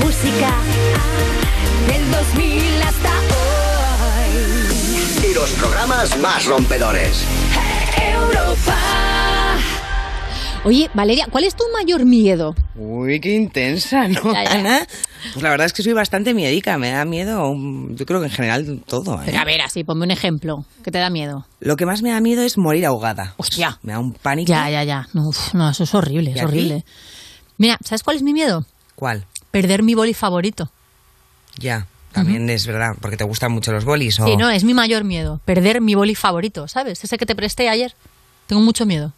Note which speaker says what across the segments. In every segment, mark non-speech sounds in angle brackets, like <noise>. Speaker 1: música del 2000 hasta hoy.
Speaker 2: Y los programas más rompedores.
Speaker 1: Europa.
Speaker 3: Oye, Valeria, ¿cuál es tu mayor miedo?
Speaker 4: Uy, qué intensa, ¿no,
Speaker 3: Ya, ya.
Speaker 4: Ana? Pues la verdad es que soy bastante miedica, me da miedo, mm, yo creo que en general todo. ¿eh?
Speaker 3: Pero a ver, así, ponme un ejemplo. ¿Qué te da miedo?
Speaker 4: Lo que más me da miedo es morir ahogada.
Speaker 3: Hostia.
Speaker 4: Me da un pánico.
Speaker 3: Ya, ya, ya. No, uf, no, eso es horrible,
Speaker 4: ¿Y
Speaker 3: es
Speaker 4: a ti?
Speaker 3: horrible. Mira, ¿sabes cuál es mi miedo?
Speaker 4: ¿Cuál?
Speaker 3: Perder mi boli favorito.
Speaker 4: Ya, también es verdad, porque te gustan mucho los bolis o...
Speaker 3: Sí, no, es mi mayor miedo. Perder mi boli favorito, ¿sabes? Ese que te presté ayer. Tengo mucho miedo.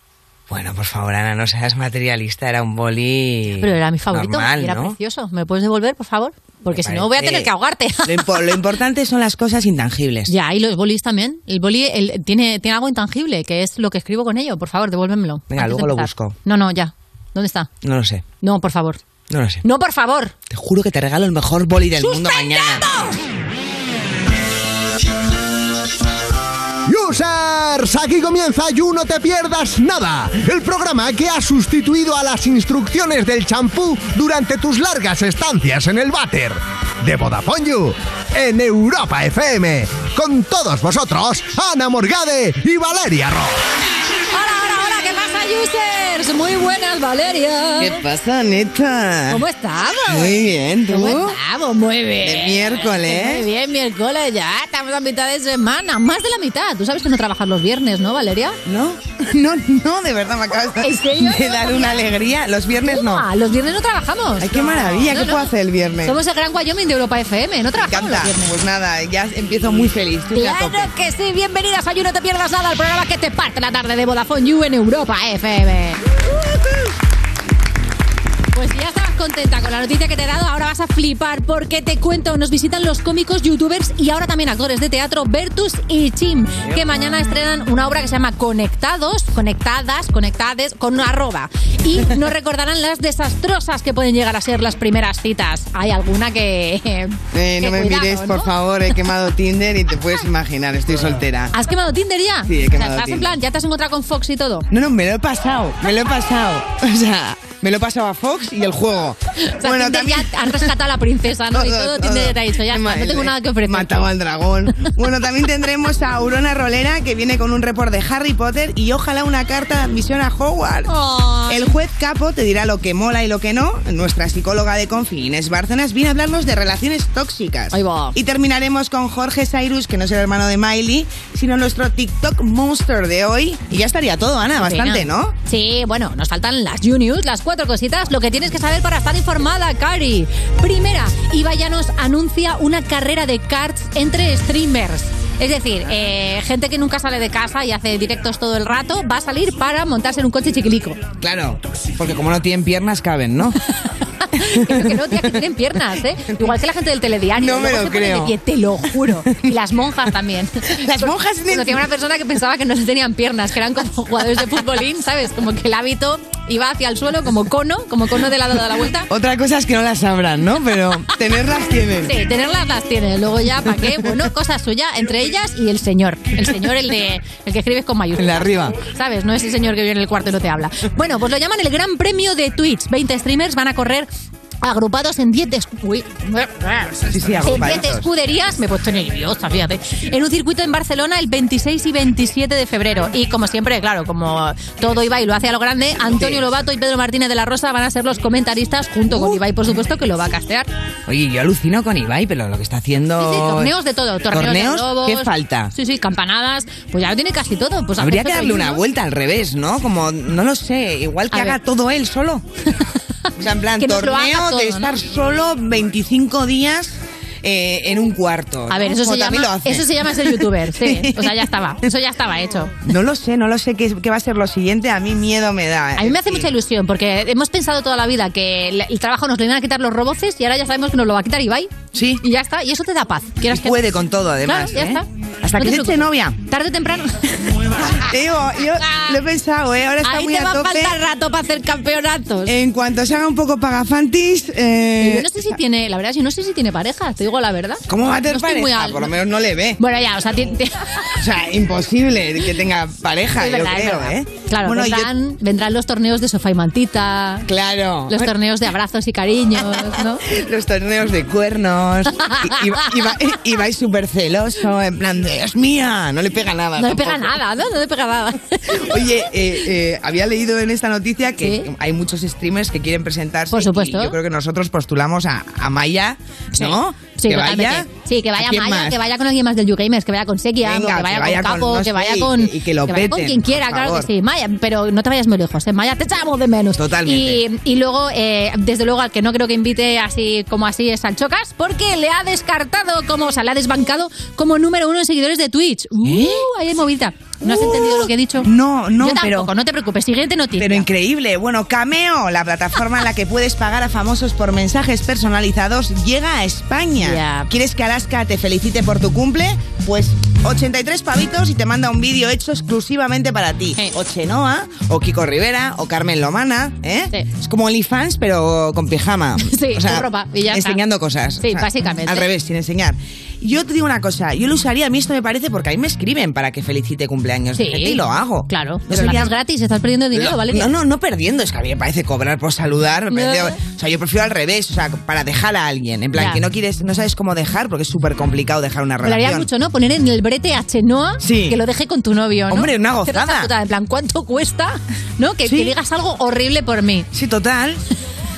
Speaker 4: Bueno, por favor, Ana, no seas materialista, era un boli
Speaker 3: Pero era mi favorito
Speaker 4: normal,
Speaker 3: y era
Speaker 4: ¿no?
Speaker 3: precioso. ¿Me lo puedes devolver, por favor? Porque
Speaker 4: Me
Speaker 3: si no, voy a
Speaker 4: parece-
Speaker 3: tener que
Speaker 4: <laughs>
Speaker 3: ahogarte.
Speaker 4: Lo,
Speaker 3: <laughs>
Speaker 4: impo- lo importante son las cosas intangibles.
Speaker 3: ya, y los bolis también. El boli el- tiene, tiene algo intangible, que es lo que escribo con ello. Por favor, devuélvemelo.
Speaker 4: Venga,
Speaker 3: antes de
Speaker 4: luego lo
Speaker 3: empezar.
Speaker 4: busco.
Speaker 3: No, no, ya. ¿Dónde está?
Speaker 4: No lo sé,
Speaker 3: No, por favor.
Speaker 4: no lo sé.
Speaker 3: No, por favor.
Speaker 4: Te juro que te regalo el mejor boli del mundo mañana.
Speaker 5: Users, aquí comienza You No Te Pierdas Nada, el programa que ha sustituido a las instrucciones del champú durante tus largas estancias en el váter. De Vodafone You, en Europa FM, con todos vosotros, Ana Morgade y Valeria Ross.
Speaker 3: Hola, hola, hola, ¿qué pasa, users? Muy buenas, Valeria.
Speaker 4: pasa, neta?
Speaker 3: ¿Cómo estamos?
Speaker 4: Muy bien, ¿tú?
Speaker 3: ¿Cómo estamos? Muy bien.
Speaker 4: De miércoles.
Speaker 3: Muy bien, miércoles ya. Estamos a mitad de semana. Más de la mitad. Tú sabes que no trabajas los viernes, ¿no, Valeria? <laughs>
Speaker 4: No, no, no, de verdad me acabas
Speaker 3: ¿En serio?
Speaker 4: de dar una alegría. Los viernes no.
Speaker 3: Ah, los viernes no trabajamos.
Speaker 4: Ay, qué maravilla,
Speaker 3: No,
Speaker 4: ¿qué
Speaker 3: no.
Speaker 4: puedo hacer el viernes?
Speaker 3: Somos el Gran Wyoming de Europa FM. No
Speaker 4: Me
Speaker 3: trabajamos los
Speaker 4: encanta.
Speaker 3: viernes.
Speaker 4: Pues nada, ya empiezo muy feliz. Estoy a tope.
Speaker 3: Claro que sí, bienvenidas a You No Te Pierdas Nada, al programa que te parte la tarde de Vodafone You en Europa FM. Pues si ya estabas contenta con la noticia que te he dado, ahora vas a flipar porque te cuento, nos visitan los cómicos, youtubers y ahora también actores de teatro Bertus y Chim, que mañana estrenan una obra que se llama Conectados, Conectadas, Conectades, con una arroba.
Speaker 4: <laughs>
Speaker 3: Y nos recordarán las desastrosas que pueden llegar a ser las primeras citas. Hay alguna que...
Speaker 6: Eh, no
Speaker 3: que
Speaker 6: me
Speaker 3: cuidado,
Speaker 6: miréis,
Speaker 3: ¿no?
Speaker 6: por favor, he
Speaker 3: <laughs>
Speaker 6: quemado Tinder y te puedes imaginar, estoy soltera.
Speaker 3: ¿Has quemado Tinder ya?
Speaker 6: Sí, he
Speaker 3: O sea,
Speaker 6: quemado
Speaker 3: estás en
Speaker 6: Tinder.
Speaker 3: plan, ya te has encontrado con Fox y todo.
Speaker 6: No, no, me lo he pasado, me lo he pasado. <laughs> O sea, me lo he pasado a Fox y el juego.
Speaker 3: O sea, Tinder ya has rescatado a la
Speaker 6: <laughs>
Speaker 3: princesa, ¿no? y todo, Tinder ya te ha dicho, ya está, no tengo nada que ofrecer.
Speaker 6: Mataba al
Speaker 3: <laughs>
Speaker 6: dragón. Bueno, también tendremos a Aurona Rolera, que viene con un report de Harry Potter y ojalá una carta de admisión a Howard.
Speaker 3: Ay.
Speaker 6: El juez Capo te dirá lo que mola y lo que no. Nuestra psicóloga de Confines, Bárcenas, viene a hablarnos de relaciones tóxicas.
Speaker 3: Ahí va.
Speaker 6: Y terminaremos con Jorge Cyrus, que no es el hermano de Miley, sino nuestro TikTok monster de hoy. Y ya estaría todo, Ana, bastante,
Speaker 3: Pena.
Speaker 6: ¿no?
Speaker 3: Sí, bueno, nos faltan las juniors, las cuatro cositas, lo que tienes que saber para estar informada, Cari. Primera, Ibayanos anuncia una carrera de cards entre streamers. Es
Speaker 6: Ah.
Speaker 3: decir, eh, gente que nunca sale de casa y hace directos todo el rato va a salir para montarse en un coche chiquilico.
Speaker 4: Claro, porque como no tienen piernas, caben, ¿no?
Speaker 3: Pero que no, tía, que tienen piernas, ¿eh? Igual que la gente del telediario.
Speaker 6: No me lo
Speaker 3: Luego se ponen de
Speaker 6: creo.
Speaker 3: pie, te lo juro. Y las monjas también.
Speaker 6: Las monjas en el-
Speaker 3: Conocía a una persona que pensaba que no tenían piernas, que eran como jugadores de futbolín, ¿sabes? Como que el hábito iba hacia el suelo como cono, como cono de la de la vuelta.
Speaker 6: Otra cosa es que no las sabrán, ¿no? Pero tenerlas tienen.
Speaker 3: Sí, tenerlas las tienes. Luego ya, ¿para qué? Bueno, cosa suya, entre ellas y el señor. El señor, el de el que escribes con mayúsculas.
Speaker 6: El de arriba.
Speaker 3: ¿Sabes? No es el señor que vive en el cuarto y no te habla. Bueno, pues lo llaman el Gran Premio de Twitch. 20 streamers van a correr agrupados en 10 des- uy,
Speaker 6: Sí, sí,
Speaker 3: en
Speaker 6: agrupaditos.
Speaker 3: 10 escuderías, me he puesto nerviosa, fíjate, en un circuito en Barcelona el 26 y 27 de febrero. Y como siempre, claro, como todo Ibai lo hace a lo grande, Antonio Lobato y Pedro Martínez de la Rosa van a ser los comentaristas junto
Speaker 6: Uh.
Speaker 3: con Ibai, por supuesto, que lo va a castear.
Speaker 4: Oye, yo alucino con Ibai, pero lo que está haciendo...
Speaker 3: Sí, sí, torneos de todo, torneos,
Speaker 4: ¿Torneos?
Speaker 3: de globos.
Speaker 4: ¿Qué falta?
Speaker 3: Sí, sí, campanadas, pues ya lo tiene casi todo. Pues
Speaker 4: Habría
Speaker 3: hace
Speaker 4: que darle
Speaker 3: feliz,
Speaker 4: una
Speaker 3: ¿no?
Speaker 4: vuelta al revés, ¿no? Como, no lo sé, igual que
Speaker 3: A
Speaker 4: haga
Speaker 3: ver.
Speaker 4: todo él solo. O sea, en
Speaker 3: <laughs>
Speaker 4: plan,
Speaker 3: Que nos lo haga
Speaker 4: torneo
Speaker 3: todo,
Speaker 4: de
Speaker 3: ¿no?
Speaker 4: estar solo 25 días eh, en un cuarto.
Speaker 3: A ver,
Speaker 4: ¿no?
Speaker 3: eso
Speaker 4: Como
Speaker 3: se,
Speaker 4: también
Speaker 3: llama,
Speaker 4: lo hace.
Speaker 3: eso se llama ser youtuber, sí.
Speaker 4: <laughs>
Speaker 3: O sea, ya estaba, eso ya estaba hecho.
Speaker 6: No lo sé, no lo sé qué, qué va a ser lo siguiente. A mí miedo me da.
Speaker 3: A mí me hace
Speaker 6: Sí.
Speaker 3: mucha ilusión porque hemos pensado toda la vida que el, el trabajo nos lo iban a quitar los roboces y ahora ya sabemos que nos lo va a quitar Ibai.
Speaker 4: Sí.
Speaker 3: Y ya está, y eso te da paz. Quieras
Speaker 4: Y
Speaker 3: que-
Speaker 4: puede con todo, además,
Speaker 3: Claro, ya
Speaker 4: ¿eh?
Speaker 3: está.
Speaker 6: Hasta
Speaker 3: No
Speaker 6: que
Speaker 3: te
Speaker 6: se eche
Speaker 3: preocupes.
Speaker 6: novia.
Speaker 3: Tarde o
Speaker 4: <laughs>
Speaker 3: temprano.
Speaker 6: Te digo, yo lo he pensado, ¿eh? Ahora está
Speaker 3: Ahí
Speaker 6: muy
Speaker 3: te
Speaker 6: a
Speaker 3: va a
Speaker 6: tope.
Speaker 3: faltar rato para hacer campeonatos.
Speaker 6: En cuanto se haga un poco pagafantis. Eh,
Speaker 3: yo no sé si tiene, la verdad, yo no sé si tiene pareja, te digo la verdad.
Speaker 6: ¿Cómo va a tener
Speaker 3: No estoy muy
Speaker 6: pareja?
Speaker 3: al-
Speaker 6: Por lo menos no le ve.
Speaker 3: Bueno, ya, o sea, ti- ti-
Speaker 6: O sea, imposible que tenga pareja,
Speaker 3: Es
Speaker 6: yo
Speaker 3: verdad, es
Speaker 6: creo,
Speaker 3: verdad.
Speaker 6: ¿eh?
Speaker 3: Claro,
Speaker 4: Bueno, yo-
Speaker 3: vendrán, vendrán los torneos de sofá y mantita.
Speaker 7: Claro.
Speaker 3: Los torneos de abrazos y cariños, ¿no?
Speaker 4: Los torneos de cuernos. Y, y- y va- y vais súper celoso, en plan de, es mía, no le pega nada.
Speaker 3: No le pega
Speaker 4: tampoco".
Speaker 3: nada, ¿no? No le pega nada.
Speaker 4: Oye, eh, eh, había leído en esta noticia que hay muchos streamers que quieren presentarse.
Speaker 3: Por supuesto.
Speaker 4: y yo creo que nosotros postulamos a, a Maya, ¿no?
Speaker 3: Sí,
Speaker 4: que vaya.
Speaker 3: totalmente. Sí, que
Speaker 4: ¿A
Speaker 3: vaya
Speaker 4: quién
Speaker 3: Maya,
Speaker 4: más?
Speaker 3: que vaya con alguien más del YouGamers, que vaya con Sekian,
Speaker 4: Venga,
Speaker 3: que vaya con Capo,
Speaker 4: no
Speaker 3: que vaya
Speaker 4: sé,
Speaker 3: con.
Speaker 4: Y que lo
Speaker 3: vaya con
Speaker 4: peten,
Speaker 3: quien quiera,
Speaker 4: por
Speaker 3: claro que
Speaker 4: favor.
Speaker 3: sí. Maya, pero no te vayas muy lejos, ¿eh? Maya, te echamos de menos.
Speaker 4: Totalmente.
Speaker 3: Y, y luego, eh, desde luego, al que no creo que invite así como así es al Chocas, porque le ha descartado como, o sea, le ha desbancado como número uno en seguidores de
Speaker 4: ¿Eh?
Speaker 3: Twitch. Uh, ahí hay movida. ¿No has
Speaker 4: Uh,
Speaker 3: entendido lo que he dicho?
Speaker 4: no, no,
Speaker 3: Yo tampoco,
Speaker 4: pero-
Speaker 3: no te preocupes. Siguiente noticia.
Speaker 4: Pero increíble. Bueno, Cameo, la plataforma en la que puedes pagar a famosos por mensajes personalizados, llega a España.
Speaker 3: Ya.
Speaker 4: ¿Quieres que Alaska te felicite por tu cumple? Pues 83 pavitos y te manda un vídeo hecho exclusivamente para ti.
Speaker 3: Sí.
Speaker 4: O Chenoa, o Kiko Rivera, o Carmen Lomana. ¿eh?
Speaker 3: Sí.
Speaker 4: Es como OnlyFans, pero con pijama.
Speaker 3: <laughs> Sí, con ropa, y ya está.
Speaker 4: enseñando cosas.
Speaker 3: Sí, básicamente.
Speaker 4: Al revés, sin enseñar. Yo te digo una cosa, yo lo usaría, a mí esto me parece porque ahí me escriben para que felicite cumpleaños de
Speaker 3: Sí.
Speaker 4: gente y lo hago.
Speaker 3: Claro.
Speaker 4: No
Speaker 3: Pero lo
Speaker 4: sería-
Speaker 3: haces gratis, estás perdiendo dinero,
Speaker 4: no,
Speaker 3: Valeria.
Speaker 4: No, no, no perdiendo, es que a mí me parece cobrar por saludar. me
Speaker 3: No.
Speaker 4: parece- o sea, yo prefiero al revés, o sea, para dejar a alguien. En plan,
Speaker 3: Ya.
Speaker 4: que no quieres, no sabes cómo dejar, porque es súper complicado dejar una
Speaker 3: Molaría
Speaker 4: relación.
Speaker 3: mucho, ¿no? Poner en el brete a Chenoa
Speaker 4: Sí.
Speaker 3: que lo deje con tu novio, ¿no?
Speaker 4: Hombre, una
Speaker 3: Hacer
Speaker 4: gozada.
Speaker 3: esa putada, En plan, ¿cuánto cuesta? ¿No? Que,
Speaker 4: Sí.
Speaker 3: que digas algo horrible por mí.
Speaker 4: Sí, total.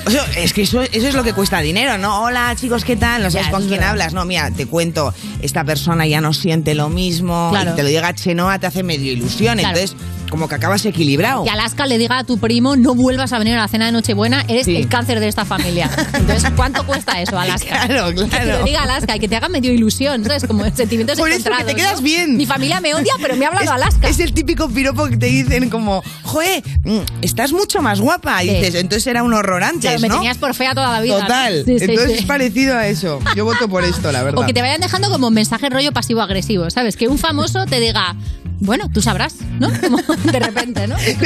Speaker 4: O sea, es que eso, eso es lo que cuesta dinero, ¿no? Hola, chicos, ¿qué tal? No sabes
Speaker 3: Ya,
Speaker 4: con
Speaker 3: eso es
Speaker 4: quién
Speaker 3: verdad.
Speaker 4: hablas. No, mira, te cuento, esta persona ya no siente lo mismo.
Speaker 3: Claro.
Speaker 4: Y te lo llega Chenoa, te hace medio ilusión.
Speaker 3: Claro.
Speaker 4: Entonces, como que acabas equilibrado.
Speaker 3: Que Alaska le diga a tu primo, no vuelvas a venir a la cena de Nochebuena, eres
Speaker 4: Sí.
Speaker 3: el cáncer de esta familia.
Speaker 4: <laughs>
Speaker 3: Entonces, ¿cuánto cuesta eso,
Speaker 8: <laughs>
Speaker 3: Alaska?
Speaker 4: Claro,
Speaker 3: Que te
Speaker 4: claro.
Speaker 3: lo diga Alaska y que te haga medio ilusión, ¿sabes? Como sentimientos
Speaker 4: Por eso, que te
Speaker 3: encontrados,
Speaker 4: quedas
Speaker 3: ¿no?
Speaker 4: bien.
Speaker 3: Mi familia me odia, pero me ha hablado Alaska.
Speaker 4: Es el típico piropo que te dicen como, joe, mm, estás mucho más guapa. Y
Speaker 3: Sí.
Speaker 4: dices, entonces era un horror antes,
Speaker 3: Claro, me
Speaker 4: ¿no?
Speaker 3: tenías por fea toda la vida. ¿no?
Speaker 4: Total.
Speaker 3: Sí, sí,
Speaker 4: entonces
Speaker 3: sí.
Speaker 4: es parecido a eso. Yo voto por esto, la verdad.
Speaker 3: <laughs> O que te vayan dejando como mensaje rollo pasivo-agresivo, ¿sabes? Que un famoso te diga, bueno, tú sabrás, ¿no? Como de repente, ¿no?
Speaker 4: De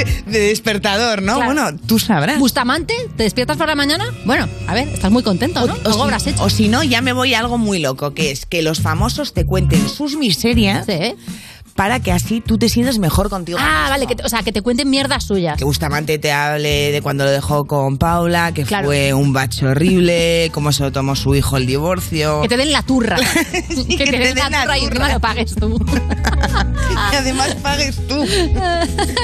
Speaker 4: despertador, ¿no?
Speaker 3: Claro.
Speaker 4: Bueno, tú sabrás.
Speaker 3: Bustamante, ¿te despiertas por la mañana? Bueno, a ver, estás muy contento, ¿no? Algo
Speaker 4: si-
Speaker 3: habrás hecho.
Speaker 4: o si no, ya me voy a algo muy loco, que es que los famosos te cuenten sus miserias
Speaker 3: Sí, ¿eh?
Speaker 4: para que así tú te sientas mejor contigo.
Speaker 3: Ah, vale, que te- o sea, que te cuenten mierdas suyas.
Speaker 4: Que Bustamante te hable de cuando lo dejó con Paula, que
Speaker 3: Claro.
Speaker 4: fue un bache horrible, cómo se lo tomó su hijo el divorcio.
Speaker 3: Que te den la
Speaker 4: <laughs>
Speaker 3: turra.
Speaker 4: Sí, que te den la
Speaker 3: y
Speaker 4: turra.
Speaker 3: encima lo pagues tú.
Speaker 4: <laughs> Y además pagues tú.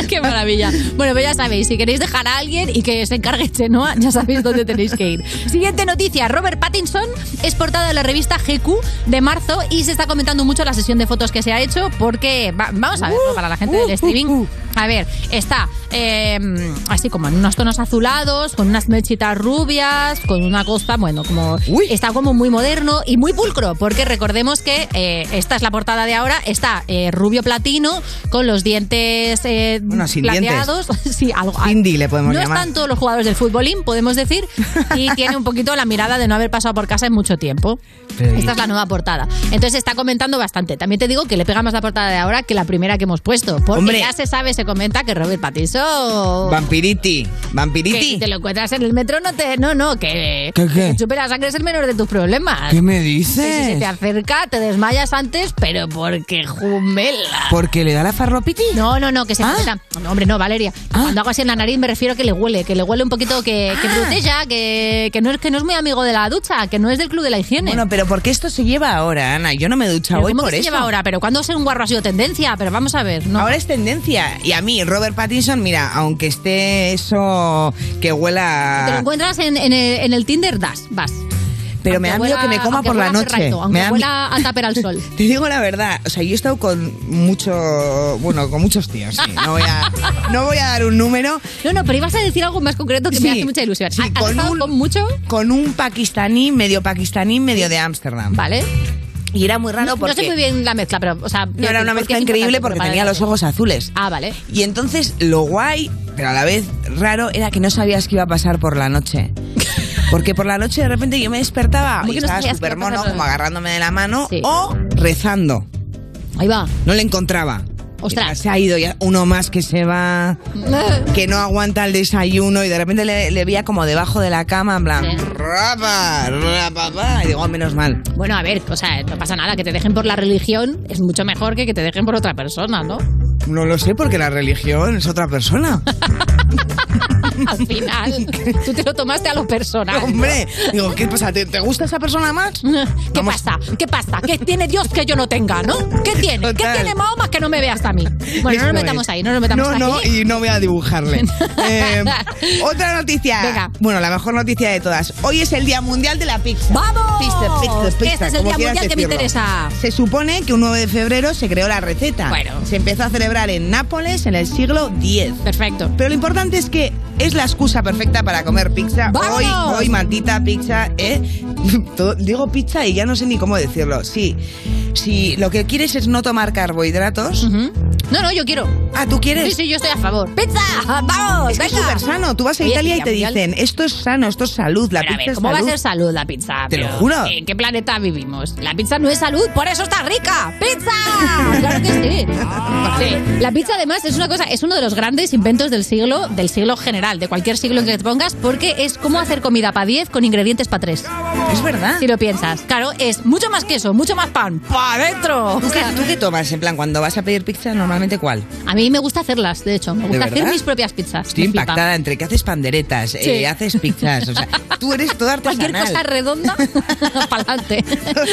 Speaker 3: <laughs> Qué maravilla. Bueno, pues ya sabéis, si queréis dejar a alguien y que se encargue Chenoa, ya sabéis dónde tenéis que ir. Siguiente noticia, Robert Pattinson es portada de la revista GQ de marzo y se está comentando mucho la sesión de fotos que se ha hecho porque, va- vamos a ver,
Speaker 4: Uh,
Speaker 3: ¿no? para la gente del streaming, a ver, está eh, así como en unos tonos azulados, con unas mechitas rubias, con una costa, bueno, como
Speaker 4: Uy.
Speaker 3: está como muy moderno y muy pulcro, porque recordemos que eh, esta es la portada de ahora, está eh, rubio platino con los dientes eh,
Speaker 4: Bueno, sin
Speaker 3: plateados, <laughs> sí, algo.
Speaker 4: Cindy le podemos
Speaker 3: no
Speaker 4: llamar.
Speaker 3: están todos los jugadores del futbolín, podemos decir,
Speaker 4: <laughs>
Speaker 3: y tiene un poquito la mirada de no haber pasado por casa en mucho tiempo. Esta es la nueva portada. Entonces se está comentando bastante. También te digo que le pega más la portada de ahora que la primera que hemos puesto, porque
Speaker 4: Hombre.
Speaker 3: ya se sabe, se comenta que Robert Pattinson
Speaker 4: Vampiriti,
Speaker 3: que
Speaker 4: vampiriti.
Speaker 3: si te lo encuentras en el metro no te no no que
Speaker 4: ¿Qué, qué?
Speaker 3: que chupe la sangre es el menor de tus problemas.
Speaker 4: ¿Qué me
Speaker 3: Que si se
Speaker 4: dices?
Speaker 3: te acerca te desmayas antes, pero porque jumela.
Speaker 4: Porque le da la farlopiti.
Speaker 3: No, no, no, que se
Speaker 4: Ah.
Speaker 3: acerca. No, hombre, no, Valeria. Cuando hago así en la nariz me refiero a que le huele, que le huele un poquito que, que
Speaker 4: Ah.
Speaker 3: brutella, que, que no es que no es muy amigo de la ducha, que no es del club de la higiene.
Speaker 4: Bueno, pero porque esto se lleva ahora, Ana. Yo no me he duchado
Speaker 3: Pero
Speaker 4: hoy
Speaker 3: ¿cómo
Speaker 4: por
Speaker 3: que se
Speaker 4: eso.
Speaker 3: lleva ahora? Pero cuando ser un guarro ha sido tendencia, pero vamos a ver, no.
Speaker 4: Ahora es tendencia. Y a mí, Robert Pattinson, mira, aunque esté eso
Speaker 3: te
Speaker 4: que
Speaker 3: lo
Speaker 4: huela.
Speaker 3: encuentras en, en el, en el Tinder, das, vas.
Speaker 4: Pero me da
Speaker 3: Aunque
Speaker 4: miedo
Speaker 3: huela-
Speaker 4: que me coma
Speaker 3: aunque
Speaker 4: por la
Speaker 3: huela a
Speaker 4: noche.
Speaker 3: serraito,
Speaker 4: Me
Speaker 3: aunque
Speaker 4: da
Speaker 3: huela a taper al
Speaker 4: <laughs>
Speaker 3: sol.
Speaker 4: Te digo la verdad, o sea, yo he estado con mucho, bueno, con muchos tíos, sí. No voy <laughs> a, no voy a dar un número.
Speaker 3: No, no, pero ibas a decir algo más concreto que
Speaker 4: Sí.
Speaker 3: me hace mucha ilusión.
Speaker 4: Sí,
Speaker 3: ¿Has
Speaker 4: con
Speaker 3: estado
Speaker 4: un-
Speaker 3: con mucho?
Speaker 4: Con un pakistaní, medio pakistaní, medio de Ámsterdam.
Speaker 3: Vale.
Speaker 4: Y era muy raro
Speaker 3: No,
Speaker 4: porque
Speaker 3: no sé muy bien la mezcla, pero, o sea...
Speaker 4: no era una
Speaker 3: porque
Speaker 4: mezcla
Speaker 3: es
Speaker 4: increíble
Speaker 3: importante
Speaker 4: porque
Speaker 3: preparar
Speaker 4: tenía
Speaker 3: el
Speaker 4: los
Speaker 3: café.
Speaker 4: ojos azules.
Speaker 3: Ah, vale.
Speaker 4: Y entonces lo guay, pero a la vez raro, era que no sabías qué iba a pasar por
Speaker 3: <laughs>
Speaker 4: la noche. Porque por la noche de repente yo me despertaba
Speaker 3: ¿Cómo
Speaker 4: y
Speaker 3: que no
Speaker 4: estaba
Speaker 3: sabías qué iba a pasar
Speaker 4: súper mono,
Speaker 3: por la
Speaker 4: como
Speaker 3: noche?
Speaker 4: agarrándome de la mano,
Speaker 3: Sí.
Speaker 4: o rezando.
Speaker 3: Ahí va.
Speaker 4: No le encontraba.
Speaker 3: Ostras.
Speaker 4: Mira, Se ha ido ya uno más que
Speaker 3: <laughs>
Speaker 4: se va, que no aguanta el desayuno y de repente le, le veía como debajo de la cama, en plan,
Speaker 3: Sí.
Speaker 4: rapa, rapa, pa", y digo, "Ah, menos mal.
Speaker 3: Bueno, a ver, o sea, no pasa nada, que te dejen por la religión es mucho mejor que que te dejen por otra persona, ¿no?
Speaker 9: No lo sé porque la religión es otra persona.
Speaker 3: <laughs> Al final, tú te lo tomaste a lo personal.
Speaker 9: Hombre, digo, ¿qué pasa? ¿Te, te gusta esa persona más?
Speaker 3: <laughs> ¿Qué pasa? ¿Qué pasa? ¿Qué tiene Dios que yo no tenga, no? ¿Qué tiene? ¿Qué
Speaker 9: Total.
Speaker 3: tiene Mahoma que no me veas a mí? <laughs> Bueno, no
Speaker 9: Eso
Speaker 3: nos metamos
Speaker 9: es.
Speaker 3: ahí, no nos metamos
Speaker 9: no,
Speaker 3: ahí.
Speaker 9: No, y no voy a
Speaker 3: <laughs>
Speaker 9: dibujarle. Eh,
Speaker 4: Otra noticia.
Speaker 3: Venga.
Speaker 4: Bueno, la mejor noticia de todas. Hoy es el Día Mundial de la Pizza.
Speaker 3: ¡Vamos!
Speaker 4: Pizza, pizza, pizza,
Speaker 3: Este es el
Speaker 4: como
Speaker 3: día
Speaker 4: quieras
Speaker 3: mundial que me
Speaker 4: decirlo.
Speaker 3: interesa.
Speaker 4: Se supone que un 9 de febrero se creó la receta.
Speaker 3: Bueno.
Speaker 4: Se empezó a celebrar en Nápoles en el siglo X.
Speaker 3: Perfecto.
Speaker 4: Pero lo importante es que es la excusa perfecta para comer pizza.
Speaker 3: ¡Vamos!
Speaker 4: Hoy, hoy mantita, pizza, ¿eh? <laughs> Todo- digo pizza y ya no sé ni cómo decirlo. Sí. Si lo que quieres es no tomar carbohidratos.
Speaker 3: Ujú. No, no, yo quiero.
Speaker 4: Ah, ¿tú quieres?
Speaker 3: Sí, sí, yo estoy a favor. ¡Pizza! ¡Vamos!
Speaker 4: Es que es
Speaker 3: venga!
Speaker 4: súper sano. Tú vas a
Speaker 3: Oye,
Speaker 4: Italia y
Speaker 3: día
Speaker 4: te
Speaker 3: mundial.
Speaker 4: dicen, esto es sano, esto es salud, la
Speaker 3: Pero a
Speaker 4: pizza
Speaker 3: ver,
Speaker 4: es
Speaker 3: ¿cómo va a
Speaker 4: salud".
Speaker 3: ser salud la pizza?
Speaker 4: Te lo
Speaker 3: Pero,
Speaker 4: juro.
Speaker 3: ¿En qué planeta vivimos? La pizza no es salud, por eso está rica. ¡Pizza!
Speaker 4: <laughs>
Speaker 3: Claro que sí.
Speaker 4: Ah.
Speaker 3: Sí. La pizza además es una cosa, es uno de los grandes inventos del siglo, del siglo general, de cualquier siglo en que te pongas, porque es cómo hacer comida para 10 con ingredientes para 3.
Speaker 4: Es verdad.
Speaker 3: Si lo piensas. Claro, es mucho más queso, mucho más pan. ¡Para adentro!
Speaker 4: ¿Tú, qué, tú qué tomas? En plan, cuando vas a pedir pizza, normalmente cuál?
Speaker 3: A mí me gusta hacerlas, de hecho. Me gusta hacer
Speaker 4: verdad?
Speaker 3: mis propias pizzas.
Speaker 9: estoy
Speaker 3: Me flipa.
Speaker 9: impactada entre que haces panderetas, eh, haces pizzas. O
Speaker 3: <laughs>
Speaker 9: sea,
Speaker 4: Tú eres todo
Speaker 3: Cualquier
Speaker 4: artesanal.
Speaker 3: cosa redonda,
Speaker 9: <laughs>
Speaker 3: para adelante.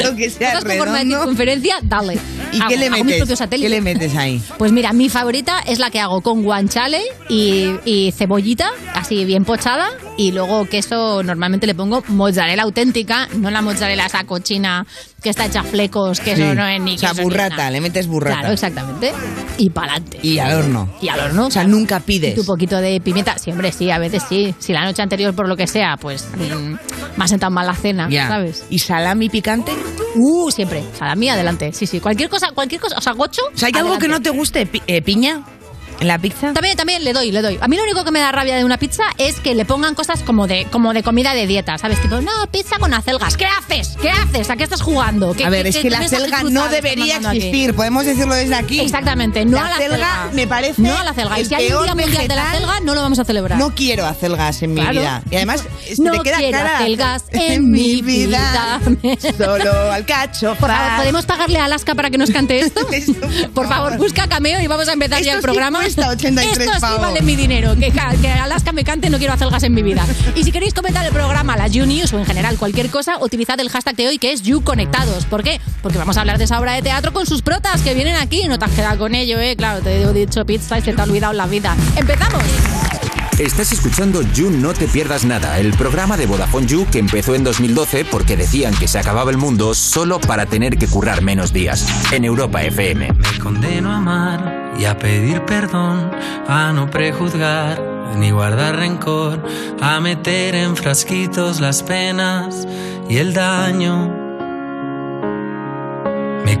Speaker 4: Lo que sea
Speaker 3: Cosas con forma de
Speaker 4: redondo.
Speaker 3: circunferencia, dale.
Speaker 9: ¿Y
Speaker 3: Hago-
Speaker 9: qué le
Speaker 3: hago mis propios
Speaker 9: metes?
Speaker 3: satélites.
Speaker 9: ¿Qué le metes ahí?
Speaker 3: Pues mira, mi favorita es la que hago con guanchale y, y cebollita, así bien pochada, y luego queso, normalmente le pongo mozzarella auténtica, no la mozzarella esa cochina que está hecha flecos, que eso
Speaker 9: Sí.
Speaker 3: no es ni
Speaker 9: O sea,
Speaker 3: queso ni
Speaker 9: burrata,
Speaker 3: nada.
Speaker 9: le metes burrata.
Speaker 3: Claro, exactamente. Y pa'lante.
Speaker 9: Y al horno.
Speaker 3: Y al horno.
Speaker 9: O sea,
Speaker 3: claro.
Speaker 9: nunca
Speaker 3: Y
Speaker 9: pides.
Speaker 3: tu poquito de pimienta, siempre sí, a veces sí. Si la noche anterior, por lo que sea, pues mm, me ha sentado mal la cena,
Speaker 9: Ya.
Speaker 3: ¿sabes?
Speaker 9: ¿Y salami picante?
Speaker 3: Uh, siempre. Salami, adelante. Sí, sí. Cualquier cosa, cualquier cosa. O sea, gocho.
Speaker 9: O sea, ¿hay algo que no te guste? Pi- eh, ¿Piña? ¿En la pizza?
Speaker 3: También, también le doy, le doy. A mí lo único que me da rabia de una pizza es que le pongan cosas como de, como de comida de dieta, ¿sabes? Tipo, no, pizza con acelgas. ¿Qué haces? ¿Qué haces? ¿A qué estás jugando? ¿Qué-
Speaker 4: A ver,
Speaker 3: qué-
Speaker 4: es
Speaker 3: qué
Speaker 4: que la
Speaker 3: mensaje
Speaker 4: selga
Speaker 3: cruzado
Speaker 4: no
Speaker 3: estás
Speaker 4: debería
Speaker 3: mandando aquí?
Speaker 4: existir. Podemos decirlo desde aquí.
Speaker 3: Exactamente, no
Speaker 4: La
Speaker 3: a la
Speaker 4: acelga
Speaker 3: celga.
Speaker 4: me parece
Speaker 3: No a la celga. Y
Speaker 4: el
Speaker 3: si hay un día
Speaker 4: peor
Speaker 3: mundial de la
Speaker 4: vegetal.
Speaker 3: celga, no lo vamos a celebrar.
Speaker 4: No quiero acelgas en mi
Speaker 3: Claro.
Speaker 4: vida. Y además, se
Speaker 3: No
Speaker 4: te queda
Speaker 3: quiero
Speaker 4: cara. <laughs>
Speaker 3: acelgas en mi vida.
Speaker 4: Solo al cacho.
Speaker 3: Por favor, ¿podemos pagarle a Alaska para que nos cante esto?
Speaker 4: <laughs> Eso,
Speaker 3: <laughs> Por favor, busca cameo y vamos a empezar ya
Speaker 4: Esto
Speaker 3: el
Speaker 4: sí
Speaker 3: programa.
Speaker 4: cuesta 83
Speaker 3: Esto sí
Speaker 4: pavos.
Speaker 3: vale mi dinero. Que, ca- que Alaska me cante, no quiero acelgas en mi vida. Y si queréis comentar el programa, la You News o en general cualquier cosa, utilizad el hashtag de hoy que es YouConectados. ¿Por qué? Porque vamos a hablar de esa obra de teatro con sus protas que vienen aquí. No te has quedado con ello, ¿eh? Claro, te he dicho pizza y se te ha olvidado la vida. ¡Empezamos!
Speaker 10: Estás escuchando You No Te Pierdas Nada, el programa de Vodafone You que empezó en 2012 porque decían que se acababa el mundo solo para tener que currar menos días. En Europa FM.
Speaker 11: Me condeno a amar y a pedir perdón, a no prejuzgar ni guardar rencor, a meter en frasquitos las penas y el daño. Me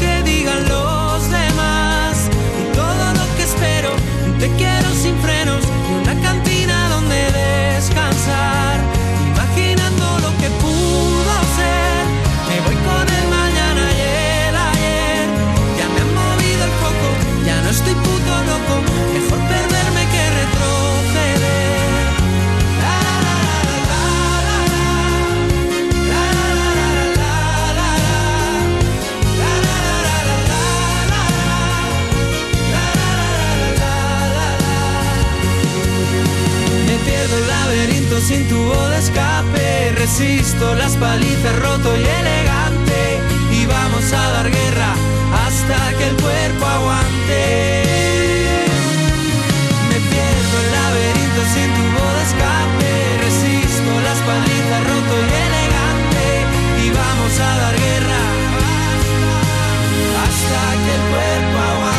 Speaker 11: que digan los demás. Y todo lo que espero, un te quiero sin frenos y una cantina donde descansar. Imaginando lo que pudo ser, me voy con el mañana y el ayer. Ya me han movido el foco, ya no estoy puto loco. Mejor perderme que retroceder. La, la, la, la, sin tubo de escape. Resisto las palizas roto y elegante. Y vamos a dar guerra hasta que el cuerpo aguante. Me pierdo el laberinto sin tubo de escape. Resisto las palizas roto y elegante. Y vamos a dar guerra hasta que el cuerpo aguante.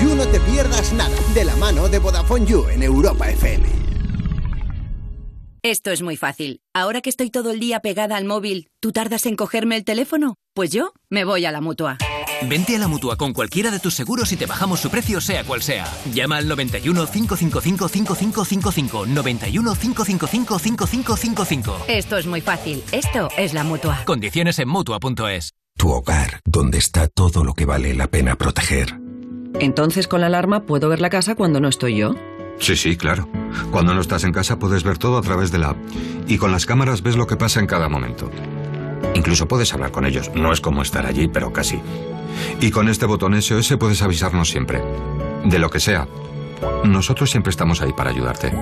Speaker 5: You No Te Pierdas Nada, de la mano de Vodafone You en Europa FM.
Speaker 12: Esto es muy fácil. Ahora que estoy todo el día pegada al móvil, ¿tú tardas en cogerme el teléfono? Pues yo me voy a la mutua.
Speaker 13: Vente a la mutua con cualquiera de tus seguros y te bajamos su precio, sea cual sea. Llama al 91 555 5555. 91 555 5555.
Speaker 12: Esto es muy fácil. Esto es la mutua.
Speaker 13: Condiciones en mutua.es.
Speaker 14: Tu hogar, donde está todo lo que vale la pena proteger.
Speaker 15: Entonces con la alarma puedo ver la casa cuando no estoy yo.
Speaker 16: Sí, sí, claro. Cuando no estás en casa puedes ver todo a través de la app y con las cámaras ves lo que pasa en cada momento. Incluso puedes hablar con ellos, no es como estar allí, pero casi. Y con este botón SOS puedes avisarnos siempre, de lo que sea. Nosotros siempre estamos ahí para ayudarte.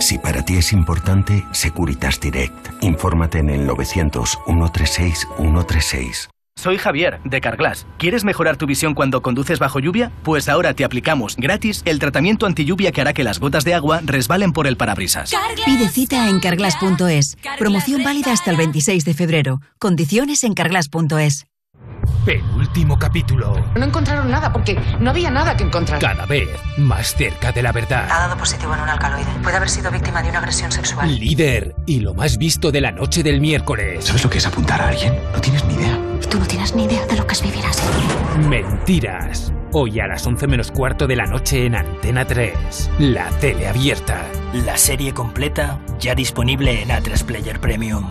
Speaker 14: Si para ti es importante, Securitas Direct. Infórmate en el 900 136 136.
Speaker 17: Soy Javier, de Carglass. ¿Quieres mejorar tu visión cuando conduces bajo lluvia? Pues ahora te aplicamos gratis el tratamiento antilluvia que hará que las gotas de agua resbalen por el parabrisas.
Speaker 18: Pide cita en carglass.es. Promoción válida hasta el 26 de febrero. Condiciones en carglass.es.
Speaker 19: Penúltimo capítulo.
Speaker 20: No encontraron nada porque no había nada que encontrar.
Speaker 19: Cada vez más cerca de la verdad.
Speaker 21: Ha dado positivo en un alcaloide. Puede haber sido víctima de una agresión sexual.
Speaker 19: Líder y lo más visto de la noche del miércoles. ¿Sabes lo que es apuntar a alguien? No tienes ni idea.
Speaker 21: Tú no tienes ni idea de lo que es vivir así.
Speaker 19: Mentiras. Hoy a las 11 menos cuarto de la noche en Antena 3. La tele abierta.
Speaker 22: La serie completa ya disponible en A3 Player Premium.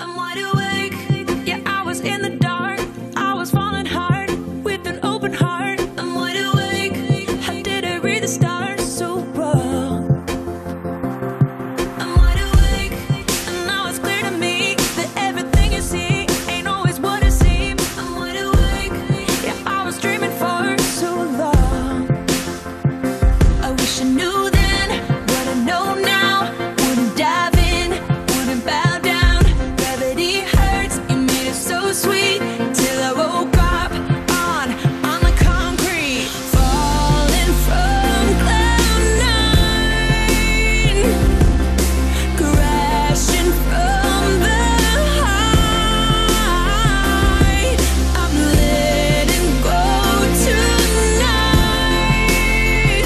Speaker 23: I'm wide awake. Yeah, I was in the dark. I was falling hard with an open heart. I'm wide awake. How did I read the stars so wrong? I'm wide awake, and now it's clear to me that everything you see ain't always what it seems. I'm wide awake. Yeah, I was dreaming for so long. I wish I knew then what I know now. Wouldn't dive in, wouldn't bow down. Gravity hurts, you made it so sweet. Till I woke up on, on the concrete. Falling from cloud nine. Crashing from the high. I'm letting go tonight.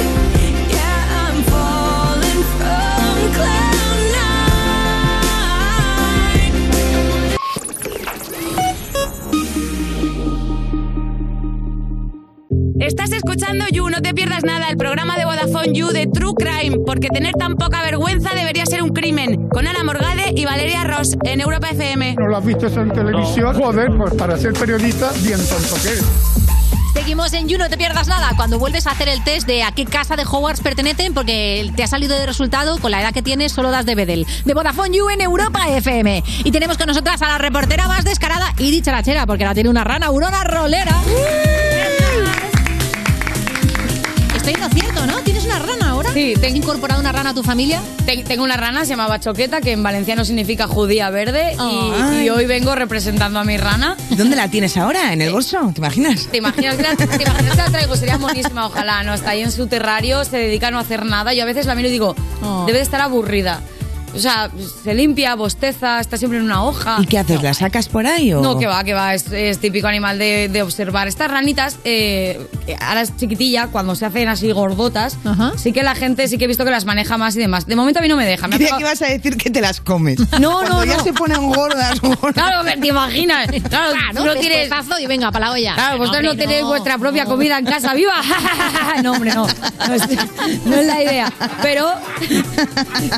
Speaker 23: Yeah, I'm falling from cloud nine.
Speaker 6: Estás escuchando You, no te pierdas nada, el programa de Vodafone You de True Crime, porque tener tan poca vergüenza debería ser un crimen. Con Ana Morgade y Valeria Ross en Europa FM.
Speaker 24: ¿No lo has visto eso en televisión? Joder, pues para ser periodista, bien tonto que eres.
Speaker 3: Seguimos en You, no te pierdas nada. Cuando vuelves a hacer el test de a qué casa de Hogwarts pertenecen, porque te ha salido de resultado, con la edad que tienes, solo das de Bedel. De Vodafone You en Europa FM. Y tenemos con nosotras a la reportera más descarada y dicharachera, porque la tiene una rana, Aurora Rolera. Feino, cierto, ¿no? ¿Tienes una rana ahora? Sí, ¿Te has incorporado una rana a tu familia?
Speaker 2: Te- tengo una rana, se llamaba Choqueta, que en valenciano significa judía verde. y- y,
Speaker 4: Ay.
Speaker 2: hoy vengo representando a mi rana.
Speaker 4: ¿Dónde la tienes ahora?
Speaker 3: Eh,
Speaker 4: ¿En el bolso? ¿Te imaginas?
Speaker 2: ¿Te imaginas, que la, te imaginas que la traigo? Sería monísima, ojalá. No, está ahí en su terrario, se dedica a no hacer nada. Yo a veces la miro y digo,
Speaker 3: Oh.
Speaker 2: debe de estar aburrida. O sea, se limpia, bosteza, está siempre en una hoja.
Speaker 3: ah,
Speaker 4: ¿Y qué haces?
Speaker 3: eh.
Speaker 4: ¿La sacas por ahí o...?
Speaker 2: No, que va, que va, es, es típico animal de, de observar. Estas ranitas, eh, ahora es chiquitilla, cuando se hacen así gordotas, sí que la gente, sí que he visto que las maneja más y demás. De momento a mí no me
Speaker 4: <laughs>
Speaker 2: deja. Me ha
Speaker 4: Creía
Speaker 2: tocado-
Speaker 4: que ibas a decir que te
Speaker 3: <laughs>
Speaker 4: las comes.
Speaker 2: <laughs> No,
Speaker 4: Cuando
Speaker 2: no,
Speaker 4: ya
Speaker 2: no.
Speaker 4: se ponen gordas, gordas.
Speaker 2: Claro, te imaginas. Claro, pues
Speaker 3: Claro,
Speaker 2: tú no tienes...
Speaker 3: pescozazo y venga, para la olla.
Speaker 2: Claro, vosotros no,
Speaker 3: Hombre,
Speaker 2: tenéis vuestra propia
Speaker 3: no.
Speaker 2: comida en casa viva. <laughs> no, hombre, no. No es, no es la idea. Pero,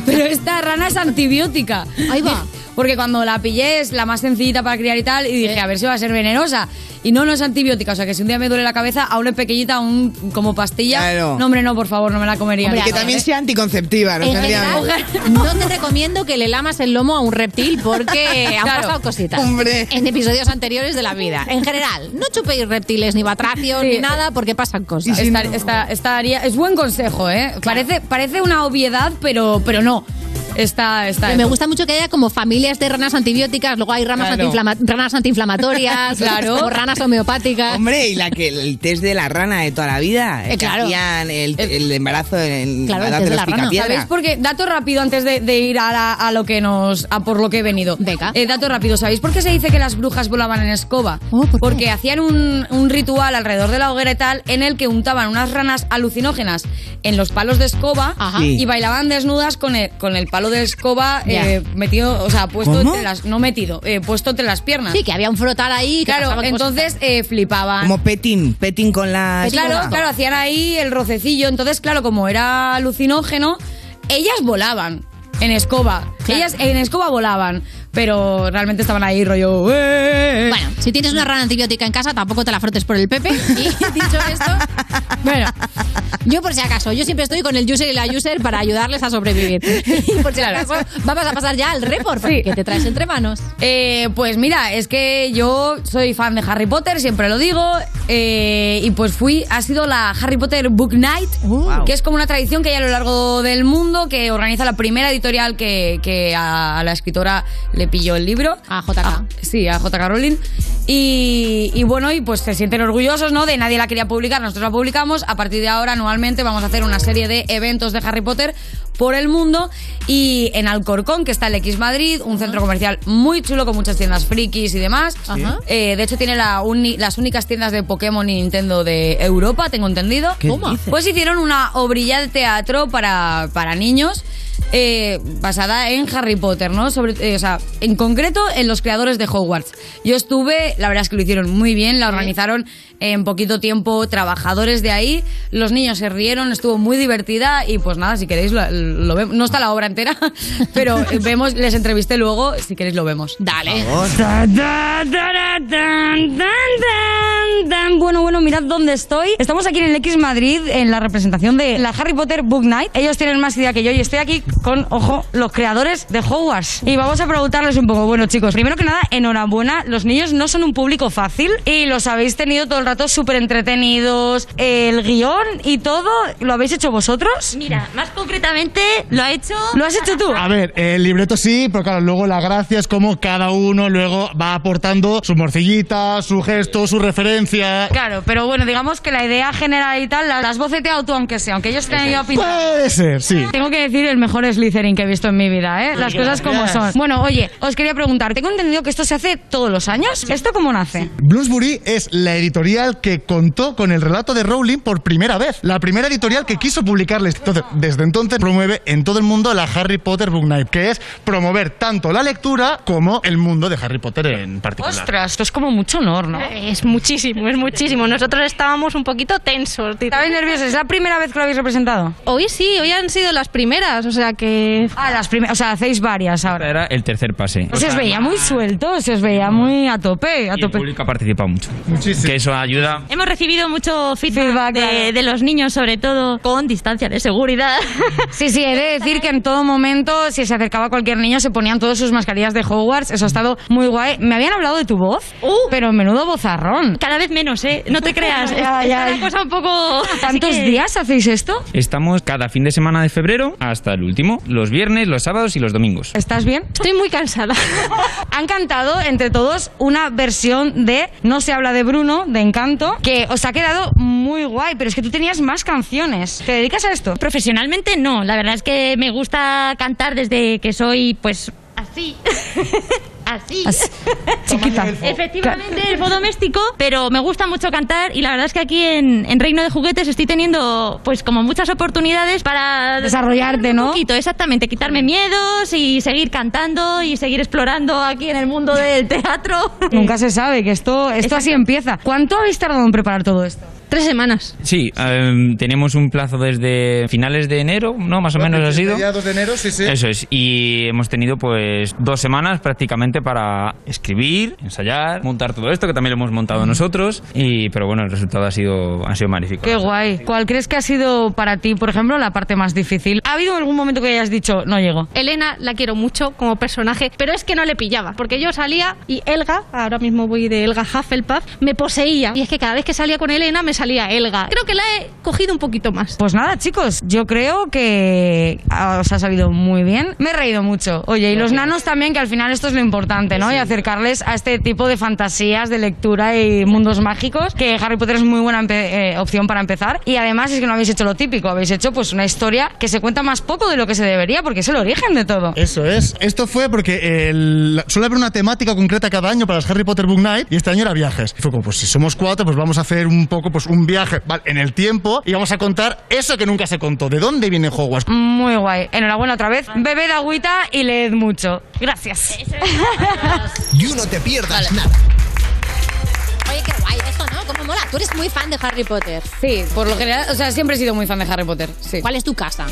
Speaker 2: pero esta rana es antibiótica. Ahí va. Porque cuando la pillé es la más sencillita para criar y tal, y dije, a ver si va a ser venenosa. Y no, no es antibiótica. O sea, que si un día me duele la cabeza, aún es pequeñita, aún como pastilla.
Speaker 4: Claro.
Speaker 2: No, hombre, no, por favor, no me la comería.
Speaker 4: Hombre,
Speaker 2: No,
Speaker 4: que también
Speaker 2: ¿eh?
Speaker 4: sea anticonceptiva, no
Speaker 2: En
Speaker 4: tendría-
Speaker 2: general,
Speaker 3: No te recomiendo que le lamas el lomo a un reptil porque han
Speaker 2: Claro.
Speaker 3: pasado cositas
Speaker 4: Hombre.
Speaker 3: en episodios anteriores de la vida. En general, no chupéis reptiles ni batracios ni nada porque pasan cosas.
Speaker 2: Esta- esta- estaría, es buen consejo, ¿eh? Parece, parece una obviedad, pero, pero no. Está, está.
Speaker 3: Me gusta mucho que haya como familias de ranas antibióticas, luego hay ramas
Speaker 2: Claro.
Speaker 3: antiinflama- ranas antiinflamatorias,
Speaker 2: Claro.
Speaker 3: como ranas homeopáticas.
Speaker 4: Hombre, y la que el test de la rana de toda la vida.
Speaker 3: Eh,
Speaker 4: el que
Speaker 3: claro.
Speaker 4: hacían el, el embarazo en
Speaker 2: Claro,
Speaker 4: la edad de los
Speaker 2: ¿Sabéis
Speaker 4: picapiedra.
Speaker 2: por qué? Dato rápido antes de, de ir a, la- a lo que nos a por lo que he venido. Eh, dato rápido, ¿sabéis por qué se dice que las brujas volaban en escoba?
Speaker 3: Oh,
Speaker 2: Porque hacían un, un ritual alrededor de la hoguera y tal en el que untaban unas ranas alucinógenas en los palos de escoba
Speaker 6: Sí.
Speaker 2: y bailaban desnudas con el, con el palo de escoba
Speaker 3: Ya.
Speaker 2: eh, metido, o sea, puesto
Speaker 3: ¿Cómo?
Speaker 2: entre las no metido, eh, puesto entre las piernas.
Speaker 3: Sí, que había un frotar ahí. que
Speaker 2: Claro,
Speaker 3: pasaban
Speaker 2: entonces eh, flipaban.
Speaker 4: Como petín, petín con la.
Speaker 2: Pues Claro, claro, hacían ahí el rocecillo. Entonces, claro, como era alucinógeno, ellas volaban en escoba. Ellas en escoba volaban, pero realmente estaban ahí rollo... "Eh". Bueno,
Speaker 3: si tienes una rana antibiótica en casa, tampoco te la frotes por el Pepe. Y <laughs> dicho esto, bueno, yo por si acaso, yo siempre estoy con el user y la user para ayudarles a sobrevivir. <laughs> Y por si acaso, vamos a pasar ya al report porque que te traes entre manos.
Speaker 2: Eh, pues mira, es que yo soy fan de Harry Potter, siempre lo digo. eh, y pues fui, ha sido la Harry Potter Book Night,
Speaker 3: Uh.
Speaker 2: que es como una tradición que hay a lo largo del mundo, que organiza la primera editorial que, que a, a la escritora le pilló el libro.
Speaker 3: A JK.
Speaker 2: sí, a J.K. Rowling. Y, y bueno, y pues se sienten orgullosos, ¿no? De nadie la quería publicar, nosotros la publicamos. A partir de ahora, anualmente, vamos a hacer una serie de eventos de Harry Potter por el mundo. Y en Alcorcón, que está el X Madrid, un centro comercial muy chulo con muchas tiendas frikis y demás.
Speaker 3: Ajá.
Speaker 2: Eh, de hecho, tiene la uni- las únicas tiendas de Pokémon y Nintendo de Europa, tengo entendido.
Speaker 3: ¿Qué Toma. dices?
Speaker 2: Pues hicieron una obrilla de teatro para, para niños. eh, basada en Harry Potter, ¿no? Sobre, eh, o sea, en concreto en los creadores de Hogwarts. Yo estuve, la verdad es que lo hicieron muy bien, la organizaron en poquito tiempo trabajadores de ahí, los niños se rieron, estuvo muy divertida y pues nada, si queréis lo, lo vemos. No está la obra entera, <laughs> pero eh, vemos, les entrevisté luego, si queréis lo vemos.
Speaker 3: Dale. <laughs>
Speaker 2: Bueno, bueno, mirad dónde estoy. Estamos aquí en el X Madrid, en la representación de la Harry Potter Book Night. Ellos tienen más idea que yo y estoy aquí con, ojo, los creadores de Hogwarts. Y vamos a preguntarles un poco. Bueno, chicos, primero que nada, enhorabuena. Los niños no son un público fácil y los habéis tenido todo el rato súper entretenidos. El guión y todo, ¿lo habéis hecho vosotros?
Speaker 16: Mira, más concretamente lo ha hecho.
Speaker 2: ¿Lo has hecho tú?
Speaker 25: A ver, el libreto sí, pero claro, luego la gracia es como cada uno luego va aportando su morcillita, su gesto, su referencia.
Speaker 2: Claro, pero bueno, digamos que la idea general y tal, la, la has boceteado tú aunque sea, aunque ellos te hayan ido a pintar.
Speaker 24: Pues
Speaker 25: Puede ser, sí.
Speaker 2: Tengo que decir el mejor Slytherin que he visto en mi vida, ¿eh? Las cosas como son. Bueno, oye, os quería preguntar, tengo entendido que esto se hace todos los años. ¿Esto cómo nace?
Speaker 25: Bloomsbury es la editorial que contó con el relato de Rowling por primera vez, la primera editorial que quiso publicarles. Entonces, desde entonces promueve en todo el mundo la Harry Potter Book Night, que es promover tanto la lectura como el mundo de Harry Potter en particular.
Speaker 2: Ostras, esto es como mucho honor, ¿no?
Speaker 16: Es muchísimo, es muchísimo. Nosotros estábamos un poquito tensos.
Speaker 2: ¿Estabais nerviosos? ¿Es la primera vez que lo habéis representado?
Speaker 16: Hoy sí, hoy han sido las primeras, o sea que...
Speaker 2: Ah, las primeras, o sea, hacéis varias ahora.
Speaker 26: Era el tercer pase.
Speaker 2: Se os veía muy suelto, se os veía muy a tope, a
Speaker 26: Pues Y el
Speaker 2: tope.
Speaker 26: público ha participado mucho. Muchísimo. Que eso ayuda.
Speaker 16: Hemos recibido mucho feedback, de, de los niños, sobre todo con distancia de seguridad.
Speaker 2: <laughs> Sí, sí, he de decir que en todo momento, si se acercaba cualquier niño, se ponían todas sus mascarillas de Hogwarts. Eso ha estado muy guay. Me habían hablado de tu voz, pero menudo bozarrón.
Speaker 16: Uh. Cada
Speaker 27: vez menos, ¿eh? No
Speaker 2: <laughs>
Speaker 27: te creas.
Speaker 2: Ya,
Speaker 27: Es-
Speaker 2: ya,
Speaker 27: es
Speaker 2: ya.
Speaker 27: una cosa un poco...
Speaker 2: ¿Tantos días
Speaker 27: hacéis esto?
Speaker 26: Estamos cada fin de semana de febrero hasta el último, los viernes, los sábados y los domingos.
Speaker 2: ¿Estás bien? Estoy muy cansada. <laughs> Han cantado entre todos una versión de No se habla de Bruno, de Encanto, que os ha quedado muy guay, pero es que tú tenías más canciones. ¿Te dedicas a esto?
Speaker 27: Profesionalmente no, la verdad es que me gusta cantar desde que soy pues así. Así.
Speaker 2: Chiquita.
Speaker 27: Efectivamente, elfo doméstico, pero me gusta mucho cantar y la verdad es que aquí en, en Reino de Juguetes estoy teniendo pues como muchas oportunidades para
Speaker 2: Desarrollarte, ¿no?
Speaker 27: Un poquito, exactamente, quitarme miedos y seguir cantando y seguir explorando aquí en el mundo del teatro.
Speaker 2: <laughs> Nunca se sabe que esto, esto así empieza. ¿Cuánto habéis tardado en preparar todo esto?
Speaker 27: Tres semanas.
Speaker 26: Sí, em, tenemos un plazo desde finales de enero, ¿no? Más o menos ha sido.
Speaker 28: Mediados de enero, sí, sí.
Speaker 26: Eso es, y hemos tenido pues dos semanas prácticamente para escribir, ensayar, montar todo esto, que también lo hemos
Speaker 2: Mm.
Speaker 26: montado nosotros, y pero bueno, el resultado ha sido, ha sido magnífico.
Speaker 2: Qué guay. ¿Cuál crees que ha sido para ti, por ejemplo, la parte más difícil? ¿Ha habido algún momento que hayas dicho, no llego?
Speaker 29: Elena la quiero mucho como personaje, pero es que no le pillaba, porque yo salía y Elga, ahora mismo voy de Elga Hufflepuff, me poseía. Y es que cada vez que salía con Elena me salía Elga. Creo que la he cogido un poquito más.
Speaker 2: Pues nada, chicos, yo creo que ah, os ha sabido muy bien. Me he reído mucho. Oye, y los nanos también, que al final esto es lo importante, ¿no? Y acercarles a este tipo de fantasías de lectura y mundos mágicos, que Harry Potter es muy buena empe- eh, opción para empezar. Y además es que no habéis hecho lo típico, habéis hecho pues una historia que se cuenta más poco de lo que se debería, porque es el origen de todo.
Speaker 24: Eso es. Esto fue porque el- suele haber una temática concreta cada año para las Harry Potter Book Night y este año era viajes. Y fue como, pues si somos cuatro, pues vamos a hacer un poco, pues un viaje vale, en el tiempo y vamos a contar eso que nunca se contó. ¿De dónde viene Hogwarts?
Speaker 2: Muy guay. Enhorabuena otra vez. Bebed agüita y leed mucho. Gracias.
Speaker 5: You no te
Speaker 2: <laughs>
Speaker 5: pierdas nada.
Speaker 30: Oye, qué guay esto, ¿no? Como mola. Tú eres muy fan de Harry Potter. Sí, por lo general, o sea, siempre he sido muy fan de Harry Potter. Sí. ¿Cuál es tu casa?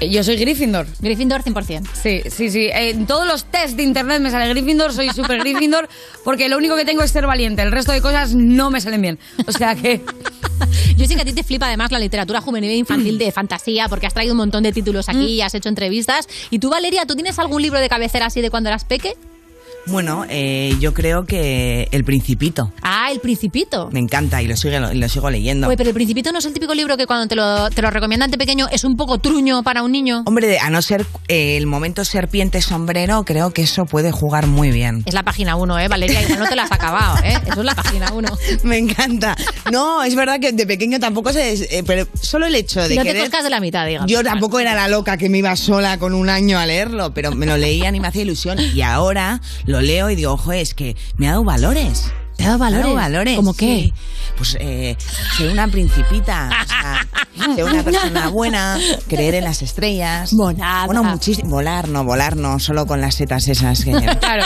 Speaker 30: Yo soy Gryffindor. Gryffindor 100%. Sí, sí, sí. Eh, En todos los test de internet me sale Gryffindor, soy super <laughs> Gryffindor, porque lo único que tengo es ser valiente. El resto de cosas no me salen bien. O sea que...
Speaker 3: <laughs> Yo sé que a ti te flipa además la literatura juvenil e infantil de fantasía, porque has traído un montón de títulos aquí, has hecho entrevistas. ¿Y tú, Valeria, tú tienes algún libro de cabecera así de cuando eras peque?
Speaker 4: Bueno, eh, yo creo que El Principito.
Speaker 3: Ah, El Principito.
Speaker 4: Me encanta y lo, sigue, lo sigo leyendo.
Speaker 3: Oye, pero El Principito no es el típico libro que cuando te lo, te lo recomiendan de pequeño es un poco truño para un niño.
Speaker 4: Hombre, de- a no ser eh, el momento serpiente sombrero, creo que eso puede jugar muy bien.
Speaker 3: Es la página 1, ¿eh, Valeria? Igual no te la has acabado, ¿eh? Eso es la página 1.
Speaker 4: <laughs> Me encanta. No, es verdad que de pequeño tampoco se... eh, pero solo el hecho de
Speaker 3: No te
Speaker 4: querer-
Speaker 3: colcas de la mitad, digamos.
Speaker 4: Yo tampoco era la loca que me iba sola con un año a leerlo, pero me lo leían y me hacía ilusión. Y ahora lo leo y digo, ojo, es que me ha dado valores.
Speaker 3: ¿Te ha dado
Speaker 4: Me ha dado
Speaker 3: valores?
Speaker 4: valores.
Speaker 3: ¿Cómo qué?
Speaker 4: sí. Pues eh, ser una principita, o
Speaker 3: <laughs>
Speaker 4: sea, ser una persona buena, creer en las estrellas. Volar.
Speaker 3: Ah.
Speaker 4: Bueno, muchísimo. Volar, no, volar no, solo con las setas esas. que-
Speaker 3: <laughs> Claro.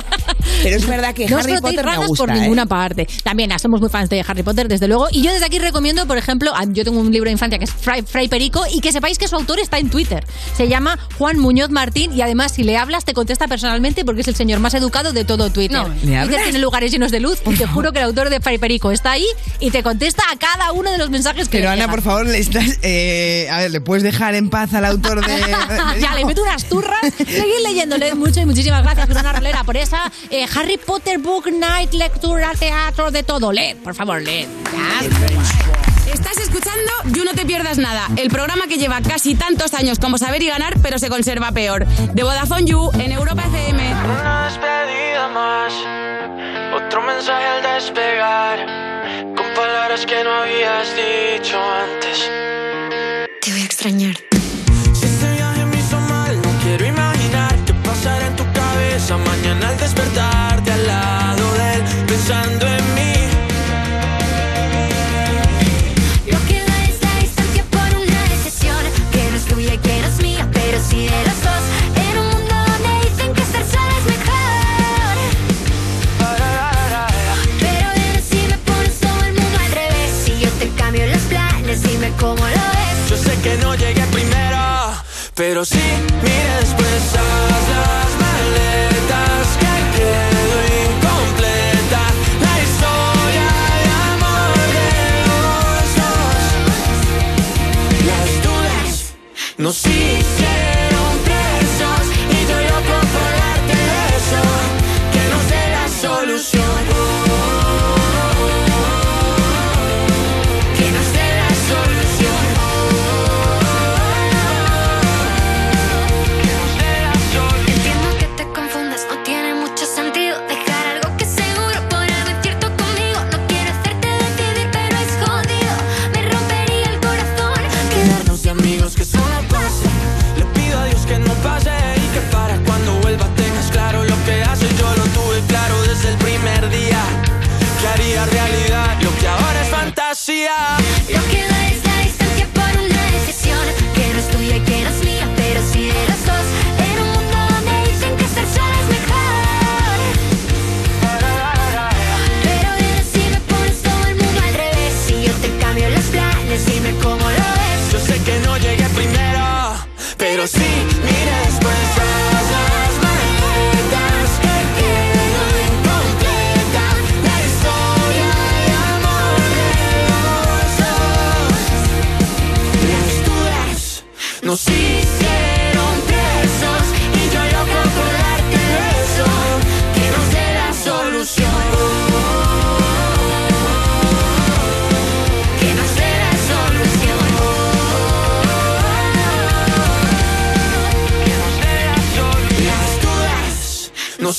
Speaker 4: Pero es verdad que
Speaker 3: no
Speaker 4: Harry
Speaker 3: os rotéis
Speaker 4: Potter me
Speaker 3: ranas
Speaker 4: gusta.
Speaker 3: por
Speaker 4: ¿eh?
Speaker 3: ninguna parte. También ah, somos muy fans de Harry Potter, desde luego. Y yo desde aquí recomiendo, por ejemplo, ah, yo tengo un libro de infancia que es Fray, Fray Perico y que sepáis que su autor está en Twitter. Se llama Juan Muñoz Martín y además si le hablas te contesta personalmente porque es el señor más educado de todo Twitter.
Speaker 29: No. ¿Le
Speaker 3: Twitter
Speaker 29: hablas?
Speaker 3: tiene lugares llenos de
Speaker 4: <laughs>
Speaker 3: luz y te juro que el autor de Fray Perico está ahí y te contesta a cada uno de los mensajes que
Speaker 4: Pero
Speaker 3: le
Speaker 4: Ana,
Speaker 3: llegan.
Speaker 4: por favor, le estás. eh, a ver, ¿le puedes dejar en paz al autor de.?
Speaker 3: ya, le meto unas turras. Seguid leyéndole mucho y muchísimas gracias, Bruna Rolera, por esa eh, Harry Potter Book Night, lectura, teatro, de todo. Leed, <laughs> por favor, leed.
Speaker 6: Estás escuchando You No Te Pierdas Nada, el programa que lleva casi tantos años como saber y ganar, pero se conserva peor. De Vodafone You en Europa FM.
Speaker 11: Una despedida más, otro mensaje al despegar, con palabras que no habías dicho antes.
Speaker 23: Te voy a extrañar.
Speaker 11: Si este viaje me hizo mal, no quiero imaginar qué pasará en tu cabeza mañana al despertarte al lado de él, pensando en mí.
Speaker 23: Lo que va es la distancia por una decisión Que no es tuya y que no es mía, pero sí de los dos En un mundo donde dicen que estar sola es mejor Pero dime si me pones todo el mundo al revés Si yo te cambio los planes, dime cómo lo ves
Speaker 11: Yo sé que no llegué primero.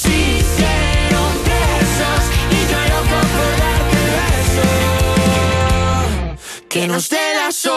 Speaker 23: hicieron besos y yo loco por darte besos.
Speaker 31: Que nos dé la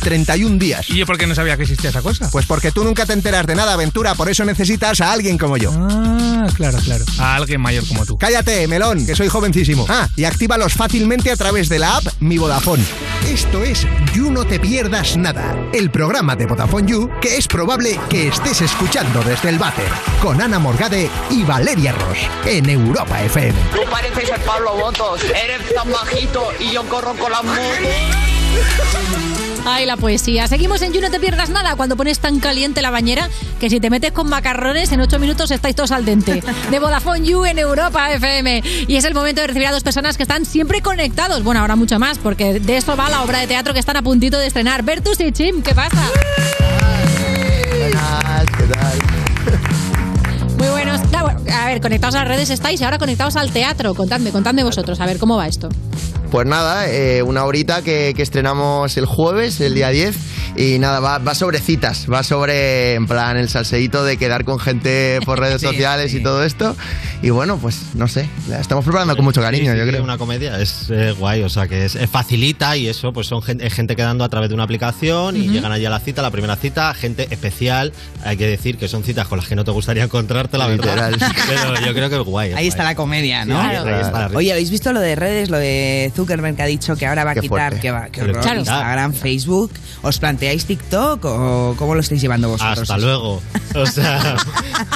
Speaker 5: 31 días.
Speaker 32: ¿Y yo por qué no sabía que existía esa cosa?
Speaker 5: Pues porque tú nunca te enteras de nada, Aventura, por eso necesitas a alguien como yo.
Speaker 32: Ah, claro, claro. A alguien mayor como tú.
Speaker 5: Cállate, melón, que soy jovencísimo. Ah, y actívalos fácilmente a través de la app Mi Vodafone. Esto es You No Te Pierdas Nada, el programa de Vodafone You que es probable que estés escuchando desde el váter, con Ana Morgade y Valeria Ross, en Europa FM.
Speaker 33: Tú pareces el Pablo Botos, eres tan bajito y yo corro con las motos.
Speaker 3: Ay, la poesía. Seguimos en You, no te pierdas nada cuando pones tan caliente la bañera que si te metes con macarrones en 8 minutos estáis todos al dente. De Vodafone You en Europa FM. Y es el momento de recibir a dos personas que están siempre conectados. Bueno, ahora mucho más porque de eso va la obra de teatro que están a puntito de estrenar. Bertus y Chim, ¿qué pasa?
Speaker 34: ¿Qué tal?
Speaker 3: Muy buenos. Ah, bueno, A ver, conectados a las redes estáis y ahora conectados al teatro. Contadme, contadme vosotros, a ver cómo va esto.
Speaker 34: Pues nada, eh, una horita que, que estrenamos el jueves, el día 10, y nada, va, va sobre citas, va sobre, en plan, el salseíto de quedar con gente por redes
Speaker 35: Sí,
Speaker 34: sociales y todo esto. Y bueno, pues no sé, la estamos preparando con mucho cariño,
Speaker 35: Sí, sí,
Speaker 34: yo
Speaker 35: sí,
Speaker 34: creo.
Speaker 35: Una comedia es eh, guay, o sea, que es, eh, facilita y eso, pues son gente, gente quedando a través de una aplicación y
Speaker 34: Ujú.
Speaker 35: llegan allí a la cita, la primera cita, gente especial. Hay que decir que son citas con las que no te gustaría encontrarte, la verdad.
Speaker 34: Literal.
Speaker 35: <laughs> Pero yo creo que es guay. ¿eh? es
Speaker 4: Ahí está
Speaker 35: guay.
Speaker 4: la comedia, ¿no?
Speaker 35: Sí, ahí está, ahí está la risa.
Speaker 4: Oye, ¿habéis visto lo de redes? Lo de Zuckerberg que ha dicho que ahora va a
Speaker 35: Qué
Speaker 4: quitar,
Speaker 35: fuerte.
Speaker 4: que va, que
Speaker 35: Pero
Speaker 4: horror,
Speaker 35: claro.
Speaker 4: Instagram, Facebook. ¿Os planteáis TikTok o cómo lo estáis llevando vosotros?
Speaker 35: Hasta luego.
Speaker 4: <laughs>
Speaker 35: O sea,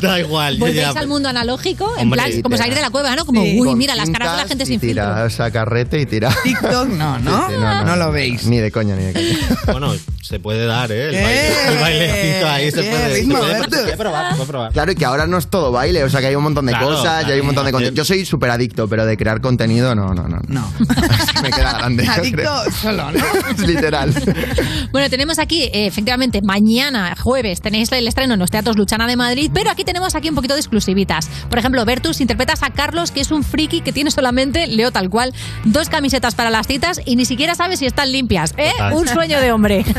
Speaker 35: da igual. yo ya-
Speaker 3: Volvéis al mundo analógico, en
Speaker 34: Hombre,
Speaker 3: plan, como
Speaker 34: literal.
Speaker 3: salir de la cueva, ¿no? Como, uy, mira, las caras de la gente sin
Speaker 34: y
Speaker 3: filtro.
Speaker 34: tira, o sea, carrete y tira.
Speaker 4: TikTok no,
Speaker 34: ¿no?
Speaker 4: No lo veis.
Speaker 34: Ni de coña, ni de coña.
Speaker 35: <laughs> Bueno, se puede dar, ¿eh? El, baile- el bailecito ahí se
Speaker 34: Bien,
Speaker 35: puede. Se
Speaker 34: ritmo,
Speaker 5: ¿eh?
Speaker 35: puede,
Speaker 34: Berto.
Speaker 35: se puede probar, se puede probar.
Speaker 34: Claro, y que ahora no es todo baile, o sea que hay un montón de
Speaker 35: Claro,
Speaker 34: cosas, y hay un montón de
Speaker 35: también.
Speaker 34: contenido. Yo soy súper adicto, pero de crear contenido, no, no, no. <laughs> No. Me queda <laughs> grande. yo creo.
Speaker 4: Adicto solo,
Speaker 34: <laughs>
Speaker 4: ¿no?
Speaker 34: Literal.
Speaker 3: Bueno, tenemos aquí, eh, efectivamente, mañana, jueves, tenéis el estreno en los teatros Luchana de Madrid, pero aquí tenemos aquí un poquito de exclusivitas. Por ejemplo, Bertus, interpretas a Carlos, que es un friki que tiene solamente, leo tal cual, dos camisetas para las citas y ni siquiera sabe si están limpias. ¿eh?
Speaker 35: Total.
Speaker 3: Un sueño de hombre. <laughs>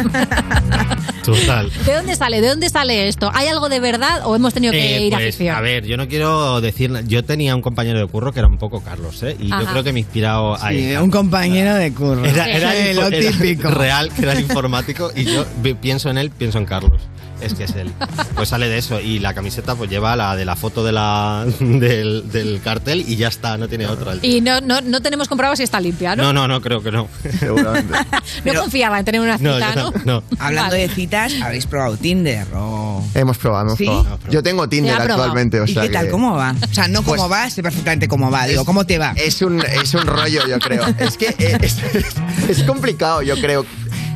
Speaker 35: Total.
Speaker 3: ¿De dónde sale? ¿De dónde sale esto? ¿Hay algo de verdad o hemos tenido que
Speaker 35: Eh,
Speaker 3: ir a
Speaker 35: pues,
Speaker 3: ficción?
Speaker 35: a ver, yo no quiero decir. na- Yo tenía un compañero de curro que era un poco Carlos, ¿eh? Y
Speaker 4: Ajá.
Speaker 35: yo creo que me he inspirado a
Speaker 4: Sí,
Speaker 35: él.
Speaker 4: un compañero de curro.
Speaker 35: Era, era
Speaker 4: Sí,
Speaker 35: info-
Speaker 4: lo
Speaker 35: era
Speaker 4: típico.
Speaker 35: real, que era informático. Y yo vi- pienso en él, pienso en Carlos. Es que es él. Pues sale de eso. Y la camiseta, pues lleva la de la foto de la, <laughs> del, del cartel y ya está, no tiene otra. el tío.
Speaker 3: Y no, no, no tenemos comprobado si está limpia, ¿no?
Speaker 35: No, no, no, creo que no. <laughs>
Speaker 34: Seguramente.
Speaker 3: <laughs> No confiaba en tener una cita, ¿no?
Speaker 4: Hablando de citas, ¿habéis probado Tinder o...?
Speaker 34: Hemos probado, hemos
Speaker 4: ¿Sí?
Speaker 34: probado. Yo tengo Tinder
Speaker 4: Se ha probado.
Speaker 34: actualmente, o sea.
Speaker 4: ¿Y qué tal?
Speaker 34: que-
Speaker 4: ¿Cómo va? O sea, no
Speaker 35: Pues
Speaker 4: cómo va, sé perfectamente cómo va. Digo, ¿cómo te va?
Speaker 34: Es un, es un rollo, yo creo.
Speaker 4: <laughs>
Speaker 34: Es que eh, es, <laughs> es complicado, yo creo.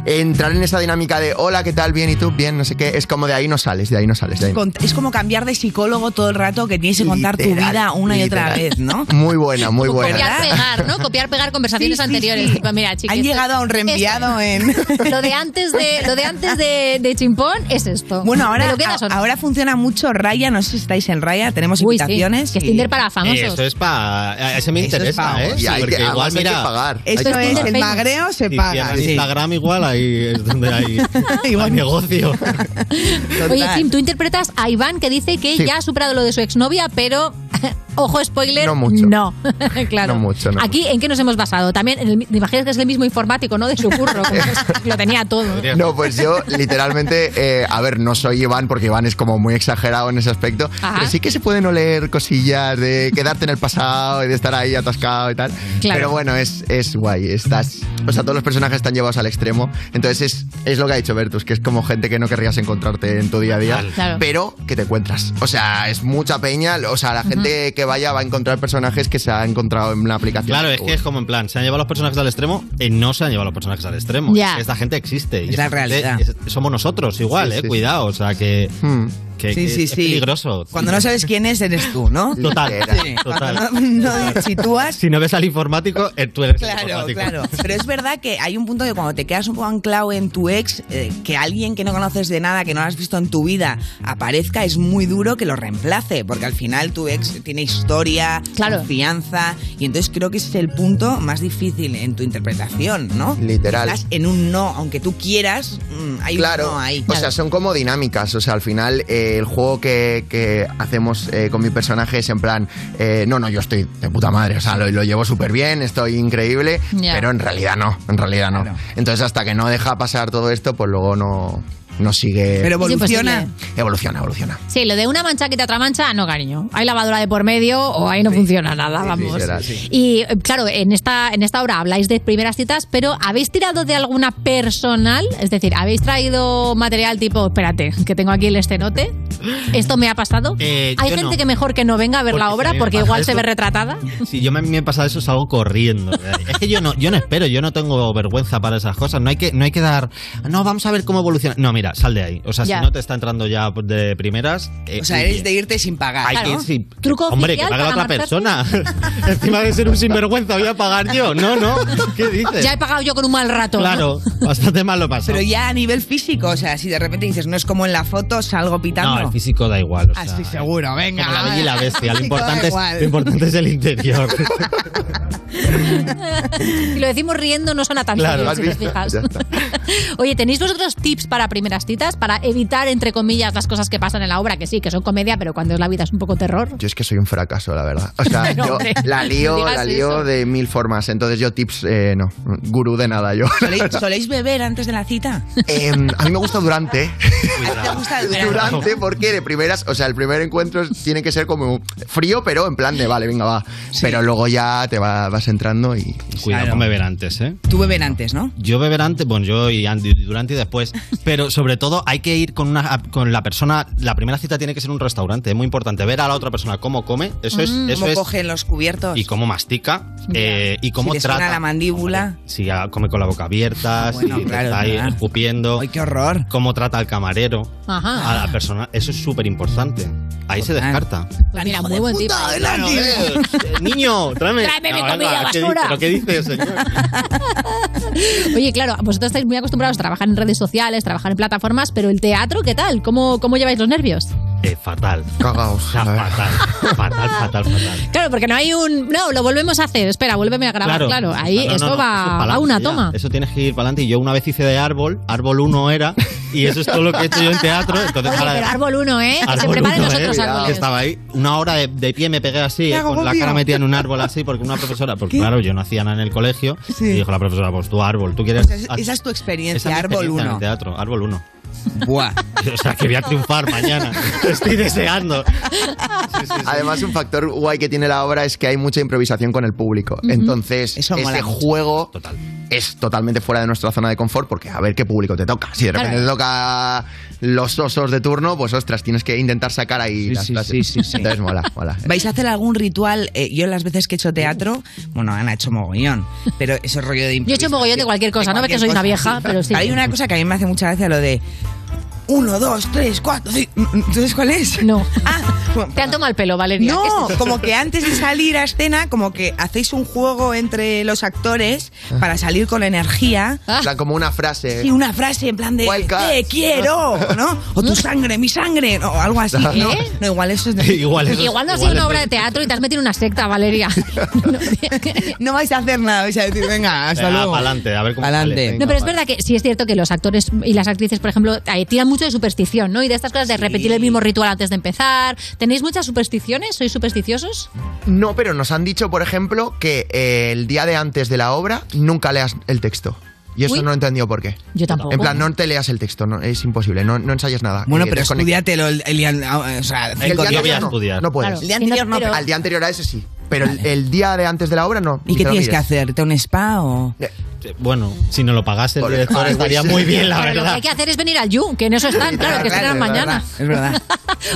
Speaker 34: Entrar en esa dinámica de hola, ¿qué tal? Bien, ¿y tú? Bien, no sé qué. Es como de ahí no sales, de ahí no sales. de ahí no-
Speaker 4: Cont- Es como cambiar de psicólogo todo el rato que tienes que contar tu
Speaker 34: Literal,
Speaker 4: vida una y otra
Speaker 34: literal.
Speaker 4: vez, ¿no?
Speaker 34: Muy buena, muy buena.
Speaker 3: Copiar, pegar, ¿no? Copiar, pegar conversaciones anteriores. Tipo, mira, chiqui,
Speaker 4: Han
Speaker 3: esto-
Speaker 4: llegado a un reenviado en...
Speaker 3: <laughs> Lo de antes de, lo de antes de, de chimpón es esto.
Speaker 4: Bueno,
Speaker 3: ¿Te
Speaker 4: ahora,
Speaker 3: lo quedas o no?
Speaker 4: ahora funciona mucho Raya, no sé si estáis en Raya, tenemos
Speaker 3: Uy, sí,
Speaker 4: invitaciones.
Speaker 3: que es Tinder para
Speaker 35: Eh, esto es para. Ese me
Speaker 4: Eso es
Speaker 35: interesa,
Speaker 4: pa'
Speaker 35: ¿eh?
Speaker 4: vos. Y hay
Speaker 35: Porque
Speaker 34: que-
Speaker 35: igual,
Speaker 34: además hay que
Speaker 35: mira.
Speaker 34: pagar.
Speaker 4: Esto
Speaker 34: Hay que
Speaker 4: es,
Speaker 34: pagar.
Speaker 4: el magreo se
Speaker 35: Si
Speaker 4: paga.
Speaker 35: cierran
Speaker 4: sí.
Speaker 35: Instagram igual ahí es donde hay,
Speaker 4: <laughs>
Speaker 35: hay negocio.
Speaker 3: Oye, Tim, tú interpretas a Iván que dice que
Speaker 35: Sí.
Speaker 3: ya ha superado lo de su exnovia, pero. <laughs> Ojo, spoiler.
Speaker 34: No mucho.
Speaker 3: No, <laughs> claro.
Speaker 34: No mucho, no
Speaker 3: Aquí, ¿en qué nos hemos basado? También, en el mi- te imaginas que es el mismo informático, ¿no? De su curro. como
Speaker 34: <laughs>
Speaker 3: que lo tenía todo.
Speaker 34: No,
Speaker 3: <laughs>
Speaker 34: pues yo literalmente, eh, a ver, no soy Iván porque Iván es como muy exagerado en ese aspecto,
Speaker 3: Ajá.
Speaker 34: pero sí que se pueden oler cosillas de quedarte en el pasado y de estar ahí atascado y tal.
Speaker 3: Claro.
Speaker 34: Pero bueno, es, es guay, estás, o sea, todos los personajes están llevados al extremo, entonces es, es lo que ha dicho Bertus, que es como gente que no querrías encontrarte en tu día a día,
Speaker 3: Claro.
Speaker 34: pero que te encuentras. O sea, es mucha peña, o sea, la gente que vaya va a encontrar personajes que se ha encontrado en la aplicación.
Speaker 35: Claro, es que es como en plan, se han llevado los personajes al extremo y no se han llevado los personajes al extremo.
Speaker 34: Ya.
Speaker 35: Es que Esta gente existe. y
Speaker 34: Es la
Speaker 35: esta gente
Speaker 34: realidad.
Speaker 35: es- somos nosotros igual,
Speaker 34: Sí,
Speaker 35: eh,
Speaker 34: sí, sí.
Speaker 4: Hmm.
Speaker 35: cuidado, o sea que... que, que es peligroso.
Speaker 4: Cuando
Speaker 35: <laughs>
Speaker 4: no sabes quién es, eres tú, ¿no?
Speaker 35: Total,
Speaker 4: Sí,
Speaker 35: total.
Speaker 4: cuando no- <laughs> no sitúas.
Speaker 35: Si no ves al informático, eh, tú eres el
Speaker 4: Claro,
Speaker 35: informático. <laughs>
Speaker 4: claro. Pero es verdad que hay un punto que cuando te quedas un poco anclado en tu ex, eh, que alguien que no conoces de nada, que no has visto en tu vida, aparezca, es muy duro que lo reemplace, porque al final tu ex tiene historia, confianza, y entonces creo que ese es el punto más difícil en tu interpretación, ¿no?
Speaker 34: Literal.
Speaker 4: Estás en un no, aunque tú quieras, mm, hay
Speaker 34: claro.
Speaker 4: un no ahí.
Speaker 34: O sea, son como dinámicas. O sea, al final eh, el juego que, que hacemos eh, con mi personaje es en plan, eh, no, no, yo estoy de puta madre. O sea, lo, lo llevo súper bien, estoy increíble,
Speaker 10: Ya.
Speaker 34: pero en realidad no, en realidad no. Entonces, hasta que no deja pasar todo esto, pues luego no, no sigue.
Speaker 4: Pero Es evoluciona.
Speaker 34: Evoluciona, evoluciona.
Speaker 3: Sí, lo de una mancha quita otra mancha, no, cariño. Hay lavadora de por medio o ahí no funciona nada, vamos.
Speaker 34: será, sí.
Speaker 3: Y eh, claro, en esta, en esta obra habláis de primeras citas, pero ¿habéis tirado de alguna personal? Es decir, ¿habéis traído material tipo, espérate, que tengo aquí el estenote? ¿Esto me ha pasado?
Speaker 35: Eh,
Speaker 3: Hay
Speaker 35: yo
Speaker 3: gente
Speaker 35: no.
Speaker 3: que mejor que no venga a ver
Speaker 35: Porque
Speaker 3: la
Speaker 35: si
Speaker 3: obra
Speaker 35: a mí me
Speaker 3: porque
Speaker 35: pasa
Speaker 3: igual se
Speaker 35: eso-
Speaker 3: ve
Speaker 35: <laughs>
Speaker 3: retratada.
Speaker 35: Si yo me, me pasa eso, salgo corriendo. <laughs> Es que yo no, yo no espero, yo no tengo vergüenza para esas cosas. No hay que, no hay que dar. No, vamos a ver cómo evoluciona. No, mira, sal de ahí. O sea,
Speaker 4: Ya.
Speaker 35: si no te está entrando ya de primeras. eh,
Speaker 4: O sea,
Speaker 35: huye.
Speaker 4: eres de irte sin pagar.
Speaker 35: Hay que- sí.
Speaker 4: Truco
Speaker 35: Hombre, que
Speaker 4: oficial
Speaker 35: pague la
Speaker 4: para
Speaker 35: otra persona. <laughs> Encima de ser un sinvergüenza, voy a pagar yo. No, no. ¿Qué dices?
Speaker 3: Ya he pagado yo con un mal rato. ¿no?
Speaker 35: Claro, bastante mal lo pasó.
Speaker 4: Pero ya a nivel físico, o sea, si de repente dices, no es como en la foto, salgo
Speaker 35: No,
Speaker 4: pitando.
Speaker 35: el físico da igual. O sea,
Speaker 4: Así seguro, venga.
Speaker 35: como la bella y la bestia. Lo
Speaker 4: Físico da
Speaker 35: importante, es,
Speaker 4: igual.
Speaker 35: lo importante es
Speaker 4: <laughs>
Speaker 35: el interior. <laughs>
Speaker 3: Si lo decimos riendo, no suena tan
Speaker 35: Claro,
Speaker 3: serio,
Speaker 35: ¿has
Speaker 3: si te
Speaker 35: visto?
Speaker 3: fijas.
Speaker 35: Ya está.
Speaker 3: Oye, ¿tenéis vosotros tips para primeras citas? Para evitar, entre comillas, las cosas que pasan en la obra, que sí, que son comedia, pero cuando es la vida es un poco terror. Pues
Speaker 34: Yo es que soy un fracaso, la verdad.
Speaker 4: <laughs>
Speaker 34: O sea,
Speaker 3: Pero,
Speaker 34: yo
Speaker 3: hombre,
Speaker 34: la
Speaker 3: no
Speaker 34: lío,
Speaker 3: digas
Speaker 34: la lío
Speaker 3: eso.
Speaker 34: de mil formas. Entonces yo tips, eh, no, gurú de nada yo.
Speaker 4: ¿Soléis, soléis beber antes de la cita?
Speaker 34: <laughs> Em, a mí me gusta durante.
Speaker 4: <laughs> ¿Te gusta beber?
Speaker 34: Durante, porque de primeras, o sea, el primer encuentro tiene que ser como frío, pero en plan de vale, venga, va. Pero luego ya te va- vas entrando y.
Speaker 35: Cuidado con beber antes, ¿eh?
Speaker 4: Tú beber antes, ¿no?
Speaker 35: Yo beber antes, bueno, yo y an- durante y después, pero sobre todo hay que ir con una con la persona, la primera cita tiene que ser un restaurante, es muy importante ver a la otra persona cómo come, eso es
Speaker 4: Mm,
Speaker 35: eso
Speaker 4: ¿Cómo
Speaker 35: es
Speaker 4: cogen los cubiertos?
Speaker 35: y cómo mastica eh, y cómo
Speaker 4: si les suena
Speaker 35: trata.
Speaker 4: la mandíbula.
Speaker 35: si ah, come con la boca abierta,
Speaker 4: bueno,
Speaker 35: si te
Speaker 4: claro,
Speaker 35: está
Speaker 4: es
Speaker 35: ahí
Speaker 4: verdad.
Speaker 35: escupiendo.
Speaker 4: qué horror!
Speaker 35: Cómo trata al camarero,
Speaker 3: Ajá.
Speaker 35: a la persona. Eso es súper importante. Ahí se descarta.
Speaker 3: Pues mira, muy buen tip.
Speaker 35: Claro, eh, niño, tráeme.
Speaker 3: Tráeme mi
Speaker 35: No,
Speaker 3: comida,
Speaker 35: venga, ¿qué dice?
Speaker 3: basura.
Speaker 35: ¿Pero qué dices, señor?
Speaker 3: Oye, claro, vosotros estáis muy acostumbrados a trabajar en redes sociales, trabajar en plataformas, pero el teatro, ¿qué tal? ¿Cómo, cómo lleváis los nervios?
Speaker 35: Eh, fatal. Cagaos. fatal, fatal, fatal, fatal.
Speaker 3: Claro, porque no hay un. No, lo volvemos a hacer. Espera, vuélveme a grabar. Claro, ahí
Speaker 35: No, no,
Speaker 3: esto
Speaker 35: no,
Speaker 3: va
Speaker 35: eso es
Speaker 3: a
Speaker 35: pa'lante,
Speaker 3: una
Speaker 35: ya.
Speaker 3: toma.
Speaker 35: Eso tienes que ir para adelante. Y yo una vez hice de árbol, árbol 1 era, y eso es todo lo que he hecho yo en teatro. Entonces,
Speaker 3: Oye,
Speaker 35: ahora-
Speaker 3: pero árbol uno, ¿eh? Que se
Speaker 35: árbol
Speaker 3: preparen
Speaker 35: uno,
Speaker 3: los
Speaker 35: eh,
Speaker 3: otros
Speaker 35: cuidado. Que
Speaker 3: árboles.
Speaker 35: estaba ahí. Una hora de, de pie me pegué así,
Speaker 3: Me
Speaker 35: eh,
Speaker 3: hago
Speaker 35: con la
Speaker 3: bombío.
Speaker 35: cara metida en
Speaker 4: <laughs>
Speaker 35: un árbol así, porque una profesora, porque claro, yo no hacía nada en el colegio, y dijo la profesora, pues tu árbol, tú quieres.
Speaker 4: O sea, es- esa es tu
Speaker 35: Esa
Speaker 4: experiencia,
Speaker 35: es mi
Speaker 4: árbol
Speaker 35: experiencia En el
Speaker 4: uno.
Speaker 35: teatro, árbol 1. <laughs>
Speaker 4: Buah.
Speaker 35: O sea, que voy a triunfar mañana. <laughs> Lo estoy deseando.
Speaker 34: Además, un factor guay que tiene la obra es que hay mucha improvisación con el público.
Speaker 35: Ujú.
Speaker 34: Entonces,
Speaker 35: Eso mola
Speaker 34: ese
Speaker 35: mucho.
Speaker 34: juego es totalmente fuera de nuestra zona de confort porque a ver qué público te toca. Si de repente
Speaker 35: Claro.
Speaker 34: te toca los osos de turno, pues ostras, tienes que intentar sacar ahí las
Speaker 4: sí,
Speaker 34: frases.
Speaker 4: sí, sí, sí.
Speaker 34: Entonces mola,
Speaker 35: <laughs>
Speaker 34: mola.
Speaker 4: ¿Vais a hacer algún ritual? Eh, yo las veces que he hecho teatro, bueno, han hecho mogollón, pero eso es rollo de
Speaker 3: Yo he hecho mogollón de cualquier cosa, ¿no? Ves que soy una vieja, pero sí.
Speaker 4: Hay una cosa que a mí me hace mucha gracia lo de uno, dos, tres, cuatro, cinco. ¿Entonces cuál es? Ah,
Speaker 3: No.
Speaker 4: Te
Speaker 3: han tomado el pelo, Valeria.
Speaker 4: No,
Speaker 3: ¿Qué es eso?
Speaker 4: como que antes de salir a escena, como que hacéis un juego entre los actores
Speaker 34: Ah.
Speaker 4: para salir con energía.
Speaker 3: Ah.
Speaker 34: En plan, como una frase.
Speaker 4: Sí, una frase en plan de te quiero, ¿no? O tu sangre, mi sangre, o algo así.
Speaker 34: ¿Eh?
Speaker 4: No, no igual eso es de...
Speaker 35: <laughs> Igual eso es-
Speaker 3: Igual no ha sido una obra de teatro y te has metido en una secta, Valeria.
Speaker 4: No vais a hacer nada, vais a decir, venga, hasta
Speaker 35: Venga,
Speaker 4: luego.
Speaker 35: pa'lante, a ver cómo sale.
Speaker 3: No, pero es verdad que sí es cierto que los actores y las actrices, por ejemplo, eh, tiran mucho de superstición, ¿no? Y de estas cosas de repetir el mismo ritual antes de empezar. ¿Tenéis muchas supersticiones? ¿Sois supersticiosos?
Speaker 4: <laughs>
Speaker 34: No, pero nos han dicho, por ejemplo, que eh, el día de antes de la obra nunca leas el texto. Y eso
Speaker 3: Uy.
Speaker 34: no lo he entendido por qué.
Speaker 3: Yo tampoco.
Speaker 34: En plan, no te leas el texto, no, es imposible, no, no ensayas nada.
Speaker 4: Bueno,
Speaker 34: Eh,
Speaker 4: pero
Speaker 34: desconecta.
Speaker 4: estudiatelo el, el, el- o sea,
Speaker 34: El día anterior no, No puedes.
Speaker 4: El día anterior no, pero-
Speaker 34: Al día anterior a eso sí. Pero el, el día de antes de la obra no. Eh,
Speaker 4: ¿Y qué tienes que hacer? ¿Te un spa o...?
Speaker 35: Bueno, si no lo pagase el
Speaker 34: Por el
Speaker 35: director
Speaker 34: Highway
Speaker 35: estaría
Speaker 34: Series.
Speaker 35: muy bien, la
Speaker 3: Pero lo que
Speaker 35: verdad.
Speaker 3: hay que hacer es venir al You, que en eso están,
Speaker 4: <laughs>
Speaker 3: claro, que estrenan mañana.
Speaker 4: Es verdad.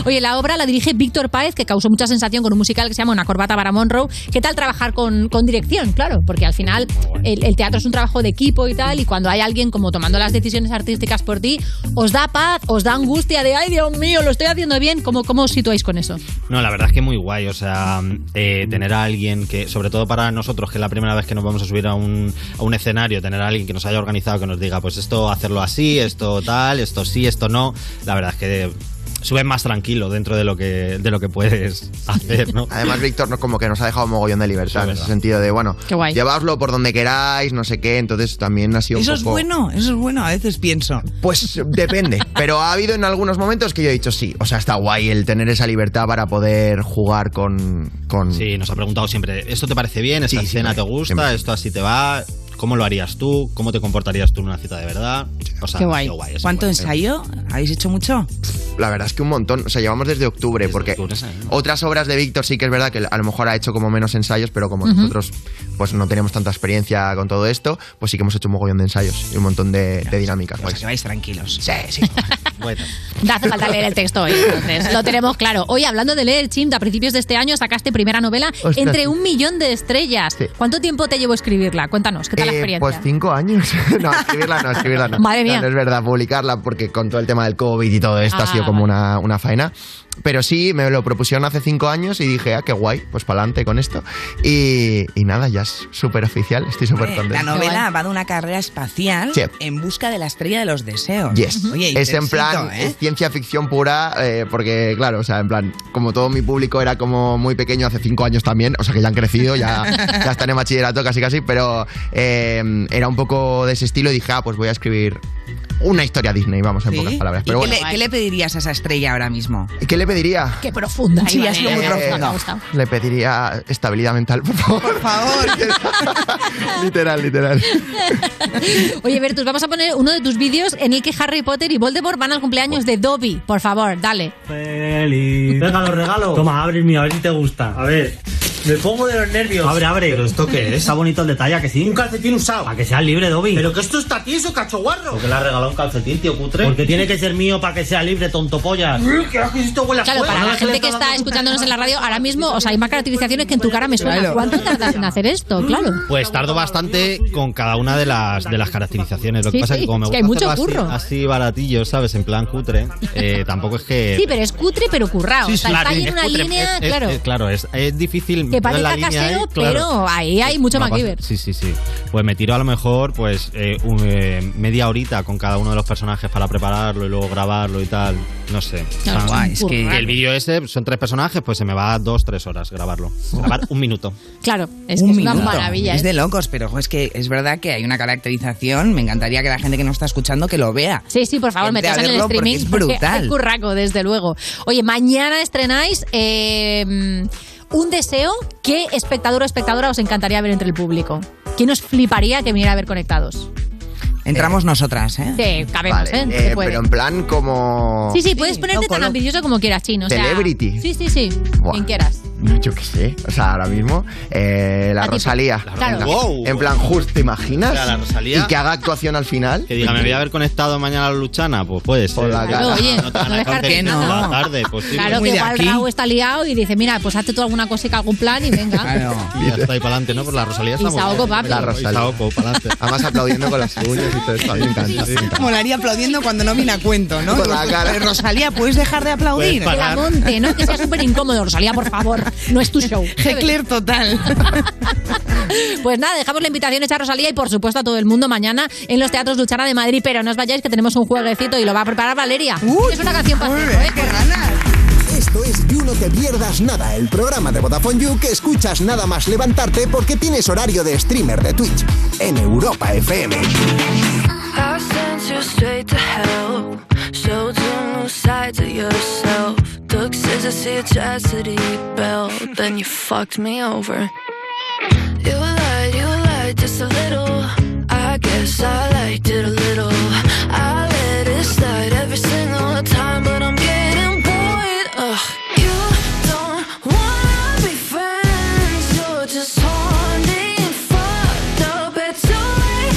Speaker 3: Oye, la obra la dirige Víctor Páez, que causó mucha sensación con un musical que se llama Una corbata para Monroe. ¿Qué tal trabajar con, con dirección? Claro, porque al final el, el teatro es un trabajo de equipo y tal, y cuando hay alguien como tomando las decisiones artísticas por ti, os da paz, os da angustia de, ay Dios mío, lo estoy haciendo bien. ¿Cómo, cómo os situáis con eso?
Speaker 35: No, la verdad es que muy guay, o sea, eh, tener a alguien que, sobre todo para nosotros, que es la primera vez que nos vamos a subir a un, a un escenario, tener a alguien que nos haya organizado, que nos diga, pues esto hacerlo así, esto tal, esto sí, esto no, la verdad es que subes más tranquilo dentro de lo que, de lo que puedes hacer, ¿no?
Speaker 34: Además, Víctor no- como que nos ha dejado mogollón de libertad en ese sentido de, bueno,
Speaker 4: Qué guay.
Speaker 34: llevadlo por donde queráis, no sé qué. Entonces también ha sido
Speaker 4: Eso
Speaker 34: un
Speaker 4: es
Speaker 34: poco...
Speaker 4: bueno, eso es bueno, a veces pienso.
Speaker 34: Pues depende, pero ha habido en algunos momentos que yo he dicho sí, o sea, está guay el tener esa libertad para poder jugar con... con...
Speaker 35: Sí, nos ha preguntado siempre, ¿esto te parece bien? ¿Esta escena te gusta? ¿Esto así te va? ¿Cómo lo harías tú? ¿Cómo te comportarías tú en una cita de verdad? O sea,
Speaker 4: Qué
Speaker 35: ha
Speaker 4: guay.
Speaker 35: sido guay, es
Speaker 4: ¿Cuánto
Speaker 35: guay.
Speaker 4: ensayo? ¿Habéis hecho mucho?
Speaker 34: La verdad es que un montón, o sea, llevamos desde octubre, porque otras obras de Víctor sí que es verdad que a lo mejor ha hecho como menos ensayos, pero como
Speaker 4: Ujú.
Speaker 34: nosotros pues no tenemos tanta experiencia con todo esto, pues sí que hemos hecho un mogollón de ensayos y un montón de, de dinámicas. guays.
Speaker 4: Que vais tranquilos.
Speaker 34: Sí,
Speaker 4: <laughs>
Speaker 34: sí. Eh,
Speaker 35: bueno.
Speaker 3: No hace falta leer el texto hoy, entonces lo tenemos claro. Hoy, hablando de leer, Chim, a principios de este año sacaste primera novela
Speaker 34: Ostras.
Speaker 3: entre un millón de estrellas. ¿Cuánto tiempo te llevó escribirla? Cuéntanos, ¿qué tal la
Speaker 34: Eh,
Speaker 3: experiencia?
Speaker 34: pues cinco años. <laughs> no, escribirla no, escribirla no.
Speaker 3: Madre mía.
Speaker 34: No, no es verdad, publicarla porque con todo el tema del COVID y todo esto
Speaker 3: Ah,
Speaker 34: ha sido como una, una faena. Pero sí, me lo propusieron hace cinco años y dije, ah, qué guay, pues para adelante con esto. Y, y nada, ya es súper oficial, estoy súper
Speaker 4: Eh,
Speaker 34: contento.
Speaker 4: La novela va de una carrera espacial
Speaker 34: Sí.
Speaker 4: en busca de la estrella de los deseos.
Speaker 34: Yes.
Speaker 4: Oye,
Speaker 34: es en
Speaker 4: intensito,
Speaker 34: plan
Speaker 4: ¿eh?
Speaker 34: es ciencia ficción pura, eh, porque claro, o sea, en plan, como todo mi público era como muy pequeño hace cinco años también, o sea que ya han
Speaker 4: <laughs>
Speaker 34: crecido, ya, ya están en bachillerato casi casi, pero eh, era un poco de ese estilo y dije, ah, pues voy a escribir una historia Disney, vamos, en
Speaker 4: ¿Sí?
Speaker 34: pocas palabras.
Speaker 4: ¿Y
Speaker 34: Pero
Speaker 4: qué,
Speaker 34: bueno,
Speaker 4: le, qué le pedirías a esa estrella ahora mismo?
Speaker 34: ¿qué le pediría?
Speaker 3: Qué profunda.
Speaker 4: Sí,
Speaker 3: Iván,
Speaker 4: ha sido
Speaker 3: ¿eh?
Speaker 4: muy
Speaker 3: Me ha gustado, me ha
Speaker 34: profundo.
Speaker 3: gustado.
Speaker 34: Le pediría estabilidad mental, por favor. Por
Speaker 4: favor.
Speaker 34: <laughs> literal, literal.
Speaker 3: Oye, Bertus, vamos a poner uno de tus vídeos en el que Harry Potter y Voldemort van al cumpleaños de Dobby. Por favor, dale.
Speaker 36: Feliz. Regalo, regalo. Toma, abre el mío, a ver si te gusta. A ver. Me pongo de los nervios. Abre, abre. ¿Pero esto qué es? Está bonito el detalle, ¿a que sí? Un calcetín usado. A que sea libre, Dobby. Pero que esto está tieso, cachoguarro. ¿Por qué le has regalado un calcetín, tío cutre? Porque tiene que ser mío para que sea libre, tonto pollas.
Speaker 25: Mm,
Speaker 3: Claro, para la gente que está escuchándonos en la radio ahora mismo, o sea, hay más caracterizaciones que en tu cara me suena.
Speaker 35: Claro.
Speaker 3: ¿Cuánto tardas en hacer esto? Claro.
Speaker 35: Pues tardo bastante con cada una de las, de las caracterizaciones. Lo que
Speaker 3: Sí,
Speaker 35: pasa es
Speaker 3: sí,
Speaker 35: que como me
Speaker 3: es
Speaker 35: gusta
Speaker 3: que hay mucho
Speaker 35: hacerlo
Speaker 3: curro.
Speaker 35: Así, así baratillo, ¿sabes? En plan cutre. eh,
Speaker 3: <laughs>
Speaker 35: tampoco es que...
Speaker 3: Sí, pero es cutre, pero currado. o sea, está ahí en una línea, claro.
Speaker 35: claro, es, es difícil.
Speaker 3: Que
Speaker 35: no es la
Speaker 3: parezca
Speaker 35: línea,
Speaker 3: casero,
Speaker 35: eh, claro.
Speaker 3: pero ahí hay mucho
Speaker 35: No,
Speaker 3: MacGyver.
Speaker 35: pasa- Sí, sí, sí. Pues me tiro a lo mejor pues eh, un, eh, media horita con cada uno de los personajes para prepararlo y luego grabarlo y tal. No sé.
Speaker 4: Claro,
Speaker 35: Ah,
Speaker 4: guay, es que-
Speaker 35: que el vídeo ese son tres personajes, pues se me va dos, tres horas
Speaker 34: <laughs>
Speaker 35: grabarlo. Grabar un minuto.
Speaker 3: Claro, es que
Speaker 4: Un
Speaker 3: es una
Speaker 4: minuto.
Speaker 3: maravilla.
Speaker 4: Es
Speaker 3: ¿eh?
Speaker 4: de locos, pero jo, es que es verdad que hay una caracterización. Me encantaría que la gente que nos está escuchando que lo vea.
Speaker 3: Sí, sí, por favor,
Speaker 4: Gente a
Speaker 3: meteos en el
Speaker 4: verlo
Speaker 3: <laughs>
Speaker 4: porque
Speaker 3: streaming.
Speaker 4: es
Speaker 3: porque hay
Speaker 4: brutal.
Speaker 3: curraco, desde luego. Oye, mañana estrenáis eh, un deseo que espectador o espectadora os encantaría ver entre el público. ¿Quién os fliparía que viniera a ver conectados?
Speaker 4: Entramos nosotras, ¿eh?
Speaker 3: Sí, cabemos,
Speaker 34: Vale,
Speaker 3: ¿eh?
Speaker 34: eh,
Speaker 3: Se puede.
Speaker 34: pero en plan como...
Speaker 3: Sí, sí, puedes ponerte tan ambicioso como quieras, chino. o sea-
Speaker 34: Celebrity.
Speaker 3: sí, sí, sí.
Speaker 34: Buah.
Speaker 3: Quien quieras.
Speaker 34: Yo qué sé. O sea, ahora mismo, eh, la, Rosalía.
Speaker 3: Claro.
Speaker 34: En plan- En plan, justo, ¿te imaginas?
Speaker 35: O sea, la Rosalía-
Speaker 34: Y que haga actuación al final.
Speaker 35: Que diga, ¿me voy a haber conectado mañana a la Luchana? Pues puede ser.
Speaker 34: la Claro,
Speaker 3: cara. oye,
Speaker 35: no te van
Speaker 3: no
Speaker 35: a dejar
Speaker 3: dejar
Speaker 35: de
Speaker 3: que no.
Speaker 35: la tarde, posible.
Speaker 3: Claro que igual Raúl está liado y dice, mira, pues hazte tú alguna cosica, algún plan y venga.
Speaker 35: Y ya está ahí para adelante, ¿no? Por la Rosalía está
Speaker 3: Y Saoko, papi.
Speaker 34: La Rosalía. Además aplaudiendo con las uñas y todo esto. A mí me encanta. me encanta.
Speaker 4: Molaría aplaudiendo cuando no viene a cuento, ¿no?
Speaker 34: Con la cara.
Speaker 4: Eh, Rosalía, ¿puedes dejar de aplaudir?
Speaker 34: Puedes
Speaker 3: Que la monte, ¿no? Que sea súper incómodo, Rosalía, por favor. No es tu show.
Speaker 4: Heckler total.
Speaker 3: <laughs> Pues nada, dejamos la invitación hecha a Rosalía y por supuesto a todo el mundo mañana en los teatros Luchana de Madrid. Pero no os vayáis que tenemos un jueguecito y lo va a preparar Valeria. es una canción para ¿eh?
Speaker 11: Esto es You No Te Pierdas Nada, el programa de Vodafone You que escuchas nada más levantarte porque tienes horario de streamer de Twitch en Europa FM.
Speaker 1: I sent you straight to hell. Showed you new sides of yourself. Took scissors to your chastity belt. Then you fucked me over. You lied, you lied just a little. I guess I liked it a little. I let it slide every single time, but I'm getting bored. Ugh. You don't wanna be friends. You're just horny and fucked up. It's too late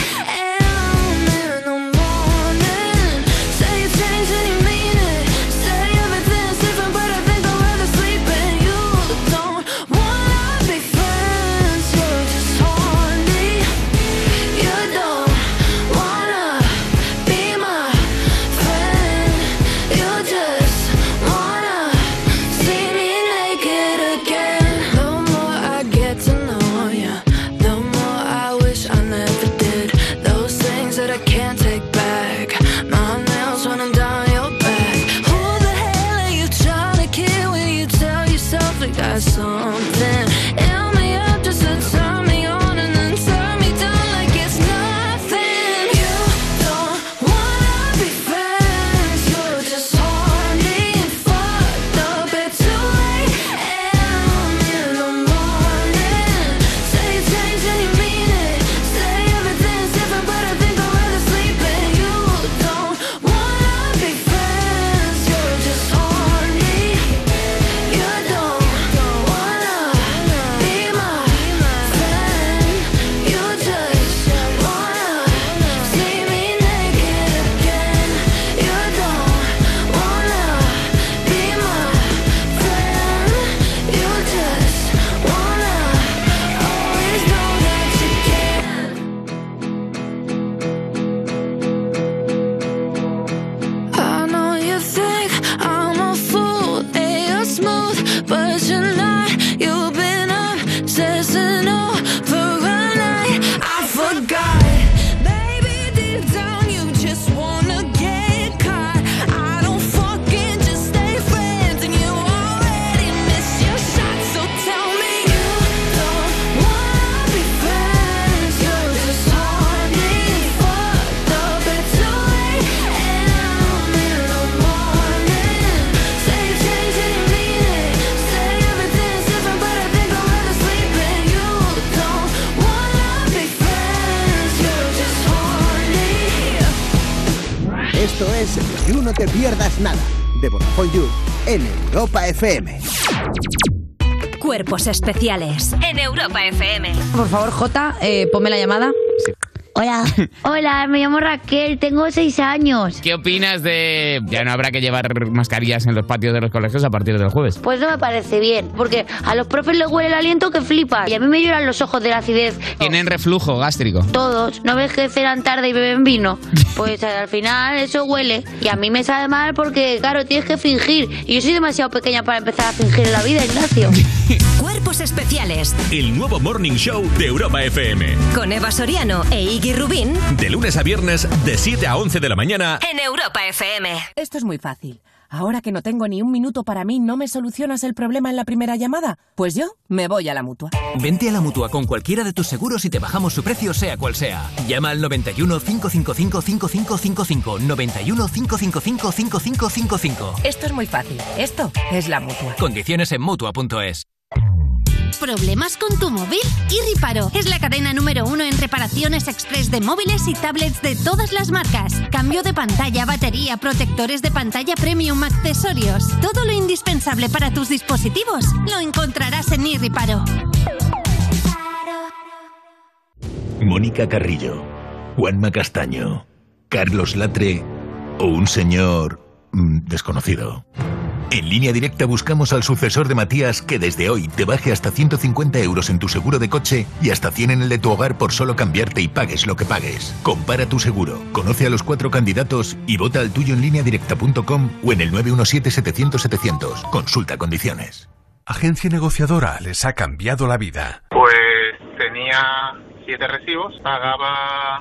Speaker 5: Esto es You No Te Pierdas Nada de Vodafone You en Europa FM.
Speaker 8: Cuerpos especiales en Europa FM.
Speaker 37: Por favor, Jota, eh, ponme la llamada.
Speaker 2: Hola. Hola, me llamo Raquel, tengo seis años.
Speaker 26: ¿Qué opinas de ya no habrá que llevar mascarillas en los patios de los colegios a partir del jueves?
Speaker 2: Pues no me parece bien, porque a los profes les huele el aliento que flipas y a mí me lloran los ojos de la acidez.
Speaker 26: Tienen reflujo gástrico.
Speaker 2: Todos no envejecerán tarde y beben
Speaker 4: <laughs>
Speaker 2: vino. Pues al final eso huele y a mí me sabe mal porque, claro, tienes que fingir. Y yo soy demasiado pequeña para empezar a fingir en la vida, Ignacio.
Speaker 8: <laughs> Cuerpos especiales
Speaker 38: El nuevo Morning Show de Europa FM.
Speaker 8: con Eva Soriano e Iggy Rubín
Speaker 38: De lunes a viernes, de 7 a 11 de la mañana.
Speaker 8: en Europa FM.
Speaker 39: Esto es muy fácil. Ahora que no tengo ni un minuto para mí, ¿no me solucionas el problema en la primera llamada? Pues yo me voy a la mutua.
Speaker 19: Vente a la mutua con cualquiera de tus seguros y te bajamos su precio, sea cual sea. Llama al 91 555 5555. 91 555 5555.
Speaker 39: Esto es muy fácil. Esto es la mutua.
Speaker 19: Condiciones en mutua.es.
Speaker 40: ¿Problemas con tu móvil? Irriparo es la cadena número uno en reparaciones express de móviles y tablets de todas las marcas. Cambio de pantalla, batería, protectores de pantalla premium, accesorios. Todo lo indispensable para tus dispositivos lo encontrarás en Irriparo.
Speaker 41: Mónica Carrillo, Juanma Castaño, Carlos Latre o un señor mm, desconocido. En línea directa buscamos al sucesor de Matías que desde hoy te baje hasta 150 euros en tu seguro de coche y hasta 100 en el de tu hogar por solo cambiarte y pagues lo que pagues. Compara tu seguro, conoce a los cuatro candidatos y vota al tuyo en línea directa.com o en el 917-700-700. Consulta condiciones.
Speaker 42: Agencia negociadora les ha cambiado la vida.
Speaker 24: Pues tenía siete recibos, pagaba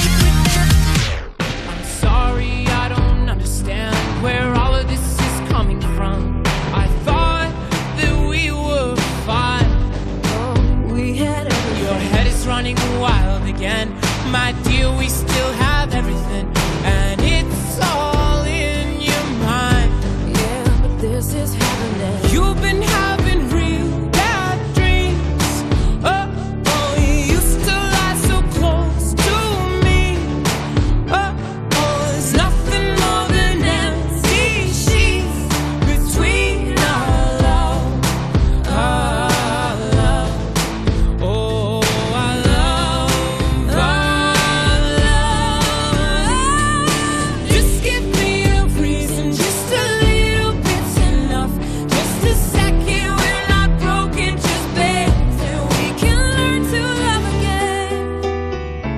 Speaker 23: sorry, I don't understand where all of this is coming from. I thought that we were fine. We had Your head is running wild again. My dear, we still have everything. And it's all in your mind. Yeah, but this is happening. You've been having real bad dreams. Oh, oh, you used to lie so close to me. Oh, there's nothing more than empty sheets between our love, our love. Oh, our love, our love. Just give me a reason, just a little bit's enough. Just a second, we're not broken, just bend, and we can learn to love again.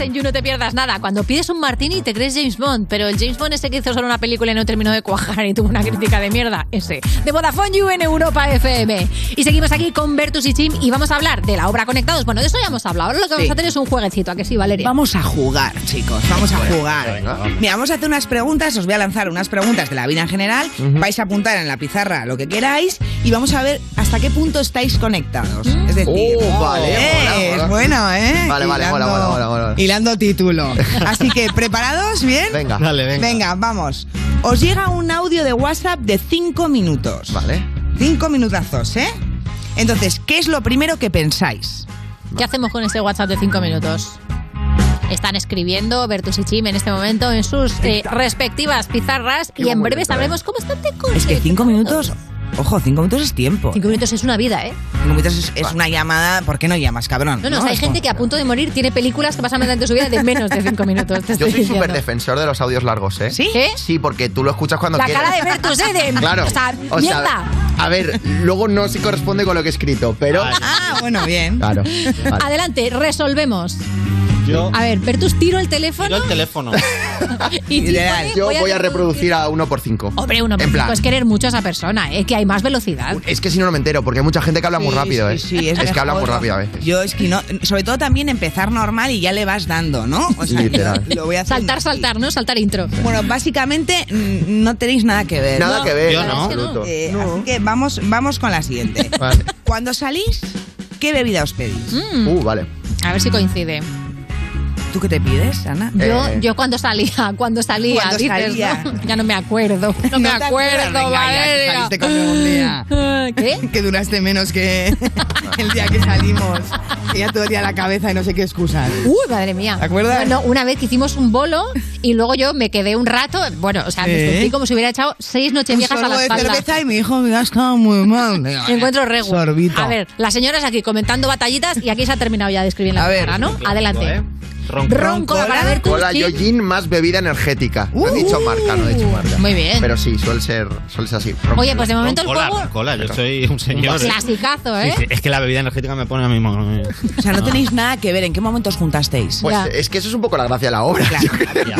Speaker 3: en You, no te pierdas nada. Cuando pides un martini te crees James Bond, pero el James Bond ese que hizo solo una película y no terminó de cuajar y tuvo una crítica de mierda, ese. De Vodafone You en Europa FM. Y seguimos aquí con Bertus y Chim y vamos a hablar de la obra Conectados. Bueno, de eso ya hemos hablado. Ahora lo que vamos
Speaker 4: Sí.
Speaker 3: a hacer es un jueguecito, ¿a que sí, Valeria? Vamos
Speaker 4: a jugar, chicos. Vamos a jugar. Mira, vamos a hacer unas preguntas, os voy a lanzar unas preguntas de la vida en general, vais a apuntar en la pizarra lo que queráis y vamos a ver hasta qué punto estáis conectados. Es decir,
Speaker 36: Oh, vale, mola,
Speaker 4: eh,
Speaker 36: mola.
Speaker 4: es bueno, ¿eh?
Speaker 36: Vale, vale, mola, mola, mola, mola.
Speaker 4: Hilando
Speaker 36: <laughs>
Speaker 4: título. Así que, ¿preparados? ¿Bien?
Speaker 36: Venga. Dale, venga.
Speaker 4: vamos. Os llega un audio de WhatsApp de 5 minutos. Vale. 5 minutazos, ¿eh? Entonces, ¿qué es lo primero que pensáis?
Speaker 3: ¿Qué hacemos con este WhatsApp de 5 minutos? Están escribiendo Bertus y Chim en este momento en sus eh, respectivas pizarras y en breve sabremos cómo están de
Speaker 4: Es que 5 minutos Ojo, cinco minutos es tiempo.
Speaker 3: Cinco minutos es una vida, ¿eh?
Speaker 4: Cinco minutos es, es una llamada. ¿Por qué no llamas, cabrón?
Speaker 3: No, no, o sea, hay
Speaker 4: Es
Speaker 3: gente que a punto de morir tiene películas que pasan durante su vida de menos de cinco minutos. te <laughs>
Speaker 34: Yo
Speaker 3: estoy
Speaker 34: soy
Speaker 3: diciendo.
Speaker 34: súper defensor de los audios largos, ¿eh?
Speaker 3: ¿Sí? ¿Qué?
Speaker 34: Sí, porque tú lo escuchas cuando
Speaker 3: La
Speaker 34: quieres.
Speaker 3: cara de Bertus, ¿eh? De-
Speaker 34: Claro.
Speaker 3: O sea, mierda.
Speaker 34: a ver, luego no se corresponde con lo que he escrito, pero...
Speaker 4: Ah, bueno, bien.
Speaker 34: Claro. vale.
Speaker 3: <laughs> Adelante, resolvemos.
Speaker 34: <laughs> Yo-
Speaker 3: A ver, Bertus, tiro el teléfono.
Speaker 34: el teléfono.
Speaker 3: Y Tiffany,
Speaker 34: yo
Speaker 3: voy a
Speaker 34: voy a reproducir a uno por cinco.
Speaker 3: Hombre, uno,
Speaker 34: En plan.
Speaker 3: pues querer mucho a esa persona, es que hay más velocidad.
Speaker 34: Es que si no, no me entero, porque hay mucha gente que habla muy
Speaker 4: Sí,
Speaker 34: rápido,
Speaker 4: sí,
Speaker 34: ¿eh?
Speaker 4: sí, es
Speaker 34: que habla muy
Speaker 4: mejor.
Speaker 34: rápido a veces.
Speaker 4: Yo es que no, sobre todo también empezar normal y ya le vas dando, ¿no? O sea,
Speaker 34: Literal.
Speaker 4: lo voy a hacer.
Speaker 3: Saltar, saltar, ¿no? Saltar intro.
Speaker 4: Bueno, básicamente mm, no tenéis nada que ver.
Speaker 34: Nada
Speaker 4: ¿no?
Speaker 34: que ver, Yo no. absoluto.
Speaker 4: Eh, Así que vamos, vamos con la siguiente. Cuando salís, ¿qué bebida os pedís?
Speaker 3: Mm.
Speaker 34: Uh, vale.
Speaker 3: A ver si coincide.
Speaker 4: ¿Tú qué te pides, Ana?
Speaker 3: Yo,
Speaker 34: Eh,
Speaker 3: yo cuando salía, cuando salía,
Speaker 4: Cuando
Speaker 3: dices,
Speaker 4: salía.
Speaker 3: ¿no? ya no me acuerdo. No me
Speaker 4: No te acuerdas,
Speaker 3: acuerdo,
Speaker 4: venga, ya, que
Speaker 3: Valeria.
Speaker 4: saliste conmigo un día.
Speaker 3: <laughs> ¿Qué?
Speaker 4: Que duraste menos que <laughs> el día que salimos. Que ya te dolía la cabeza y no sé qué excusas.
Speaker 3: Uy, madre mía.
Speaker 4: ¿Te acuerdas?
Speaker 3: No, no, una vez que hicimos un bolo y luego yo me quedé un rato, bueno, o sea, me
Speaker 4: ¿Eh?
Speaker 3: sentí como si hubiera echado seis noches
Speaker 4: Un
Speaker 3: viejas a
Speaker 4: sorbo
Speaker 3: la
Speaker 4: de
Speaker 3: espalda.
Speaker 4: cerveza y me dijo, me has estado muy mal. Digo,
Speaker 3: Me encuentro regu.
Speaker 4: Sorbito.
Speaker 3: A ver, las señoras aquí comentando batallitas y aquí se ha terminado ya de escribir en la pizarra, ¿no? Adelante.
Speaker 4: ¿eh?
Speaker 3: Roncola para ver tus
Speaker 34: Cola yo
Speaker 3: chips.
Speaker 34: gin más bebida energética. No he dicho marca, no he dicho marca.
Speaker 3: Muy bien.
Speaker 34: Pero sí, suele ser, suele ser así. Ron-
Speaker 3: Oye, pues de momento el
Speaker 5: Cola,
Speaker 3: juego
Speaker 5: cola, yo soy un señor. ¿eh?
Speaker 3: clasicazo,
Speaker 5: Sí,
Speaker 3: ¿eh?
Speaker 5: sí, es que la bebida energética me pone a mí mismo.
Speaker 4: O sea, no tenéis nada que ver. ¿En qué momento os juntasteis?
Speaker 34: Pues es que eso es un poco la gracia de la obra. yo creo.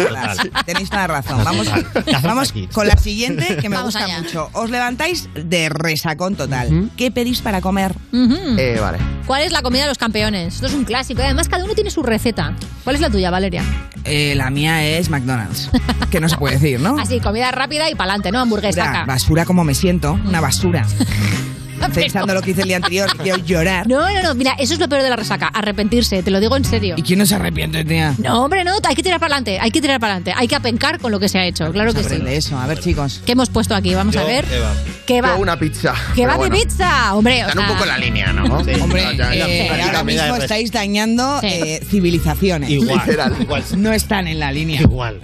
Speaker 4: Tenéis toda la razón. Vamos,
Speaker 34: hacemos
Speaker 4: vamos
Speaker 34: aquí?
Speaker 4: con la siguiente que me
Speaker 3: Vamos
Speaker 4: gusta
Speaker 3: allá.
Speaker 4: mucho. Os levantáis de resacón total. ¿Qué pedís para comer?
Speaker 3: Ujú.
Speaker 34: Eh, vale.
Speaker 3: ¿Cuál es la comida de los campeones? Esto es un clásico. y Además, cada uno tiene su receta. ¿Cuál es la tuya, Valeria?
Speaker 4: Eh, la mía es McDonald's. Que no se puede
Speaker 3: <laughs>
Speaker 4: decir, ¿no?
Speaker 3: Así, comida rápida y pa'lante, ¿no? Hamburguesa.
Speaker 4: Basura,
Speaker 3: acá.
Speaker 4: basura como me siento.
Speaker 3: <laughs>
Speaker 4: Una basura. Pensando lo que hice el día anterior, quiero llorar.
Speaker 3: No, no, no. Mira, eso es lo peor de la resaca. Arrepentirse, te lo digo en serio.
Speaker 4: ¿Y quién no se arrepiente, tía?
Speaker 3: No, hombre, no. Hay que tirar para adelante. Hay que tirar para adelante. Hay que apencar con lo que se ha hecho. Claro que
Speaker 4: Se
Speaker 3: sí.
Speaker 4: aprende pues, eso. A ver, chicos. eh,
Speaker 3: ¿Qué hemos puesto aquí? Vamos a ver. ¿Qué va?
Speaker 34: Yo una pizza.
Speaker 3: ¿Qué
Speaker 34: pero
Speaker 3: va
Speaker 34: bueno.
Speaker 3: mi pizza? Hombre, o
Speaker 34: Están un
Speaker 3: sea-
Speaker 34: poco en la línea, ¿no?
Speaker 4: Hombre,
Speaker 34: No, ya, ya,
Speaker 4: eh,
Speaker 34: prácticamente.
Speaker 4: ahora mismo estáis dañando
Speaker 3: Sí.
Speaker 4: eh, civilizaciones.
Speaker 34: Igual, Literal.
Speaker 4: No están en la línea. Igual.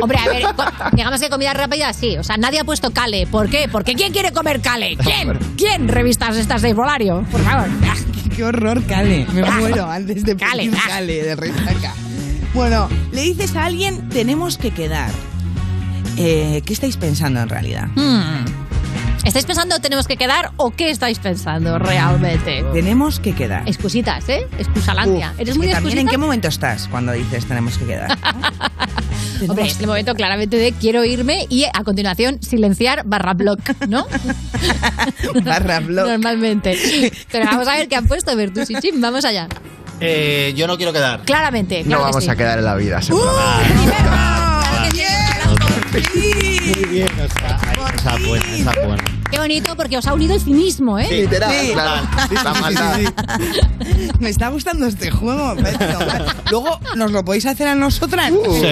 Speaker 3: Hombre, a ver, co- digamos que comida rápida sí. O sea, nadie ha puesto cale. ¿Por qué? Porque ¿quién quiere comer cale? ¿Quién? ¿Quién? Revistas estas de Volario. Por favor.
Speaker 4: Qué horror, Cale. Me muero antes de
Speaker 3: Cale,
Speaker 4: pedir
Speaker 3: ah.
Speaker 4: Cale de resaca. Bueno, le dices a alguien, tenemos que quedar. Eh, ¿Qué estáis pensando en realidad?
Speaker 3: Hmm. ¿Estáis pensando tenemos que quedar o qué estáis pensando realmente?
Speaker 4: Tenemos que quedar.
Speaker 3: Excusitas, ¿eh? Excusalandia.
Speaker 4: Uf,
Speaker 3: ¿Eres
Speaker 4: es
Speaker 3: muy
Speaker 4: que
Speaker 3: de
Speaker 4: también en
Speaker 3: excusitas?
Speaker 4: qué momento estás cuando dices tenemos que quedar.
Speaker 3: Hombre, es el momento claramente de quiero irme y eh, a continuación silenciar barra block, ¿no?
Speaker 4: barra <laughs> block. <laughs>
Speaker 3: Normalmente. Pero vamos a ver qué han puesto Bertus y Chim. Vamos allá.
Speaker 5: Eh, yo no quiero quedar. Ah,
Speaker 3: Claramente.
Speaker 34: No
Speaker 3: claro que
Speaker 34: vamos
Speaker 3: sí.
Speaker 34: a quedar en la vida,
Speaker 3: ¡Uh!
Speaker 34: seguramente.
Speaker 5: Muy bien, o sea, ay, esa es buena, esa es buena.
Speaker 3: Qué bonito porque os ha unido el cinismo, ¿eh?
Speaker 34: Sí, literal,
Speaker 4: Sí.
Speaker 34: claro. La maldad.
Speaker 4: <laughs> Me está gustando este juego. me parece guay. Luego nos lo podéis hacer a nosotras.
Speaker 5: Uh.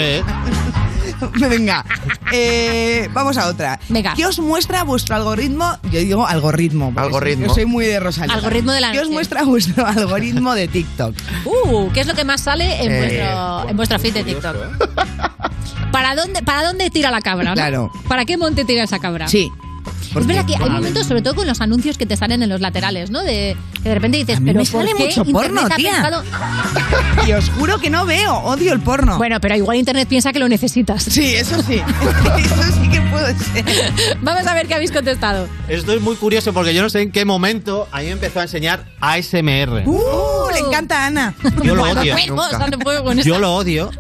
Speaker 4: <laughs> Venga, eh, vamos a otra.
Speaker 3: Venga.
Speaker 4: ¿Qué os muestra vuestro algoritmo? Yo digo algoritmo. porque
Speaker 34: Algoritmo.
Speaker 4: Yo soy muy de Rosalía.
Speaker 3: Algoritmo de la
Speaker 4: ¿Qué os
Speaker 3: noche.
Speaker 4: muestra vuestro algoritmo de TikTok?
Speaker 3: Uh, ¿qué es lo que más sale en,
Speaker 4: Eh,
Speaker 3: vuestro, en vuestro feed de TikTok? <laughs> ¿Para dónde, ¿Para dónde tira la cabra? no?
Speaker 4: Claro. <laughs>
Speaker 3: ¿Para qué monte tira esa cabra?
Speaker 4: Sí.
Speaker 3: Es
Speaker 4: Porque-
Speaker 3: verdad que hay
Speaker 4: Vale.
Speaker 3: momentos, sobre todo con los anuncios que te salen en los laterales, ¿no? De, que de repente dices,
Speaker 4: A mí
Speaker 3: pero
Speaker 4: me
Speaker 3: ¿por
Speaker 4: sale
Speaker 3: qué
Speaker 4: mucho
Speaker 3: Internet
Speaker 4: porno,
Speaker 3: ha
Speaker 4: tía.
Speaker 3: pensado-
Speaker 4: <laughs> Y os juro que no veo, odio el porno.
Speaker 3: Bueno, pero igual Internet piensa que lo necesitas.
Speaker 4: Sí, eso sí. eso sí que puede ser.
Speaker 3: <laughs> Vamos a ver qué habéis contestado.
Speaker 5: Estoy muy curioso porque yo no sé en qué momento a mí me empezó a enseñar ASMR.
Speaker 4: Uh, le encanta a Ana.
Speaker 5: Yo lo
Speaker 3: Cuando
Speaker 5: odio.
Speaker 3: cuelgo,
Speaker 34: nunca.
Speaker 3: o sea, no puedo con
Speaker 5: Yo
Speaker 3: esta-
Speaker 5: lo odio.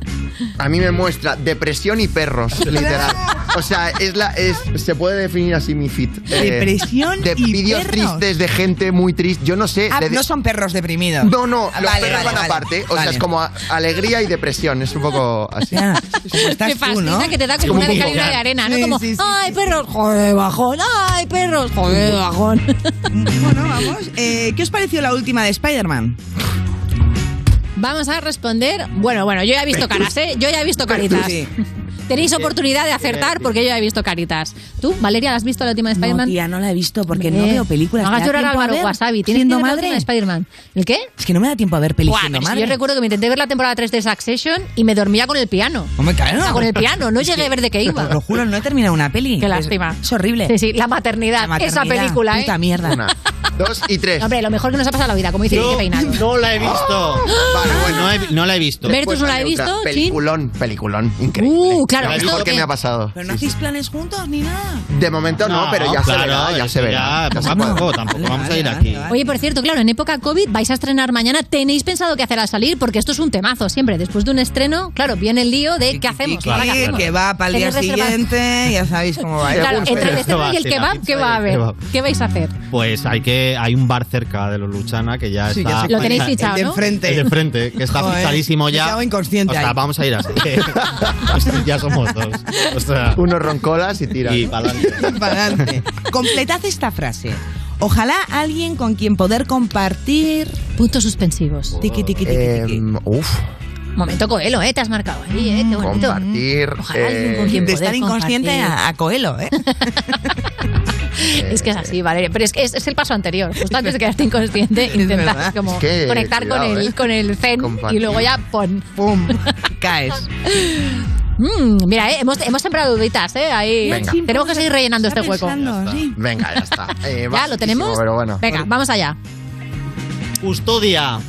Speaker 34: A mí me muestra depresión y
Speaker 35: <laughs>
Speaker 34: perros, literal. O sea, es la, es, se puede definir así mi fit.
Speaker 4: Depresión
Speaker 34: eh, de
Speaker 4: y
Speaker 34: vídeos
Speaker 4: perros.
Speaker 34: tristes de gente muy triste. Yo no sé.
Speaker 4: Ah,
Speaker 34: le de-
Speaker 4: no son perros deprimidos.
Speaker 34: no, no,
Speaker 4: Ah,
Speaker 34: los
Speaker 4: vale, vale,
Speaker 34: perros van
Speaker 4: vale.
Speaker 34: aparte. O sea,
Speaker 4: Vale.
Speaker 34: es como a- alegría y depresión. Es un poco así.
Speaker 4: Ya, como estás
Speaker 3: Me
Speaker 4: tú,
Speaker 3: fascina
Speaker 4: ¿no?
Speaker 3: que te da como
Speaker 34: Como
Speaker 3: una
Speaker 34: un
Speaker 3: de
Speaker 34: poco.
Speaker 3: cal y una de arena, ¿no?
Speaker 4: Sí,
Speaker 3: como,
Speaker 4: sí, sí,
Speaker 3: ay, perros, joder, bajón, ay, perros, joder, bajón.
Speaker 4: Bueno, vamos. eh, ¿Qué os pareció la última de Spider-Man?
Speaker 3: Vamos a responder. Bueno, bueno, yo ya he visto caras, ¿eh? Yo ya he visto caritas.
Speaker 4: Sí.
Speaker 3: Tenéis oportunidad de acertar porque yo ya he visto caritas. ¿Tú, Valeria, has visto la última de Spider-Man? No,
Speaker 4: tía, no la he visto porque no veo películas.
Speaker 3: No
Speaker 4: ¿Te
Speaker 3: hagas
Speaker 4: da
Speaker 3: llorar a
Speaker 4: tiempo a
Speaker 3: Álvaro
Speaker 4: ver?
Speaker 3: Wasabi. ¿Tienes
Speaker 4: Siendo
Speaker 3: que ver la
Speaker 4: madre.
Speaker 3: última de Spider-Man. ¿El qué?
Speaker 4: Es que no me da tiempo a ver pelis
Speaker 3: Buah,
Speaker 4: siendo
Speaker 3: pero si
Speaker 4: madre.
Speaker 3: yo recuerdo que me intenté ver la temporada 3 de Succession y me dormía con el piano.
Speaker 4: Hombre, claro.
Speaker 3: O sea, con el piano, no
Speaker 4: Es
Speaker 3: llegué
Speaker 4: que-
Speaker 3: a ver de qué iba.
Speaker 4: Os lo juro, no he terminado una peli.
Speaker 3: Qué
Speaker 4: Es-
Speaker 3: lástima.
Speaker 4: Es, horrible.
Speaker 3: Sí, sí, la maternidad.
Speaker 4: La maternidad,
Speaker 3: Esa película, ¿eh?
Speaker 4: puta mierda. Una,
Speaker 34: dos y tres.
Speaker 3: Hombre, lo mejor que nos ha pasado en la vida, como dice
Speaker 35: Yo
Speaker 3: Enrique Peinado.
Speaker 35: no la he visto. no, he, no la he visto.
Speaker 3: Bertus,
Speaker 34: Después
Speaker 3: ¿no la he
Speaker 34: sale otra.
Speaker 3: visto? ¿Sí?
Speaker 34: Peliculón, peliculón. Increíble.
Speaker 3: Uh, claro,
Speaker 34: Lo
Speaker 3: esto
Speaker 34: mejor que
Speaker 3: que-
Speaker 34: me ha pasado.
Speaker 4: ¿Pero no hacéis planes juntos ni nada?
Speaker 34: De momento no,
Speaker 35: No,
Speaker 34: pero ya
Speaker 35: claro,
Speaker 34: se verá, ya
Speaker 35: eso
Speaker 34: se verá.
Speaker 35: ya,
Speaker 34: Ya se
Speaker 35: poco a
Speaker 34: puede.
Speaker 35: poco, tampoco vamos a ir aquí.
Speaker 3: Oye, por cierto, claro, en época COVID vais a estrenar mañana. ¿Tenéis pensado qué hacer al salir? Porque esto es un temazo siempre. Después de un estreno, claro, viene el lío de qué hacemos.
Speaker 4: Sí,
Speaker 3: Ahora, ¿qué hacemos?
Speaker 4: que va para el día
Speaker 3: ¿Tenéis reservas?
Speaker 4: siguiente, ya sabéis cómo va.
Speaker 3: Claro, entre el estreno y el
Speaker 35: Sí, la
Speaker 3: kebab,
Speaker 35: pizza
Speaker 3: ¿qué
Speaker 35: y
Speaker 3: va a
Speaker 35: el
Speaker 3: haber?
Speaker 35: kebab.
Speaker 3: ¿Qué vais a hacer?
Speaker 35: Pues hay que hay un bar cerca de los Luchana que ya
Speaker 3: Sí,
Speaker 35: está.
Speaker 3: ya sé Lo tenéis fichado,
Speaker 35: El de
Speaker 3: ¿no?
Speaker 35: enfrente. El de enfrente, que está
Speaker 4: Joder,
Speaker 35: fichadísimo
Speaker 4: me
Speaker 35: ya.
Speaker 4: cago inconsciente
Speaker 35: O sea,
Speaker 4: ahí.
Speaker 35: vamos a ir
Speaker 5: <laughs>
Speaker 35: así. ya somos dos.
Speaker 3: <laughs>
Speaker 35: O sea,
Speaker 34: Unos roncolas y tiran.
Speaker 35: Y pa'lante.
Speaker 4: Para adelante. Completad esta frase. Ojalá alguien con quien poder compartir...
Speaker 3: Puntos suspensivos.
Speaker 4: Tiki, tiki, tiki.
Speaker 34: Em, uf,
Speaker 3: Momento Coelho, ¿eh? Te has marcado ahí, ¿eh? Qué bonito.
Speaker 34: compartir.
Speaker 3: Ojalá alguien con quien
Speaker 34: eh,
Speaker 4: De estar
Speaker 3: poder
Speaker 4: inconsciente
Speaker 3: compartir.
Speaker 4: a, a
Speaker 3: <laughs>
Speaker 4: Coelho, ¿eh?
Speaker 3: Es que es así, Valeria. Pero es que es, es el paso anterior. Justo antes de quedarte
Speaker 4: <laughs>
Speaker 3: inconsciente, intentas
Speaker 4: verdad.
Speaker 3: como
Speaker 4: Es que,
Speaker 3: conectar
Speaker 4: cuidado,
Speaker 3: con, el,
Speaker 4: ¿eh?
Speaker 3: con el zen y
Speaker 4: Compartir.
Speaker 3: luego ya pon.
Speaker 4: ¡Pum! Caes.
Speaker 3: <laughs> Mm, mira, ¿eh? hemos, hemos sembrado duditas, ¿eh? Ahí.
Speaker 34: Venga.
Speaker 3: Tenemos que seguir rellenando este hueco.
Speaker 34: Ah, Venga, ya
Speaker 3: <laughs>
Speaker 34: está. Eh,
Speaker 3: ¿Ya
Speaker 34: bajísimo,
Speaker 3: lo tenemos?
Speaker 34: Pero bueno.
Speaker 3: Venga, vamos allá.
Speaker 34: <laughs>
Speaker 35: Custodia.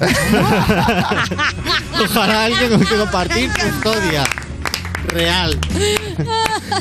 Speaker 35: Ojalá alguien con quien compartir custodia. Real.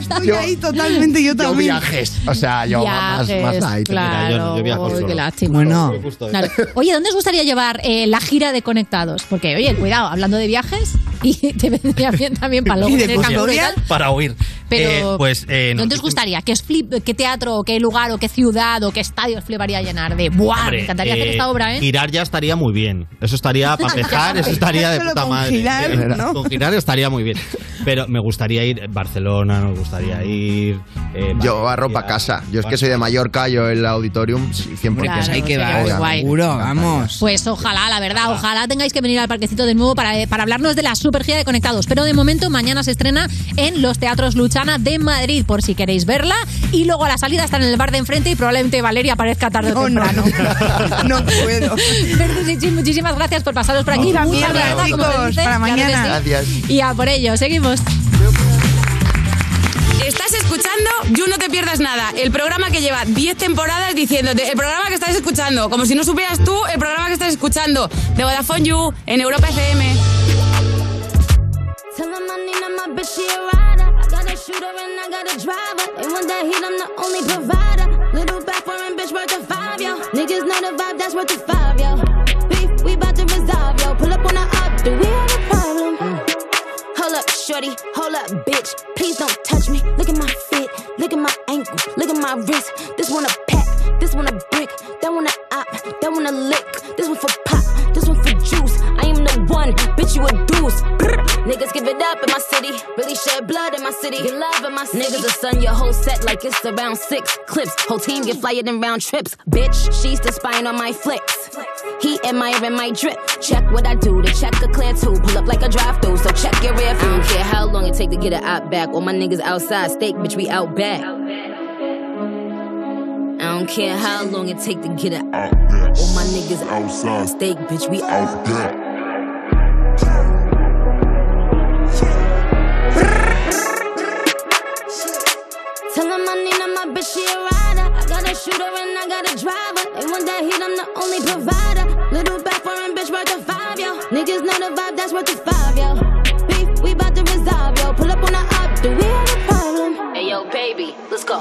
Speaker 4: Estoy
Speaker 34: Yo-
Speaker 4: ahí totalmente, yo
Speaker 34: Yo
Speaker 4: también.
Speaker 34: viajes. O sea, yo más,
Speaker 3: Viajes,
Speaker 34: más light.
Speaker 3: claro.
Speaker 35: Mira, yo no, yo viajo
Speaker 3: Uy,
Speaker 35: solo.
Speaker 3: qué lástima.
Speaker 4: Bueno.
Speaker 3: Claro. Oye, ¿dónde os gustaría llevar eh, la gira de Conectados? Porque, oye, cuidado, hablando de viajes, <laughs> y te vendría bien también
Speaker 35: <laughs>
Speaker 3: para luego
Speaker 4: Y de
Speaker 3: tener Cancún y tal.
Speaker 43: Para huir.
Speaker 3: Pero,
Speaker 43: Eh, pues, eh, no.
Speaker 3: ¿dónde os gustaría? ¿Qué, os flip- ¿Qué teatro, o qué lugar, o qué ciudad, o qué estadio os fliparía llenar? De, ¡buah!
Speaker 35: Hombre,
Speaker 3: me encantaría hacer
Speaker 35: eh,
Speaker 3: esta obra, ¿eh?
Speaker 35: Girar ya estaría muy bien.
Speaker 3: <laughs>
Speaker 35: Eso estaría para empezar, eso estaría de
Speaker 3: Solo
Speaker 35: puta
Speaker 3: con
Speaker 35: madre.
Speaker 3: girar,
Speaker 35: Eh,
Speaker 3: ¿no?
Speaker 35: Con girar estaría muy bien. Pero me gustaría ir a Barcelona, nos gustaría ir. eh,
Speaker 34: Yo
Speaker 35: Valencia.
Speaker 34: arro para casa. Yo es que soy de Mallorca, yo el auditorium, sí, 100%.
Speaker 3: Hombre, que hay que Claro,
Speaker 4: sería va, guay. seguro, vamos.
Speaker 3: Pues ojalá, la verdad, ojalá tengáis que venir al parquecito de nuevo para, eh, para hablarnos de la super gira de Conectados. Pero de momento, mañana se estrena en los Teatros Luchana de Madrid, por si queréis verla. Y luego a la salida está en el bar de enfrente y probablemente Valeria aparezca tarde o temprano.
Speaker 4: No
Speaker 3: <laughs>
Speaker 4: puedo.
Speaker 3: Bertus y Chin, muchísimas gracias por pasaros por aquí.
Speaker 4: Una
Speaker 3: Mucha
Speaker 4: mierda,
Speaker 3: mierda, como
Speaker 4: chicos,
Speaker 3: dices.
Speaker 4: para
Speaker 3: Claro que
Speaker 4: mañana. Gracias.
Speaker 3: Y a por ello, seguimos.
Speaker 6: Estás escuchando You No Te Pierdas Nada, el programa que lleva 10 temporadas diciéndote, el programa que estás escuchando, como si no supieras tú el programa que estás escuchando, de Vodafone You, en Europa FM.
Speaker 44: Tell them I need my bitch, she a rider. I got a shooter and I got a driver. They want that heat, I'm the only provider. Little back foreign bitch worth a five, yo. Niggas not a vibe, that's worth a five, yo. Beef, we bout to resolve, yo. Pull up on the up, do we have a problem? Hold up, shorty, hold up, bitch. Please don't touch me. Look at my fit, look at my ankle, look at my wrist. This one a pack, this one a brick, that one a op, that one a lick. This one for pop, this one for juice. I am the one, bitch, you a deuce. Brr. Niggas give it up in my city. Really shed blood in my city. Get love in my city. Niggas will sun your whole set like it's around six clips. Whole team get flyer than round trips. Bitch, she's the spying on my flicks. He admiring my drip. Check what I do to check a clear two. Pull up like a drive through, so check your rear view. I don't care how long it take to get it out back. All my niggas outside, steak, bitch, we out back. I don't care how long it take to get it out. All my niggas outside, steak, bitch, we out back. Tell them I need my bitch, she a rider. I got a shooter and I got a driver. They want that heat, I'm the only provider. Little back foreign bitch worth a five, yo. Niggas know the vibe, that's worth a five, yo. Beef, we bout to resolve, yo. Pull up on the up, do we have a problem? Hey, yo, baby, let's go.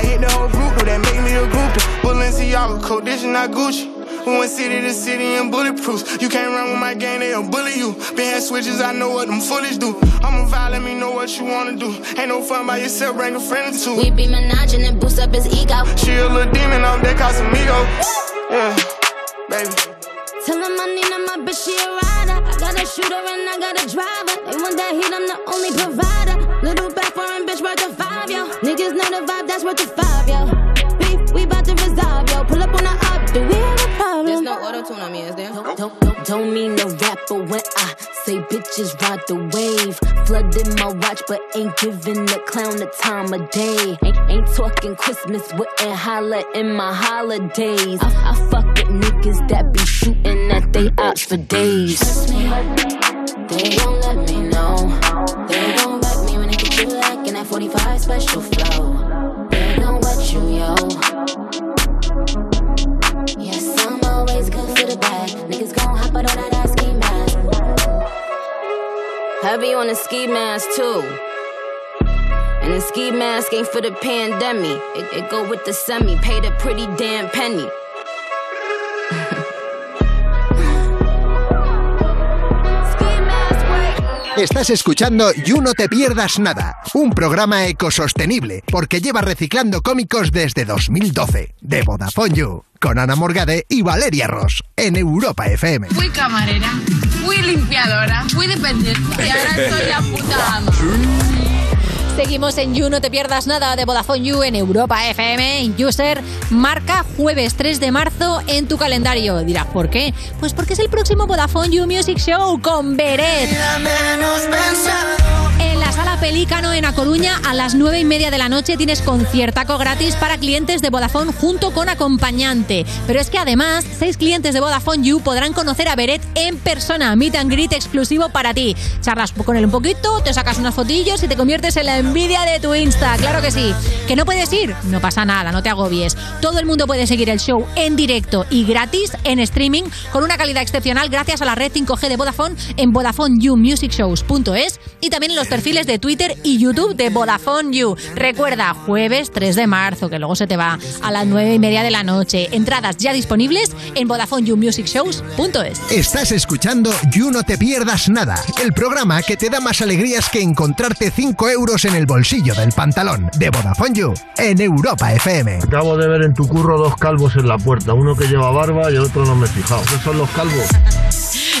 Speaker 45: hit the whole group, though that make me a groupie. Balenciaga, coat, this is not Gucci. We went city to city and bulletproofs. You can't run with my gang, they'll bully you. Been had switches, I know what them foolish do. I'm a vibe, let me know what you wanna do. Ain't no fun by yourself, bring a friend too.
Speaker 46: We be menaging and boost up his ego.
Speaker 45: She a little demon off that Casamigo. Yeah, baby.
Speaker 46: Tell him I need him, my bitch, she a rider. I got a shooter and I got a driver. They want that heat, I'm the only provider. Little back foreign bitch worth a five, yo. Niggas know the vibe, that's worth a five, yo. Beef, we bout to resolve, yo. Pull up on the up, do we have a problem?
Speaker 47: There's no auto tune on me, is there?
Speaker 44: Don't, don't, don't, don't need no rapper when I say bitches ride the wave. Flooding my watch, but ain't giving the clown the time of day. Ain't, ain't talking Christmas, wouldn't holla in my holidays. I, I fuck with niggas that be shooting at they ops for days.
Speaker 47: They don't let me know. They don't like me when they get you like in that 45 special flow. They know what you yo. Yes, I'm always good for the bag. Niggas gon' hop out on that ass ski mask. Heavy on the ski mask too. And the ski mask ain't for the pandemic. It, it go with the semi. Paid a pretty damn penny.
Speaker 5: Estás escuchando You No Te Pierdas Nada, un programa ecosostenible porque lleva reciclando cómicos desde 2012, de Vodafone You, con Ana Morgade y Valeria Ross, en Europa FM.
Speaker 47: Fui camarera, fui limpiadora, fui dependiente. Y ahora soy la puta ama.
Speaker 3: Seguimos en You, no te pierdas nada de Vodafone You en Europa FM. En User marca jueves 3 de marzo en tu calendario. Dirás, ¿por qué? Pues porque es el próximo Vodafone You Music Show con Beret. En la sala Pelícano en A Coruña a las 9 y media de la noche tienes conciertaco gratis para clientes de Vodafone junto con acompañante. Pero es que además, seis clientes de Vodafone You podrán conocer a Beret en persona. Meet and greet exclusivo para ti. Charlas con él un poquito, te sacas unas fotillos y te conviertes en la envidia de tu Insta. Claro que sí. ¿Que no puedes ir? No pasa nada, no te agobies. Todo el mundo puede seguir el show en directo y gratis en streaming con una calidad excepcional gracias a la red 5G de Vodafone en VodafoneYouMusicShows.es y también en los perfiles de Twitter y YouTube de Vodafone You. Recuerda, jueves 3 de marzo, que luego se te va a las 9 y media de la noche. Entradas ya disponibles en VodafoneYouMusicShows.es.
Speaker 5: Estás escuchando You No Te Pierdas Nada, el programa que te da más alegrías que encontrarte 5 euros en el bolsillo del pantalón de Vodafone You en Europa FM.
Speaker 24: Acabo de ver en tu curro dos calvos en la puerta, uno que lleva barba y otro no me he fijado. ¿Qué son los calvos?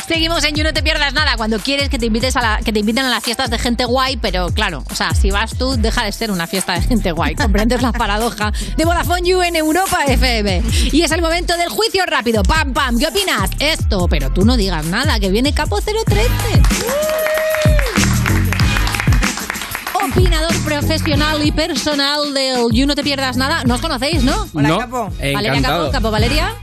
Speaker 3: Seguimos en You No Te Pierdas Nada. Cuando quieres que te, invites a la- que te inviten a las fiestas de gente guay, pero claro, o sea, si vas tú, deja de ser una fiesta de gente guay. ¿Comprendes la paradoja de Vodafone You en Europa FM? Y es el momento del juicio rápido. Pam, pam, ¿qué opinas? Esto, pero tú no digas nada, que viene Capo 013. Opinador profesional y personal del You No Te Pierdas Nada. ¿No os conocéis, no?
Speaker 48: No, eh, encantado.
Speaker 3: Valeria Capo, Capo Valeria.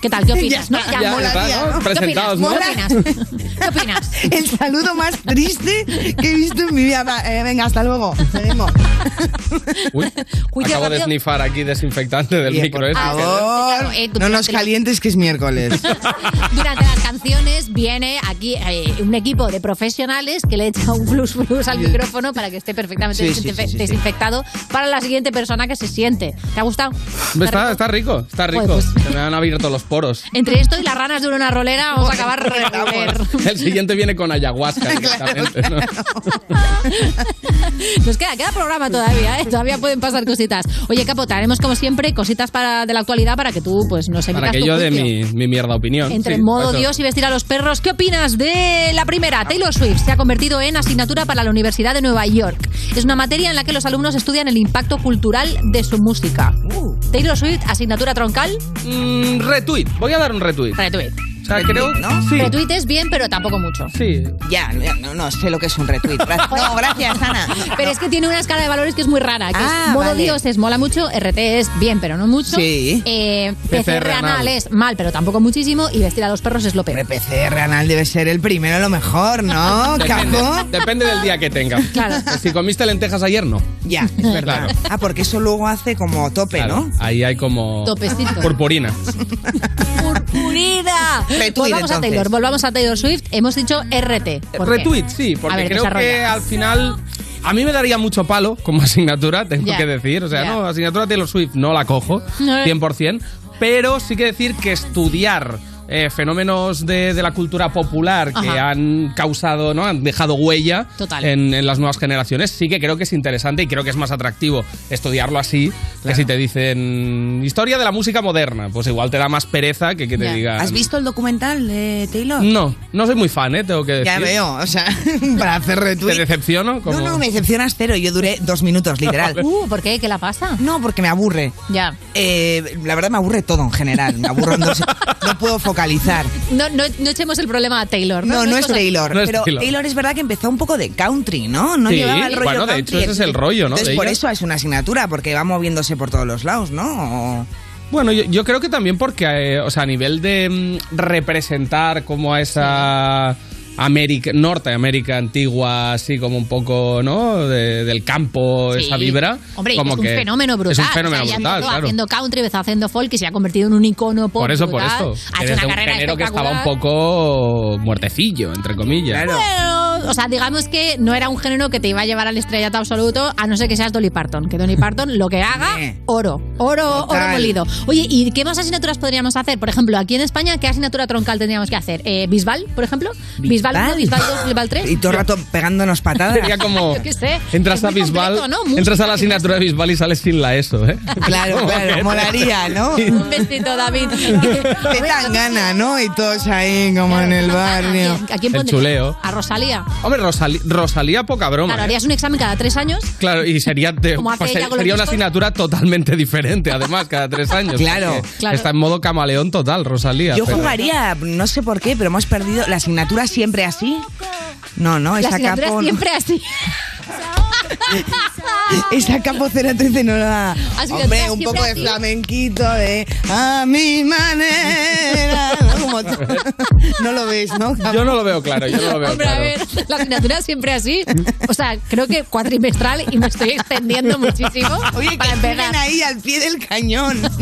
Speaker 3: ¿Qué tal? ¿Qué opinas? ¿No?
Speaker 48: Ya está, ya está, ¿no?
Speaker 3: ¿Qué opinas?
Speaker 48: Presentados, ¿no?
Speaker 3: ¿Qué opinas? <laughs> ¿Qué opinas?
Speaker 4: El saludo más triste que he visto en mi vida. Va, eh, venga, hasta luego. Seguimos.
Speaker 48: Acabo de
Speaker 4: rápido.
Speaker 48: snifar aquí desinfectante del
Speaker 4: Oye,
Speaker 48: micro.
Speaker 4: por
Speaker 48: ¿eh? ese.
Speaker 4: favor,
Speaker 3: eh, tú
Speaker 4: no nos calientes que es miércoles.
Speaker 3: Durante las canciones viene aquí eh, un equipo de profesionales que le echa un plus plus al micrófono para que esté perfectamente
Speaker 48: Sí, sí,
Speaker 3: desinfe-
Speaker 48: sí, sí, sí.
Speaker 3: desinfectado para la siguiente persona que se siente. ¿Te ha gustado?
Speaker 48: Está, está rico, está rico.
Speaker 3: Joder,
Speaker 48: Se me han abierto los poros.
Speaker 3: Entre esto y las ranas de una rolera vamos a acabar regular.
Speaker 48: El siguiente viene con ayahuasca directamente. ¿no?
Speaker 3: Nos queda, queda programa todavía, ¿eh? Todavía pueden pasar cositas. Oye, Capo, traeremos como siempre cositas para, de la actualidad para que tú pues nos emitas
Speaker 48: Para que
Speaker 3: tu
Speaker 48: yo dé
Speaker 3: juicio.
Speaker 48: mi, mi mierda opinión.
Speaker 3: Entre
Speaker 48: Sí,
Speaker 3: modo
Speaker 48: eso.
Speaker 3: Dios y vestir a los perros, ¿qué opinas de la primera? Taylor Swift se ha convertido en asignatura para la Universidad de Nueva York. Es una materia en la que los alumnos estudian el impacto cultural de su música. Taylor Swift, asignatura troncal.
Speaker 48: Mm, retweet, voy a dar un retweet.
Speaker 3: Retweet.
Speaker 48: O sea, creo. Sí.
Speaker 3: Retweet es bien, pero tampoco mucho.
Speaker 48: Sí.
Speaker 49: Ya, ya, no, no sé lo que es un retweet.
Speaker 3: <laughs>
Speaker 49: Gra- No, gracias, Ana.
Speaker 3: Pero es que tiene una escala de valores que es muy rara. Que
Speaker 49: Ah,
Speaker 3: es modo
Speaker 49: vale.
Speaker 3: Dios es mola mucho, RT es bien, pero no mucho.
Speaker 49: Sí.
Speaker 3: Eh,
Speaker 49: PCR
Speaker 3: PCR anal
Speaker 49: anal.
Speaker 3: es mal, pero tampoco muchísimo. Y vestir a los perros es lo peor.
Speaker 4: PCR anal debe ser el primero, lo mejor, ¿no,
Speaker 48: Depende,
Speaker 4: Capo?
Speaker 48: depende del día que tengas.
Speaker 3: Oh, Claro.
Speaker 48: Si comiste lentejas ayer, no.
Speaker 4: Ya, es
Speaker 48: verdad. Claro.
Speaker 4: Ah, porque eso luego hace como tope,
Speaker 48: Claro, Ahí hay como.
Speaker 3: Topecito.
Speaker 48: Purpurina.
Speaker 3: ¡Purpurina!
Speaker 48: Retweet,
Speaker 3: volvamos a
Speaker 48: entonces.
Speaker 3: Taylor, volvamos a Taylor Swift. Hemos dicho RT. ¿Por qué?
Speaker 48: Retweet, sí, porque
Speaker 3: A ver,
Speaker 48: creo que
Speaker 3: desarrolla.
Speaker 48: al final. A mí me daría mucho palo como <laughs> asignatura, tengo
Speaker 3: Ya,
Speaker 48: que decir. O sea,
Speaker 3: ya.
Speaker 48: no, asignatura Taylor Swift no la cojo,
Speaker 3: No.
Speaker 48: 100%. pero sí que decir que estudiar eh, fenómenos de, de la cultura popular que
Speaker 35: Ajá.
Speaker 48: han causado, ¿no? Han dejado huella
Speaker 35: Total.
Speaker 48: En, en las nuevas generaciones. Sí que creo que es interesante y creo que es más atractivo estudiarlo así que si te dicen historia de la música moderna. Pues igual te da más pereza que que te
Speaker 4: Ya.
Speaker 48: digan.
Speaker 4: ¿Has visto el documental de Taylor?
Speaker 48: No, no soy muy fan, ¿eh? Tengo que decir.
Speaker 4: Ya veo,
Speaker 3: <laughs>
Speaker 4: o sea, para hacer retweet.
Speaker 48: ¿Te decepciono? Como-
Speaker 4: No, no, me decepcionas cero. Yo duré dos minutos,
Speaker 48: <laughs>
Speaker 4: literal.
Speaker 3: Uh, ¿por qué? ¿Qué la pasa?
Speaker 4: No, porque me aburre.
Speaker 3: Ya.
Speaker 4: Eh, la verdad me aburre todo en general. Me aburro,
Speaker 48: <laughs>
Speaker 4: no, sé, no puedo focalizar.
Speaker 3: No, no, no echemos el problema a Taylor.
Speaker 4: No, no es
Speaker 3: cosa-
Speaker 4: Taylor. pero Taylor. es verdad que empezó un poco de country, ¿no? No
Speaker 48: Sí,
Speaker 4: llevaba el rollo
Speaker 48: bueno, de
Speaker 4: country.
Speaker 48: hecho, ese es el rollo, ¿no?
Speaker 4: Entonces,
Speaker 48: de
Speaker 4: por
Speaker 48: ella.
Speaker 4: eso es una asignatura, porque va moviéndose por todos los lados, ¿no? O-
Speaker 48: Bueno, yo, yo creo que también porque, eh, o sea, a nivel de mm, representar como a esa América, Norteamérica antigua, así como un poco, ¿no? De- del campo,
Speaker 3: Sí.
Speaker 48: esa vibra.
Speaker 3: Hombre, y
Speaker 48: como
Speaker 3: es un fenómeno brutal.
Speaker 48: Es un
Speaker 3: O sea,
Speaker 48: fenómeno
Speaker 3: ella
Speaker 48: brutal,
Speaker 3: empezó
Speaker 48: claro.
Speaker 3: haciendo country, empezó haciendo folk y se ha convertido en un icono pop
Speaker 48: Por eso, por
Speaker 3: brutal.
Speaker 48: eso.
Speaker 3: Ha
Speaker 48: Que
Speaker 3: hecho
Speaker 48: desde
Speaker 3: una
Speaker 48: un
Speaker 3: carrera
Speaker 48: género que estaba un
Speaker 3: espectacular.
Speaker 48: poco muertecillo, entre comillas.
Speaker 3: Bueno, o sea, digamos que no era un género que te iba a llevar al estrellato absoluto, a no ser que seas Dolly Parton. Que Dolly Parton lo que haga, oro. Oro, oro
Speaker 36: Total.
Speaker 3: molido. Oye, ¿y qué más asignaturas podríamos hacer? Por ejemplo, aquí en España, ¿qué asignatura troncal tendríamos que hacer? Eh, ¿Bisbal, por ejemplo? ¿Bisbal 1, Bisbal 2, Bisbal 3?
Speaker 4: Y todo
Speaker 3: <laughs>
Speaker 4: el rato pegándonos
Speaker 48: <laughs>
Speaker 4: patadas.
Speaker 48: Sería como.
Speaker 3: Yo qué sé.
Speaker 48: Entras
Speaker 3: Es
Speaker 48: a
Speaker 3: muy
Speaker 48: Bisbal.
Speaker 3: completo, ¿no? Música,
Speaker 48: Entras a la asignatura de Bisbal y sales sin la ESO, ¿eh?
Speaker 4: <laughs>
Speaker 48: <laughs>
Speaker 4: Claro, claro, molaría, ¿no?
Speaker 3: Un besito,
Speaker 4: <laughs>
Speaker 3: David.
Speaker 4: Te dan gana, ¿no? Y todos ahí como en el barrio.
Speaker 3: ¿A quién
Speaker 48: El
Speaker 3: pondrías?
Speaker 48: chuleo.
Speaker 3: A Rosalía.
Speaker 48: Hombre, Rosali- Rosalía, poca broma.
Speaker 3: Claro,
Speaker 48: ¿eh?
Speaker 3: harías un examen cada tres años.
Speaker 48: Claro, y sería, de-
Speaker 3: Como hace
Speaker 48: pues,
Speaker 3: ella con los
Speaker 48: sería una
Speaker 3: discos.
Speaker 48: asignatura totalmente diferente, además, cada tres años.
Speaker 4: Claro.
Speaker 48: porque
Speaker 4: Claro.
Speaker 48: Está en modo camaleón total, Rosalía.
Speaker 4: Yo
Speaker 48: pero-
Speaker 4: jugaría, no sé por qué, pero hemos perdido la asignatura siempre así. No, no,
Speaker 3: La
Speaker 4: esa
Speaker 3: asignatura
Speaker 4: capo.
Speaker 3: siempre así.
Speaker 4: <laughs> Esa capo 013 no la.
Speaker 50: Asignatura
Speaker 4: Hombre, un
Speaker 50: siempre
Speaker 4: poco de
Speaker 50: así.
Speaker 4: flamenquito de a mi manera. <laughs> ¿no? Como tú. No lo ves, ¿no? <laughs>
Speaker 48: Yo no lo veo claro, yo no lo veo
Speaker 3: Hombre, a
Speaker 48: claro.
Speaker 3: ver, la asignatura siempre así. O sea, creo que cuatrimestral y me estoy extendiendo muchísimo.
Speaker 4: <laughs> Oye, que
Speaker 3: para empezar.
Speaker 4: siguen ahí al pie del cañón.
Speaker 3: <laughs>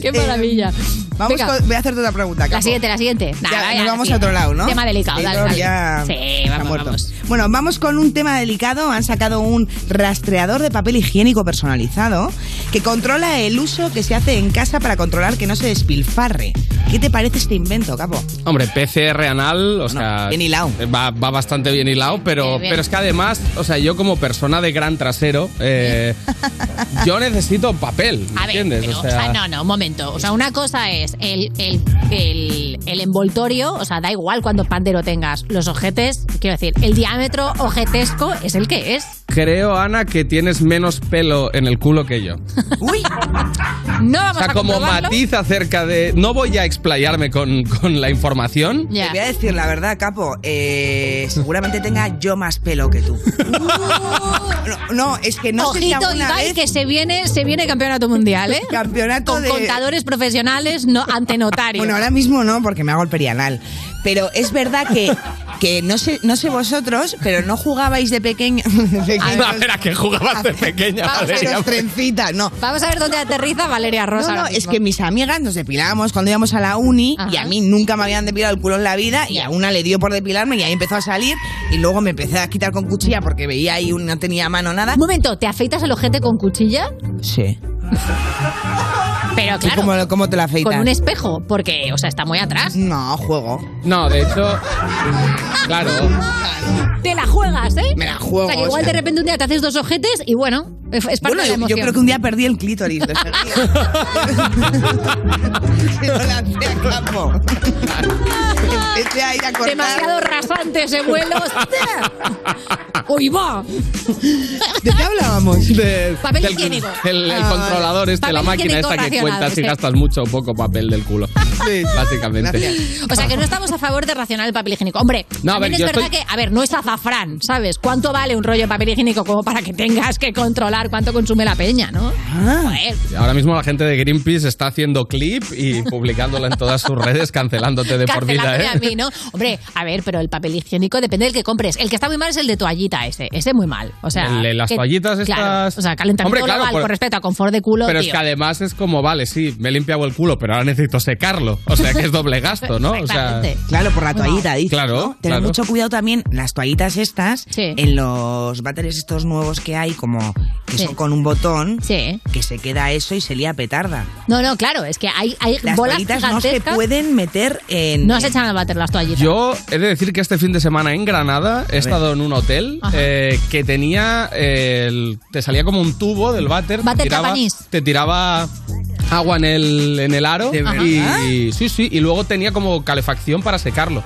Speaker 3: Qué maravilla.
Speaker 4: Eh, Vamos
Speaker 3: Venga.
Speaker 4: con- voy a hacerte otra pregunta.
Speaker 3: La
Speaker 4: Capo.
Speaker 3: siguiente, la siguiente. Nada,
Speaker 4: Ya,
Speaker 3: vaya,
Speaker 4: nos
Speaker 3: la
Speaker 4: vamos a
Speaker 3: siguiente.
Speaker 4: otro lado, ¿no?
Speaker 3: Tema delicado, dale,
Speaker 4: Taylor
Speaker 3: dale.
Speaker 4: ya
Speaker 3: Sí,
Speaker 4: está
Speaker 3: vamos,
Speaker 4: muerto.
Speaker 3: vamos.
Speaker 4: Bueno, vamos con un tema delicado. Han sacado un rastreador de papel higiénico personalizado que controla el uso que se hace en casa para controlar que no se despilfarre. ¿Qué te parece este invento, capo?
Speaker 48: Hombre, PCR anal, o sea. eh,
Speaker 4: bien hilado.
Speaker 48: Va, va bastante bien hilado, pero,
Speaker 4: Sí, bien.
Speaker 48: pero es que además, o sea, yo como persona de gran trasero,
Speaker 3: <laughs>
Speaker 48: eh, yo necesito papel, ¿me
Speaker 3: A ver,
Speaker 48: ¿entiendes?
Speaker 3: pero, o sea, no, no, un momento. O sea, una cosa es el, el, el, el envoltorio, o sea, da igual cuánto pandero tengas. Los ojetes, quiero decir, el diámetro ojetesco es el que es.
Speaker 48: Creo, Ana, que tienes menos pelo en el culo que yo.
Speaker 3: No vamos
Speaker 48: o sea,
Speaker 3: a
Speaker 48: como
Speaker 3: comprobarlo.
Speaker 48: matiz acerca de. No voy a explayarme con, con la información.
Speaker 4: Te voy a decir la verdad, capo. eh, seguramente tenga yo más pelo que tú. No, no, es que no sé si
Speaker 3: Ojito,
Speaker 4: alguna
Speaker 3: Ibai,
Speaker 4: vez-
Speaker 3: que se viene, se viene campeonato mundial, ¿eh?
Speaker 4: Campeonato
Speaker 3: Con
Speaker 4: de-
Speaker 3: contadores profesionales no, ante notario.
Speaker 4: Bueno, ahora mismo no, porque me hago el perianal. Pero es verdad que, que no, sé, no sé vosotros, pero no jugabais de pequeño. <laughs> de pequeños
Speaker 48: A ver, ¿a qué jugabas
Speaker 4: <laughs>
Speaker 48: de pequeña,
Speaker 4: a haceros
Speaker 48: Valeria?
Speaker 4: trencitas, no.
Speaker 3: Vamos a ver dónde aterriza Valeria Rosa.
Speaker 4: No, no,
Speaker 3: ahora
Speaker 4: es
Speaker 3: mismo.
Speaker 4: que mis amigas nos depilábamos cuando íbamos a la uni y a mí nunca me habían depilado el culo en la vida y a una le dio por depilarme y ahí empezó a salir y luego me empecé a quitar con cuchilla porque veía ahí un- no tenía mano nada.
Speaker 3: Un momento, ¿te afeitas el ojete con cuchilla?
Speaker 4: Sí.
Speaker 3: Pero
Speaker 4: ¿Y
Speaker 3: claro,
Speaker 4: cómo, cómo te la afeitas?
Speaker 3: con un espejo, porque, o sea, está muy atrás.
Speaker 4: No, juego.
Speaker 48: No, de hecho. Claro.
Speaker 3: Te la juegas, ¿eh? Me
Speaker 4: la
Speaker 3: O
Speaker 4: juego,
Speaker 3: sea, que igual
Speaker 4: o sea.
Speaker 3: de repente un día te haces dos ojetes y bueno, es es parte de
Speaker 4: Bueno,
Speaker 3: la
Speaker 4: yo, yo
Speaker 3: emoción.
Speaker 4: creo que un día perdí el clítoris. lo sentí.
Speaker 3: <laughs>
Speaker 4: <laughs> Se lo lancé a campo. Empecé Este a ir a cortar. <laughs>
Speaker 3: Demasiado rasante ese vuelo. <laughs> ¡Uy, va!
Speaker 4: ¿De qué hablábamos?
Speaker 48: De-
Speaker 3: Papel
Speaker 48: del-
Speaker 3: higiénico.
Speaker 48: El, el
Speaker 3: Ah.
Speaker 48: controlador este, la
Speaker 3: Papel
Speaker 48: máquina
Speaker 3: higiénico
Speaker 48: esta que
Speaker 3: racional,
Speaker 48: cuenta si
Speaker 3: sí.
Speaker 48: gastas mucho o poco papel del
Speaker 3: <laughs>
Speaker 48: culo. Básicamente.
Speaker 3: O sea, que no estamos a favor de racionar el papel higiénico. Hombre,
Speaker 48: No, a
Speaker 3: también
Speaker 48: ver,
Speaker 3: es
Speaker 48: yo
Speaker 3: verdad
Speaker 48: estoy-
Speaker 3: que, a ver, no es azafrán, ¿sabes? ¿Cuánto vale un rollo de papel higiénico como para que tengas que controlar cuánto consume la peña, no?
Speaker 4: Ah.
Speaker 3: Joder.
Speaker 48: Ahora mismo la gente de Greenpeace está haciendo clip
Speaker 3: <laughs>
Speaker 48: y publicándola en todas sus redes, cancelándote de por vida,
Speaker 3: Cancelarme a
Speaker 48: ¿eh?
Speaker 3: mí, ¿no? Hombre, a ver, pero el papel higiénico depende del que compres. El que está muy mal es el de toallita ese. Ese muy mal. O sea,
Speaker 48: El de las
Speaker 3: que-
Speaker 48: toallitas
Speaker 3: claro,
Speaker 48: estas-
Speaker 3: o sea, calentamiento
Speaker 48: Hombre, claro,
Speaker 3: global
Speaker 48: por-
Speaker 3: con respecto a confort de culo,
Speaker 48: Pero es
Speaker 3: tío.
Speaker 48: que además es como, vale, sí, me he limpiado el culo, pero ahora necesito secarlo. O sea que es doble gasto, ¿no? O sea,
Speaker 3: Exactamente.
Speaker 4: Claro, por la toallita, dices,
Speaker 48: Claro,
Speaker 4: ¿no? Tener
Speaker 48: claro.
Speaker 4: mucho cuidado también, las toallitas estas, en los váteres estos nuevos que hay, como que son con un botón, que se queda eso y se lía petarda.
Speaker 3: No, no, claro, es que hay, hay
Speaker 4: Las
Speaker 3: bolas
Speaker 4: toallitas no se
Speaker 3: gigantescas.
Speaker 4: pueden meter en...
Speaker 3: No se echan al váter las toallitas.
Speaker 48: Yo he de decir que este fin de semana en Granada he estado en un hotel
Speaker 3: Ajá.
Speaker 48: eh, que tenía. eh, el- te salía como un tubo del váter.
Speaker 3: Váter
Speaker 48: te tiraba,
Speaker 3: Capanís.
Speaker 48: te tiraba agua en el, en el aro.
Speaker 3: ¿De verdad?
Speaker 48: y, sí, sí. Y luego tenía como calefacción para secarlo.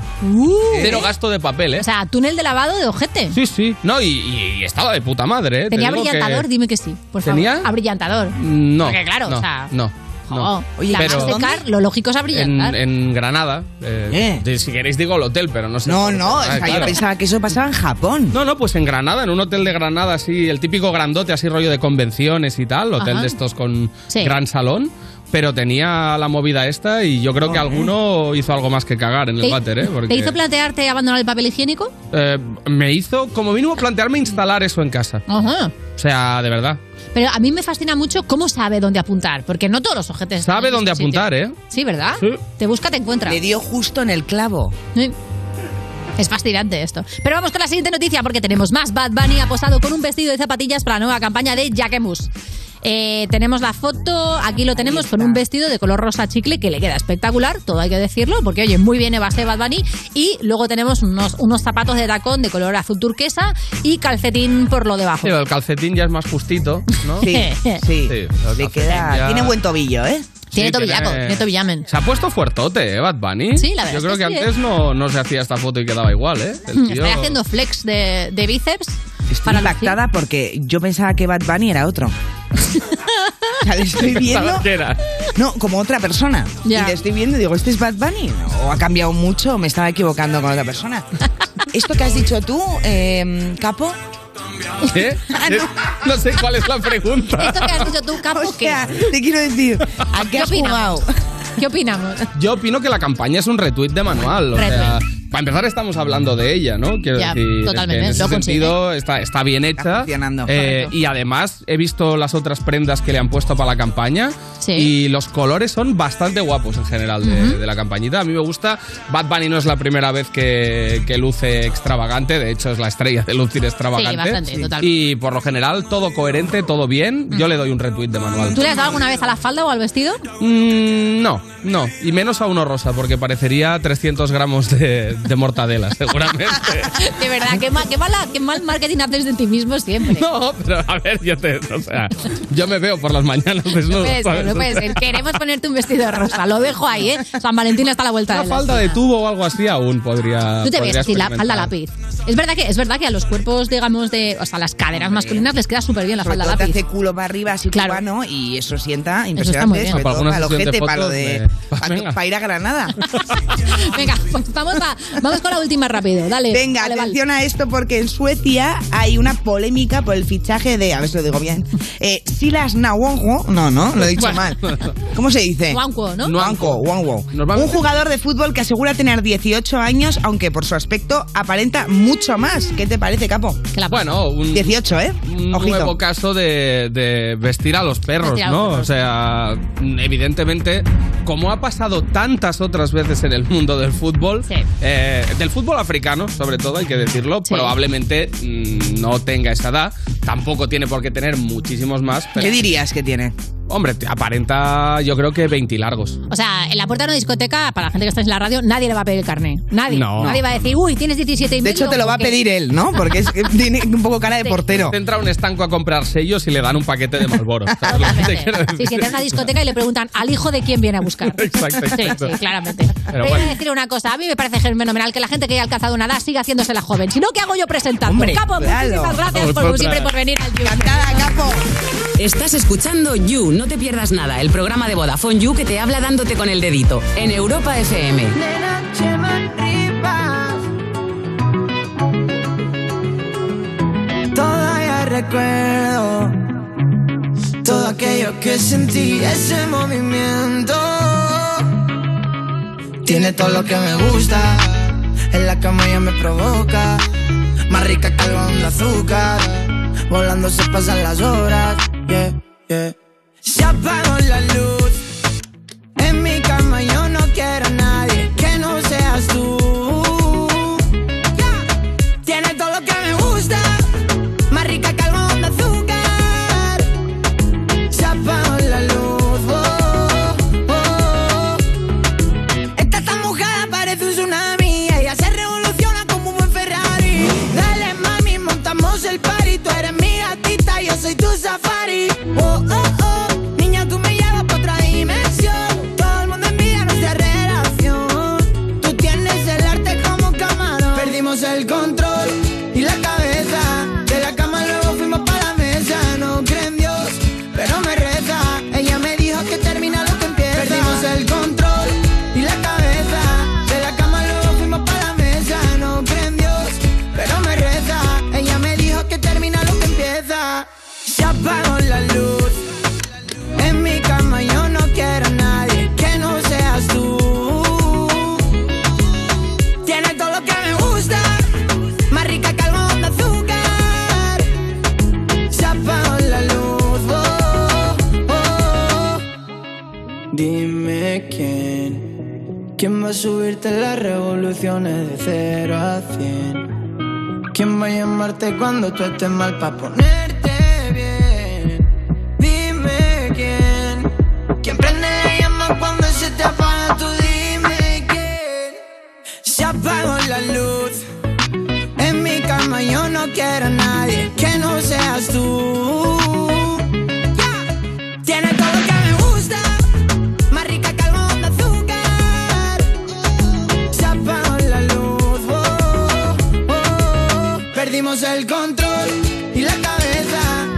Speaker 48: Cero gasto de papel, ¿eh?
Speaker 3: Eh. O sea, Uh, túnel de lavado de ojete.
Speaker 48: sí, sí. No, y, y- y estaba de puta madre, ¿eh? Te
Speaker 3: ¿Tenía
Speaker 48: digo que-
Speaker 3: brillantador? Dime que sí, por favor.
Speaker 48: ¿Tenía?
Speaker 3: Abrillantador.
Speaker 48: No.
Speaker 3: Porque claro,
Speaker 48: no,
Speaker 3: o sea...
Speaker 48: No. no.
Speaker 3: jo, la vas a secar, lo lógico es
Speaker 48: en,
Speaker 3: abrillantar.
Speaker 48: en Granada. eh, Si queréis digo el hotel, pero no sé.
Speaker 4: No,
Speaker 48: por-
Speaker 4: no,
Speaker 48: Ah,
Speaker 4: o sea, yo
Speaker 48: claro.
Speaker 4: pensaba que eso pasaba en Japón.
Speaker 48: No, no, pues en Granada, en un hotel de Granada así, el típico grandote así rollo de convenciones y tal, hotel
Speaker 3: Ajá.
Speaker 48: de estos con
Speaker 3: Sí.
Speaker 48: gran salón. Pero tenía la movida esta y yo creo que alguno hizo algo más que cagar en el
Speaker 3: ¿Te-
Speaker 48: váter, ¿eh? Porque,
Speaker 3: ¿Te hizo plantearte abandonar el papel higiénico?
Speaker 48: eh, me hizo, como mínimo, plantearme instalar eso en casa.
Speaker 3: Ajá.
Speaker 48: O sea, de verdad.
Speaker 3: Pero a mí me fascina mucho cómo sabe dónde apuntar, porque no todos los ojetes están
Speaker 48: Sabe
Speaker 3: en el
Speaker 48: dónde
Speaker 3: mismo Este sitio.
Speaker 48: apuntar, ¿eh?
Speaker 3: Sí, ¿verdad? Te busca, te encuentra.
Speaker 4: Le dio justo en el clavo.
Speaker 3: Sí. Es fascinante esto. Pero vamos con la siguiente noticia porque tenemos más Bad Bunny aposado con un vestido de zapatillas para la nueva campaña de Jacquemus. Eh, tenemos la foto, aquí lo tenemos con un vestido de color rosa chicle que le queda espectacular, todo hay que decirlo, porque oye, muy bien evasé Bad Bunny. Y luego tenemos unos, unos zapatos de tacón de color azul turquesa y calcetín por lo debajo.
Speaker 48: Pero el calcetín ya es más justito, ¿no?
Speaker 3: Sí,
Speaker 48: sí. Le
Speaker 4: queda- tiene buen tobillo, ¿eh?
Speaker 3: Tiene tobillaco, tiene tobillamen.
Speaker 48: Se ha puesto fuertote, ¿eh, Bad Bunny?
Speaker 3: Sí, la verdad
Speaker 48: Yo creo
Speaker 3: es
Speaker 48: que
Speaker 3: que sí,
Speaker 48: antes
Speaker 3: ¿eh?
Speaker 48: no, no se hacía esta foto y quedaba igual, ¿eh?
Speaker 3: <laughs>
Speaker 48: El tío-
Speaker 3: Estoy haciendo flex de, de bíceps.
Speaker 4: Estoy impactada porque yo pensaba que Bad Bunny era otro. O sea,
Speaker 3: <laughs>
Speaker 4: le estoy viendo...
Speaker 48: Pensaba que era.
Speaker 4: No, como otra persona. Y le estoy viendo y digo, ¿este es Bad Bunny? ¿O ha cambiado mucho o me estaba equivocando con otra persona? Esto que has dicho tú, eh, Capo...
Speaker 48: ¿Qué? ¿Eh? No sé cuál es la pregunta.
Speaker 3: Ah, Esto que has
Speaker 4: <laughs>
Speaker 3: dicho tú, Capo, que
Speaker 4: te quiero decir, ¿a
Speaker 3: qué, opinamos? <laughs> ¿Qué opinamos?
Speaker 48: <laughs> Yo opino que la campaña es un retweet de manual. O
Speaker 3: Retweet.
Speaker 48: sea, para empezar estamos hablando de ella, ¿no? Quiero
Speaker 3: Ya,
Speaker 48: decir,
Speaker 3: totalmente,
Speaker 48: que en ese
Speaker 3: lo consigue.
Speaker 48: sentido está, está bien hecha.
Speaker 4: Está funcionando.
Speaker 48: Eh, y además he visto las otras prendas que le han puesto para la campaña
Speaker 3: Sí.
Speaker 48: y los colores son bastante guapos en general de, de la campañita. A mí me gusta. Bad Bunny no es la primera vez que, que luce extravagante, de hecho es la estrella de lucir extravagante.
Speaker 3: bastante, Sí. total.
Speaker 48: Y por lo general todo coherente, todo bien. Yo le doy un retweet de manual.
Speaker 3: ¿Tú le has dado alguna vez a la falda o al vestido?
Speaker 48: Mm, no, no. Y menos a uno rosa, porque parecería 300 gramos de, de mortadela, <laughs>
Speaker 3: <laughs>
Speaker 48: seguramente.
Speaker 3: <laughs> De verdad, qué mal, qué mala- qué mal marketing haces de ti mismo siempre.
Speaker 48: No, pero a ver, yo te. O sea, yo me veo por las mañanas desnudo.
Speaker 3: No puede ser,
Speaker 48: ¿sabes?
Speaker 3: no puede ser. Queremos ponerte un vestido rosa. Lo dejo ahí, ¿eh? San Valentín está a la vuelta
Speaker 48: Una
Speaker 3: de la
Speaker 48: falda de
Speaker 3: esquina.
Speaker 48: tubo o algo así aún podría.
Speaker 3: Tú te ves
Speaker 48: podría
Speaker 3: así, la falda
Speaker 48: experimentar.
Speaker 3: lápiz. Es verdad que es verdad que a los cuerpos, digamos, de, o sea, las caderas masculinas les queda súper bien la
Speaker 4: Sobre
Speaker 3: falda
Speaker 4: todo te
Speaker 3: lápiz.
Speaker 4: hace culo para arriba, así cubano, y eso sienta
Speaker 3: está muy
Speaker 4: impresionante,
Speaker 3: bien.
Speaker 4: sobre
Speaker 3: Para
Speaker 4: todo
Speaker 3: alguna
Speaker 4: para lo
Speaker 3: sesión de
Speaker 4: gente, para lo
Speaker 3: fotos
Speaker 4: de...
Speaker 3: me-
Speaker 4: <laughs> Para ir a Granada.
Speaker 3: <laughs> Venga, pues vamos, a- vamos con la última rápido, dale.
Speaker 4: Venga, atención a esto porque en Suecia hay una polémica por el fichaje de, a ver si lo digo
Speaker 3: <laughs>
Speaker 4: bien, eh, Silas Nawongo. No, no, lo he dicho
Speaker 3: Bueno.
Speaker 48: <laughs>
Speaker 4: mal. ¿Cómo se dice?
Speaker 3: Nwanko, ¿no?
Speaker 4: Nwanko, Nwanko. Un jugador de fútbol que asegura tener 18 años, aunque por su aspecto aparenta mucho más. ¿Qué te parece, capo?
Speaker 48: Bueno, un.
Speaker 4: 18, ¿eh?
Speaker 48: un nuevo caso de, de vestir a los perros,
Speaker 4: Vestir a los
Speaker 48: ¿no?
Speaker 4: perros.
Speaker 48: O sea, mm, evidentemente, como ha pasado tantas otras veces en el mundo del fútbol, eh, del fútbol africano, sobre todo, hay que decirlo, probablemente mm, no tenga esa edad, tampoco tiene por qué tener muchísimos más. pero-
Speaker 4: ¿Qué dirías que tiene?
Speaker 48: Hombre, te- aparenta, yo creo que 20 largos.
Speaker 3: O sea, en la puerta de una discoteca, para la gente que está en la radio, nadie le va a pedir el carné. Nadie.
Speaker 48: No.
Speaker 3: Nadie va a decir, uy, tienes 17 y
Speaker 4: De hecho, te lo va a pedir él, ¿no? Porque es
Speaker 48: <laughs>
Speaker 4: que tiene un poco cara de portero.
Speaker 48: Te entra un estanco a comprar sellos y le dan un paquete
Speaker 4: <laughs>
Speaker 48: de Malboro. ¿sabes lo que te quiero <laughs>
Speaker 3: Sí,
Speaker 48: decir?
Speaker 3: si entras a la discoteca y le preguntan al hijo de quién viene a buscar.
Speaker 48: <laughs> Exacto,
Speaker 3: Sí,
Speaker 48: exacto.
Speaker 3: sí, claramente.
Speaker 48: Pero
Speaker 3: Pero voy
Speaker 48: bueno.
Speaker 3: a decir una cosa, a mí me parece fenomenal que la gente que haya alcanzado una edad siga haciéndose la joven. Si no, ¿qué hago yo presentando?
Speaker 6: Hombre,
Speaker 3: Capo,
Speaker 6: claro.
Speaker 3: muchísimas gracias
Speaker 6: Vosotras.
Speaker 3: por, siempre por venir al
Speaker 4: Cantada, Capo.
Speaker 6: Estás escuchando You, no te pierdas nada, el programa de Vodafone You que te habla dándote con el dedito en Europa FM.
Speaker 1: Nena, Chema Rivas.
Speaker 35: Todavía recuerdo todo aquello que sentí, ese movimiento. Tiene todo lo que me gusta, en la cama ya me provoca. Más rica que el algodón de azúcar, volando se pasan las horas. Yeah, yeah. Se apagó la luz, en mi cama yo no quiero a nadie que no seas tú. Yeah. Tiene todo lo que me gusta. Más rica que el algodón de azúcar
Speaker 36: oh, mi gatita, yo soy tu safari. Oh, oh, oh, niña, tú me llevas pa' otra dimensión. Todo el mundo envía nuestra relación. Tú tienes el arte como camarón. Perdimos el control y la cabeza. De la cama luego fuimos pa' la mesa. No creo en Dios, pero me reza. Ella me dijo que termina lo que empieza. Perdimos el control y la cabeza. De la cama luego fuimos pa' la mesa. No creo en Dios, pero me reza. Ella me dijo que termina lo que empieza. Se apagó la luz. En mi cama yo no quiero a nadie que no seas tú. Tiene todo lo que me gusta. Más rica que algodón de azúcar. Se apagó la luz. oh, oh. Dime quién, quién va a subirte las revoluciones de 0 a 100. ¿Quién va a llamarte cuando tú estés mal pa' ponerte bien? Dime quién, quién prende la llama cuando se te apaga tú dime quién. Se apagó la luz, en mi cama yo no quiero a nadie que no seas tú. Ya, Tiene todo lo que me gusta. Más rica que algodón de azúcar. Se apagó la luz. oh, oh, oh. Perdimos el control y la cabeza.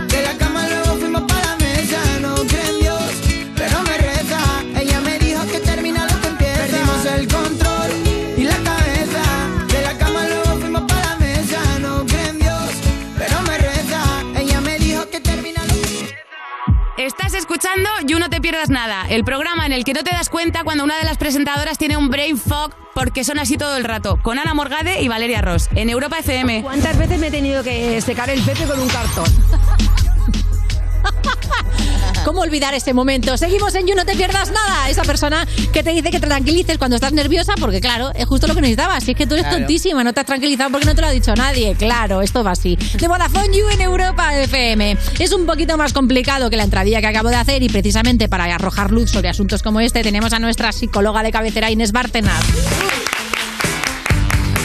Speaker 36: De la cama luego fuimos para la mesa. No creo en Dios, pero me reza. Ella me dijo que termina lo que empieza. Perdimos el control y la cabeza. De la cama luego fuimos para la mesa. No creo en Dios, pero me reza. Ella me dijo que termina lo que empieza.
Speaker 6: Estás escuchando You No Te Pierdas Nada, el programa en el que no te das cuenta cuando una de las presentadoras tiene un brain fog porque son así todo el rato, con Ana Morgade y Valeria Ross, en Europa FM.
Speaker 36: ¿Cuántas veces me he tenido que secar el pepe con un cartón?
Speaker 3: ¿Cómo olvidar ese momento? Seguimos en You, no te pierdas nada. Esa persona que te dice que te tranquilices cuando estás nerviosa, porque claro, es justo lo que necesitabas. Si es que tú eres
Speaker 36: Claro.
Speaker 3: tontísima, no te has tranquilizado porque no te lo ha dicho nadie. Claro, esto va así. De Vodafone You en Europa FM. Es un poquito más complicado que la entradilla que acabo de hacer y precisamente para arrojar luz sobre asuntos como este tenemos a nuestra psicóloga de cabecera Inés Bárcenas.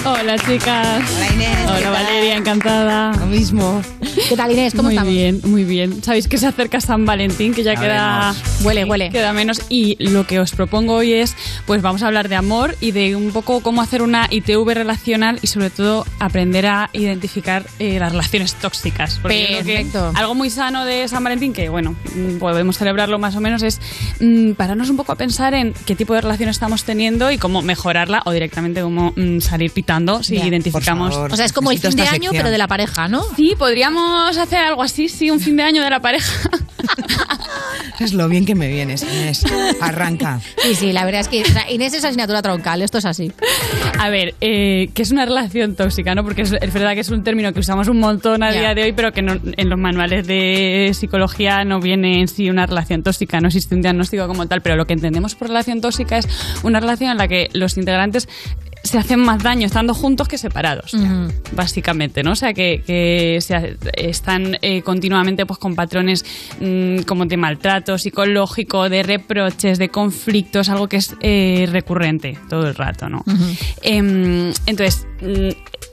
Speaker 27: Hola chicas. Hola Inés.
Speaker 3: ¿qué
Speaker 27: Hola
Speaker 3: tal?
Speaker 27: Valeria, encantada. Lo mismo.
Speaker 3: ¿Qué tal Inés? ¿Cómo
Speaker 27: muy
Speaker 3: estamos?
Speaker 27: bien, muy bien. Sabéis que se acerca San Valentín, que ya,
Speaker 3: Ya
Speaker 27: queda...
Speaker 3: veremos. Huele, huele.
Speaker 27: Queda menos. Y lo que os propongo hoy es, pues vamos a hablar de amor y de un poco cómo hacer una ITV relacional y sobre todo aprender a identificar eh, las relaciones tóxicas. Porque yo creo que
Speaker 3: Perfecto.
Speaker 27: algo muy sano de San Valentín, que bueno, mm, podemos celebrarlo más o menos, es mm, pararnos un poco a pensar en qué tipo de relación estamos teniendo y cómo mejorarla o directamente cómo mm, salir pitando si
Speaker 3: Ya.
Speaker 27: identificamos.
Speaker 3: O sea, es como el fin de año, pero de la pareja, ¿no?
Speaker 27: ¿Ah, Sí, podríamos hacer algo así, sí, un fin de año de la pareja.
Speaker 4: Es lo bien que me vienes, Inés.
Speaker 27: <laughs>
Speaker 4: Arranca.
Speaker 3: Sí, sí, la verdad es que o sea, Inés es asignatura troncal, esto es así.
Speaker 27: A ver, eh, ¿qué es una relación tóxica? ¿no? Porque es, es verdad que es un término que usamos un montón a
Speaker 3: Ya.
Speaker 27: día de hoy, pero que no- en los manuales de psicología no viene en sí una relación tóxica, no existe un diagnóstico como tal, pero lo que entendemos por relación tóxica es una relación en la que los integrantes se hacen más daño estando juntos que separados
Speaker 3: Ujú.
Speaker 27: básicamente, ¿no? O sea, que, que se ha- están eh, continuamente pues, con patrones mm, como de maltrato psicológico, de reproches, de conflictos, algo que es eh, recurrente todo el rato, ¿no? Em, entonces, mm,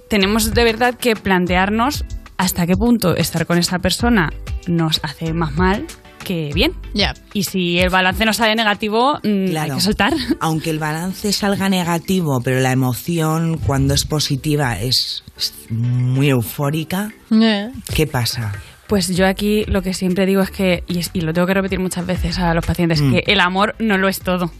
Speaker 27: tenemos de verdad que plantearnos hasta qué punto estar con esa persona nos hace más mal que bien.
Speaker 3: Ya.
Speaker 27: Y si el balance nos sale negativo, mm, hay que soltar.
Speaker 4: Aunque el balance salga negativo, pero la emoción cuando es positiva es es muy eufórica, ¿qué pasa?
Speaker 27: Pues yo aquí lo que siempre digo es que, y, es- y lo tengo que repetir muchas veces a los pacientes,
Speaker 4: Mm.
Speaker 27: que el amor no lo es todo.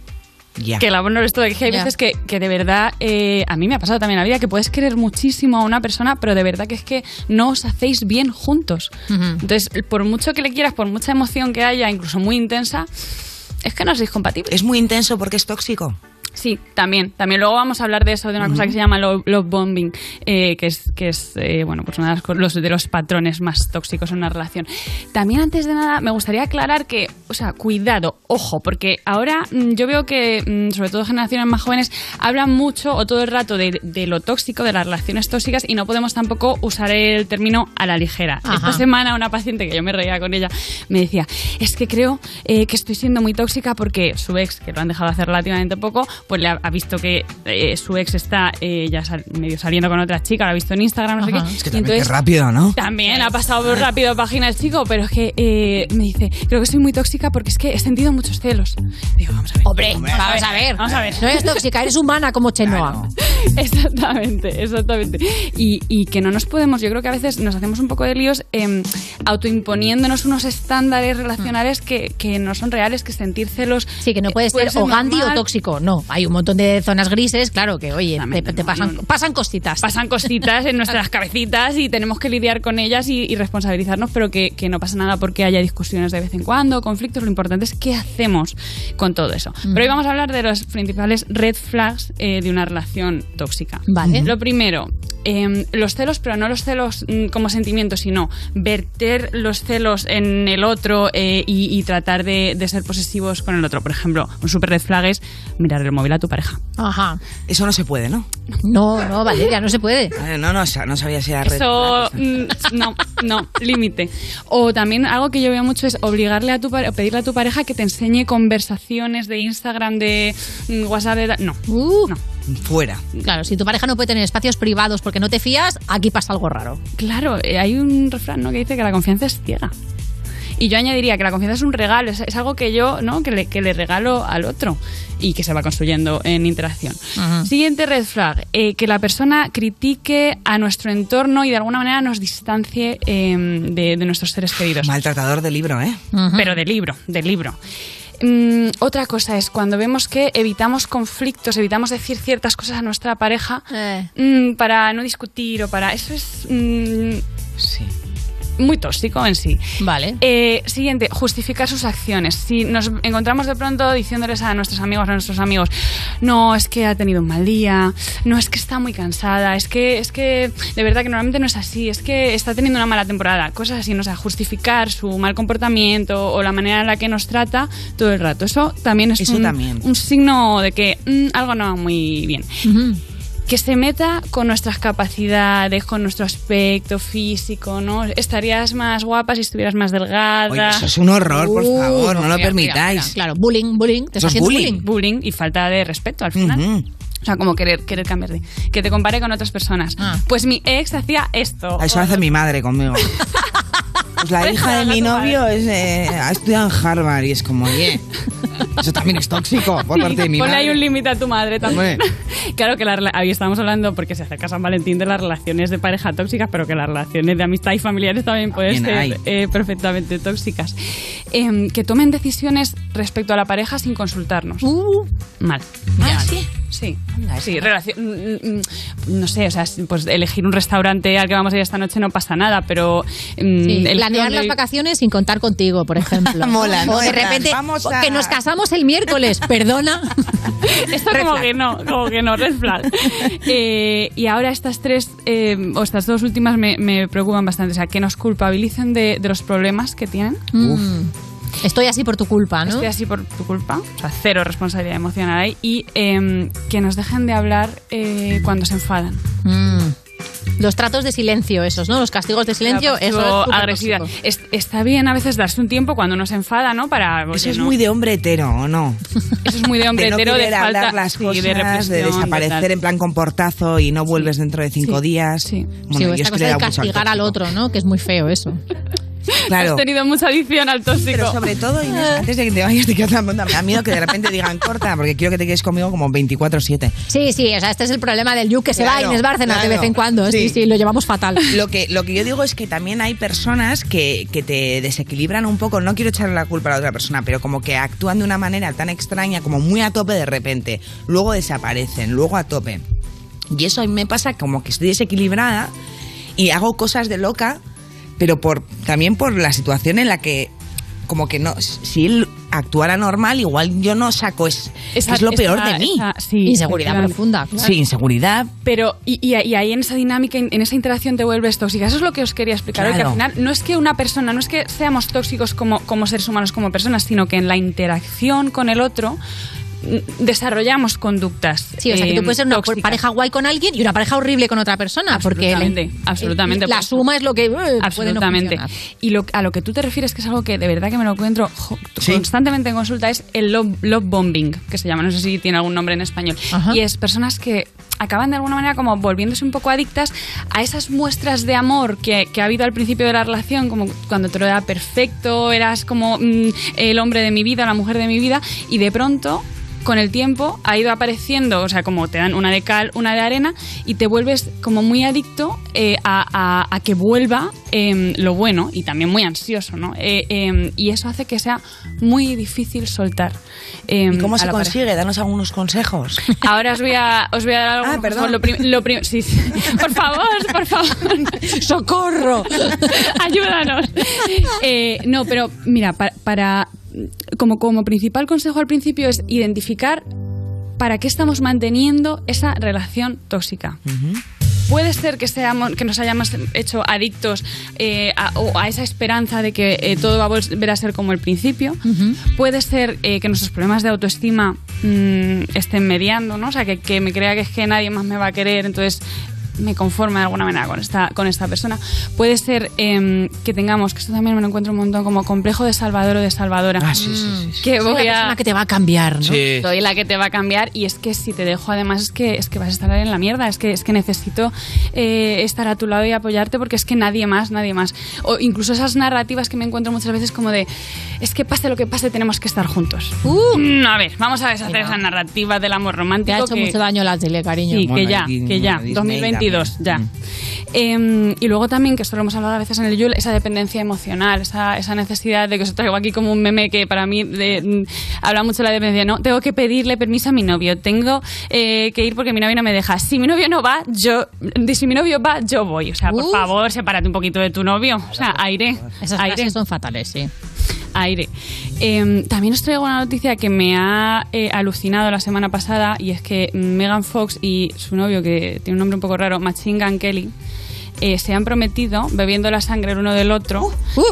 Speaker 4: Ya.
Speaker 27: Que el amor no lo es todo. Que hay
Speaker 4: Ya.
Speaker 27: veces que, que de verdad, eh, a mí me ha pasado también en la vida, que puedes querer muchísimo a una persona, pero de verdad que es que no os hacéis bien juntos. Entonces, por mucho que le quieras, por mucha emoción que haya, incluso muy intensa, es que no sois compatibles.
Speaker 4: ¿Es muy intenso porque es tóxico?
Speaker 27: Sí, también. También luego vamos a hablar de eso, de una cosa que se llama lo- love bombing, eh, que es, que es eh, bueno, pues uno de los, co- los- de los patrones más tóxicos en una relación. También antes de nada, me gustaría aclarar que o sea, cuidado, ojo, porque ahora mm, yo veo que, mm, sobre todo generaciones más jóvenes, hablan mucho o todo el rato de, de lo tóxico, de las relaciones tóxicas y no podemos tampoco usar el término a la ligera.
Speaker 3: Ajá.
Speaker 27: Esta semana una paciente que yo me reía con ella me decía, es que creo eh, que estoy siendo muy tóxica porque su ex, que lo han dejado hacer relativamente poco, pues le ha, ha visto que eh, su ex está eh, ya sal- medio saliendo con otra chica, lo ha visto en Instagram, no sé qué.
Speaker 4: Es que
Speaker 27: Y
Speaker 4: también,
Speaker 27: entonces-
Speaker 4: qué rápido, ¿no?
Speaker 27: también ha pasado rápido página el chico, pero es que eh, me dice, creo que soy muy tóxica porque es que he sentido muchos celos.
Speaker 3: Hombre, vamos a ver.
Speaker 27: Vamos a ver.
Speaker 3: No eres
Speaker 27: <laughs>
Speaker 3: tóxica, eres humana como Chenoa.
Speaker 27: Exactamente, exactamente. Y, y que no nos podemos, yo creo que a veces nos hacemos un poco de líos em, autoimponiéndonos unos estándares relacionales que, que no son reales, que sentir celos. eh,
Speaker 3: Sí, que no puede
Speaker 27: Pues
Speaker 3: ser o Gandhi o tóxico. No, hay un montón de zonas grises, claro que, oye, te, te pasan, pasan cositas.
Speaker 27: Pasan cositas
Speaker 3: <laughs>
Speaker 27: en nuestras cabecitas y tenemos que lidiar con ellas y, y responsabilizarnos, pero que, que no pasa nada porque haya discusiones de vez en cuando, conflictos. Lo importante es qué hacemos con todo eso.
Speaker 3: Mm.
Speaker 27: Pero hoy vamos a hablar de los principales red flags eh, de una relación tóxica.
Speaker 3: Vale.
Speaker 27: Lo primero, eh, los celos, pero no los celos mm, como sentimiento, sino verter los celos en el otro eh, y, y tratar de, de ser posesivos con el otro. Por ejemplo, un super red flag es mirar el móvil a tu pareja.
Speaker 3: Ajá.
Speaker 4: Eso no se puede, ¿no?
Speaker 3: No, no, Valeria, no se puede.
Speaker 4: no, no, sa- no sabía si era red
Speaker 27: Eso, mm, no, no, límite. O también algo que yo veo mucho es obligarle a tu pare- o pedirle a tu pareja que te enseñe conversaciones de Instagram, de mm, WhatsApp, de... No, no.
Speaker 4: fuera.
Speaker 3: Uh, Claro, si tu pareja no puede tener espacios privados porque no te fías, aquí pasa algo raro.
Speaker 27: Claro, eh, hay un refrán ¿no? que dice que la confianza es ciega. Y yo añadiría que la confianza es un regalo, es, es algo que yo, ¿no? Que le, que le regalo al otro y que se va construyendo en interacción. Siguiente red flag, eh, que la persona critique a nuestro entorno y de alguna manera nos distancie eh, de, de nuestros seres queridos.
Speaker 4: Maltratador de libro, ¿eh?
Speaker 27: Pero de libro, de libro. Mm, otra cosa es cuando vemos que evitamos conflictos, evitamos decir ciertas cosas a nuestra pareja mm, para no discutir o para... Eso es... mm, Muy tóxico en sí.
Speaker 3: Vale.
Speaker 27: Eh, siguiente, justificar sus acciones. Si nos encontramos de pronto diciéndoles a nuestros amigos, a nuestros amigos, no, es que ha tenido un mal día, no, es que está muy cansada, es que, es que de verdad que normalmente no es así, es que está teniendo una mala temporada, cosas así, no o sea, justificar su mal comportamiento o la manera en la que nos trata todo el rato. Eso también es
Speaker 4: Eso
Speaker 27: un,
Speaker 4: también.
Speaker 27: un signo de que mm, algo no va muy bien que se meta con nuestras capacidades, con nuestro aspecto físico, ¿no? Estarías más guapa si estuvieras más delgada. Uh,
Speaker 4: Oye, eso es un horror, por favor, no lo
Speaker 27: mira,
Speaker 4: permitáis.
Speaker 27: mira,
Speaker 3: Claro, bullying, bullying.
Speaker 4: Eso está es haciendo bullying.
Speaker 27: Bullying y falta de respeto al final. O sea, como querer, querer cambiar de... Que te compare con otras personas.
Speaker 4: Ah.
Speaker 27: Pues mi ex hacía esto.
Speaker 4: Eso hace mi madre conmigo. Pues la hija de mi novio es, eh, ha estudiado en Harvard y es como, oye, eso también es tóxico por parte de mi
Speaker 27: <laughs> Ponle ahí
Speaker 4: madre.
Speaker 27: un límite a tu madre también. <laughs> claro que la, rela- ahí estamos hablando porque se acerca San Valentín de las relaciones de pareja tóxicas, pero que las relaciones de amistad y familiares también pueden
Speaker 4: También hay.
Speaker 27: ser eh, perfectamente tóxicas. Em, que tomen decisiones respecto a la pareja sin consultarnos.
Speaker 3: Uh.
Speaker 27: Mal.
Speaker 3: Ah,
Speaker 27: sí. Sí, sí, relaci- mm, mm, mm, no sé, o sea, pues elegir un restaurante al que vamos a ir esta noche no pasa nada, pero mm,
Speaker 3: Sí,
Speaker 27: elegir
Speaker 3: planear
Speaker 27: dónde
Speaker 3: las
Speaker 27: ir-
Speaker 3: vacaciones sin contar contigo, por ejemplo.
Speaker 27: <laughs> Mola, ¿no?
Speaker 3: O de
Speaker 27: En plan,
Speaker 3: repente,
Speaker 27: vamos a-
Speaker 3: que nos casamos el
Speaker 27: <laughs>
Speaker 3: miércoles, perdona.
Speaker 27: Esto como que no, como que no, red
Speaker 3: <laughs>
Speaker 27: flag. Eh, y ahora estas tres, eh, o estas dos últimas me, me preocupan bastante. O sea, que nos culpabilicen de, de los problemas que tienen.
Speaker 3: Mm. Estoy así por tu culpa, ¿no?
Speaker 27: Estoy así por tu culpa. O sea, cero responsabilidad emocional ahí. Y eh, que nos dejen de hablar eh, cuando se enfadan.
Speaker 3: Mm. Los tratos de silencio, esos, ¿no? Los castigos de silencio,
Speaker 27: Pasivo-
Speaker 3: eso es súper
Speaker 27: agresividad.
Speaker 3: tóxico.
Speaker 27: Es- está bien a veces darse un tiempo cuando uno se enfada, ¿no? Para,
Speaker 4: Eso
Speaker 27: oye,
Speaker 4: es
Speaker 27: no.
Speaker 4: muy de hombre hetero, ¿o no?
Speaker 27: Eso es muy de hombre
Speaker 4: de no
Speaker 27: hetero, de
Speaker 4: querer
Speaker 27: falta
Speaker 4: hablar las
Speaker 27: sí,
Speaker 4: cosas,
Speaker 27: de,
Speaker 4: de,
Speaker 27: represión, de
Speaker 4: desaparecer
Speaker 27: tal.
Speaker 4: en plan con portazo y no vuelves dentro de cinco días. Bueno,
Speaker 3: Sí, o
Speaker 4: yo
Speaker 3: esta
Speaker 4: esto
Speaker 3: cosa
Speaker 4: le he
Speaker 3: de
Speaker 4: dado mucho al
Speaker 3: castigar al otro, ¿no? Que es muy feo eso.
Speaker 4: tóxico. Claro.
Speaker 27: Has tenido mucha adicción al tóxico.
Speaker 4: Pero sobre todo, Inés, antes de que te vayas, te quiero dar me da miedo que de repente digan corta, porque quiero que te quedes conmigo como 24-7.
Speaker 3: Sí, sí, o sea, este es el problema del You que se va a
Speaker 4: Claro,
Speaker 3: Inés Bárcenas de
Speaker 4: claro.
Speaker 3: vez en cuando. ¿eh? Sí. sí, lo llevamos
Speaker 27: <laughs>
Speaker 3: fatal.
Speaker 4: <laughs> Lo que, lo que yo digo es que también hay personas que, que te desequilibran un poco. No quiero echarle la culpa a la otra persona, pero como que actúan de una manera tan extraña, como muy a tope de repente. Luego desaparecen, luego a tope. Y eso a mí me pasa como que estoy desequilibrada y hago cosas de loca, pero por también por la situación en la que como que no si él actuara normal, igual yo no saco es,
Speaker 27: Esa-
Speaker 4: es lo peor
Speaker 27: esa-
Speaker 4: de mí.
Speaker 27: esa- sí,
Speaker 4: inseguridad
Speaker 27: efectivamente. profunda,
Speaker 4: Sí, inseguridad.
Speaker 27: Pero, y, y- y ahí en esa dinámica, en, en esa interacción te vuelves tóxica. Eso es lo que os quería explicar. hoy, Que
Speaker 4: Claro.
Speaker 27: al final no es que una persona, no es que seamos tóxicos como, como seres humanos, como personas, sino que en la interacción con el otro mm, desarrollamos conductas.
Speaker 3: Sí, o sea, que tú
Speaker 27: em,
Speaker 3: puedes ser una
Speaker 27: tóxicas.
Speaker 3: pareja guay con alguien y una pareja horrible con otra persona.
Speaker 27: Absolutamente,
Speaker 3: porque la,
Speaker 27: absolutamente.
Speaker 3: La
Speaker 27: Pues,
Speaker 3: suma es lo que. eh, puede no
Speaker 27: absolutamente.
Speaker 3: funcionar.
Speaker 27: y lo, a lo que tú te refieres, que es algo que de verdad que me lo encuentro jo- constantemente en consulta, es el love, love bombing, que se llama, no sé si tiene algún nombre en español. Y es personas que acaban de alguna manera como volviéndose un poco adictas a esas muestras de amor que, que ha habido al principio de la relación, como cuando te lo era perfecto, eras como mm, el hombre de mi vida, la mujer de mi vida, y de pronto con el tiempo ha ido apareciendo, o sea, como te dan una de cal, una de arena, y te vuelves como muy adicto eh, a, a- a que vuelva em, lo bueno y también muy ansioso, ¿no? Eh, em, y eso hace que sea muy difícil soltar. em,
Speaker 4: ¿Y cómo
Speaker 27: a
Speaker 4: se
Speaker 27: la pareja.
Speaker 4: consigue? Danos
Speaker 3: <laughs>
Speaker 4: algunos consejos.
Speaker 27: Ahora os voy a, os voy a dar algo.
Speaker 4: Ah, perdón.
Speaker 27: Lo prim- lo prim-
Speaker 4: <laughs>
Speaker 27: sí, sí. Por favor, por favor. ¡Socorro! <laughs> Ayúdanos. Eh, no, pero mira, pa- para. como, como principal consejo al principio es identificar para qué estamos manteniendo esa relación tóxica. Puede ser que, seamos, que nos hayamos hecho adictos eh, a, o a esa esperanza de que eh, todo va a volver a ser como el principio. Puede ser eh, que nuestros problemas de autoestima mm, estén mediando, ¿no? O sea, que, que me crea que es que nadie más me va a querer, entonces me conforme de alguna manera con esta, con esta persona. Puede ser em, que tengamos, que esto también me lo encuentro un montón, como complejo de salvador o de salvadora. Mm.
Speaker 3: Soy
Speaker 27: Que
Speaker 3: la
Speaker 27: voy a...
Speaker 3: persona que te va a cambiar, ¿no?
Speaker 27: Sí. Soy la que te va a cambiar y es que si te dejo además es que, es que vas a estar en la mierda, es que, es que necesito eh, estar a tu lado y apoyarte porque es que nadie más, nadie más. O incluso esas narrativas que me encuentro muchas veces como de es que pase lo que pase tenemos que estar juntos. Mm, a ver, vamos a deshacer esa narrativa del amor romántico.
Speaker 3: Te ha hecho
Speaker 27: que-
Speaker 3: mucho daño la tele, cariño.
Speaker 27: Sí, que ya, que ya, 2022, ya.
Speaker 3: Mm.
Speaker 27: Eh, y luego también, que esto lo hemos hablado a veces en el Yule, esa dependencia emocional, esa, esa necesidad de que os traigo aquí como un meme que para mí de- mm, habla mucho de la dependencia, ¿no? Tengo que pedirle permiso a mi novio, tengo eh, que ir porque mi novio no me deja. Si mi novio no va, yo, si mi novio va, yo voy. O sea, por
Speaker 3: Uf.
Speaker 27: favor, sepárate un poquito de tu novio. O sea, aire.
Speaker 3: Esas
Speaker 27: aire
Speaker 3: frases son fatales, sí.
Speaker 27: aire. Eh, también os traigo una noticia que me ha eh, alucinado la semana pasada y es que Megan Fox y su novio, que tiene un nombre un poco raro, Machine Gun Kelly, eh, se han prometido bebiendo la sangre el uno del otro.
Speaker 3: Uh,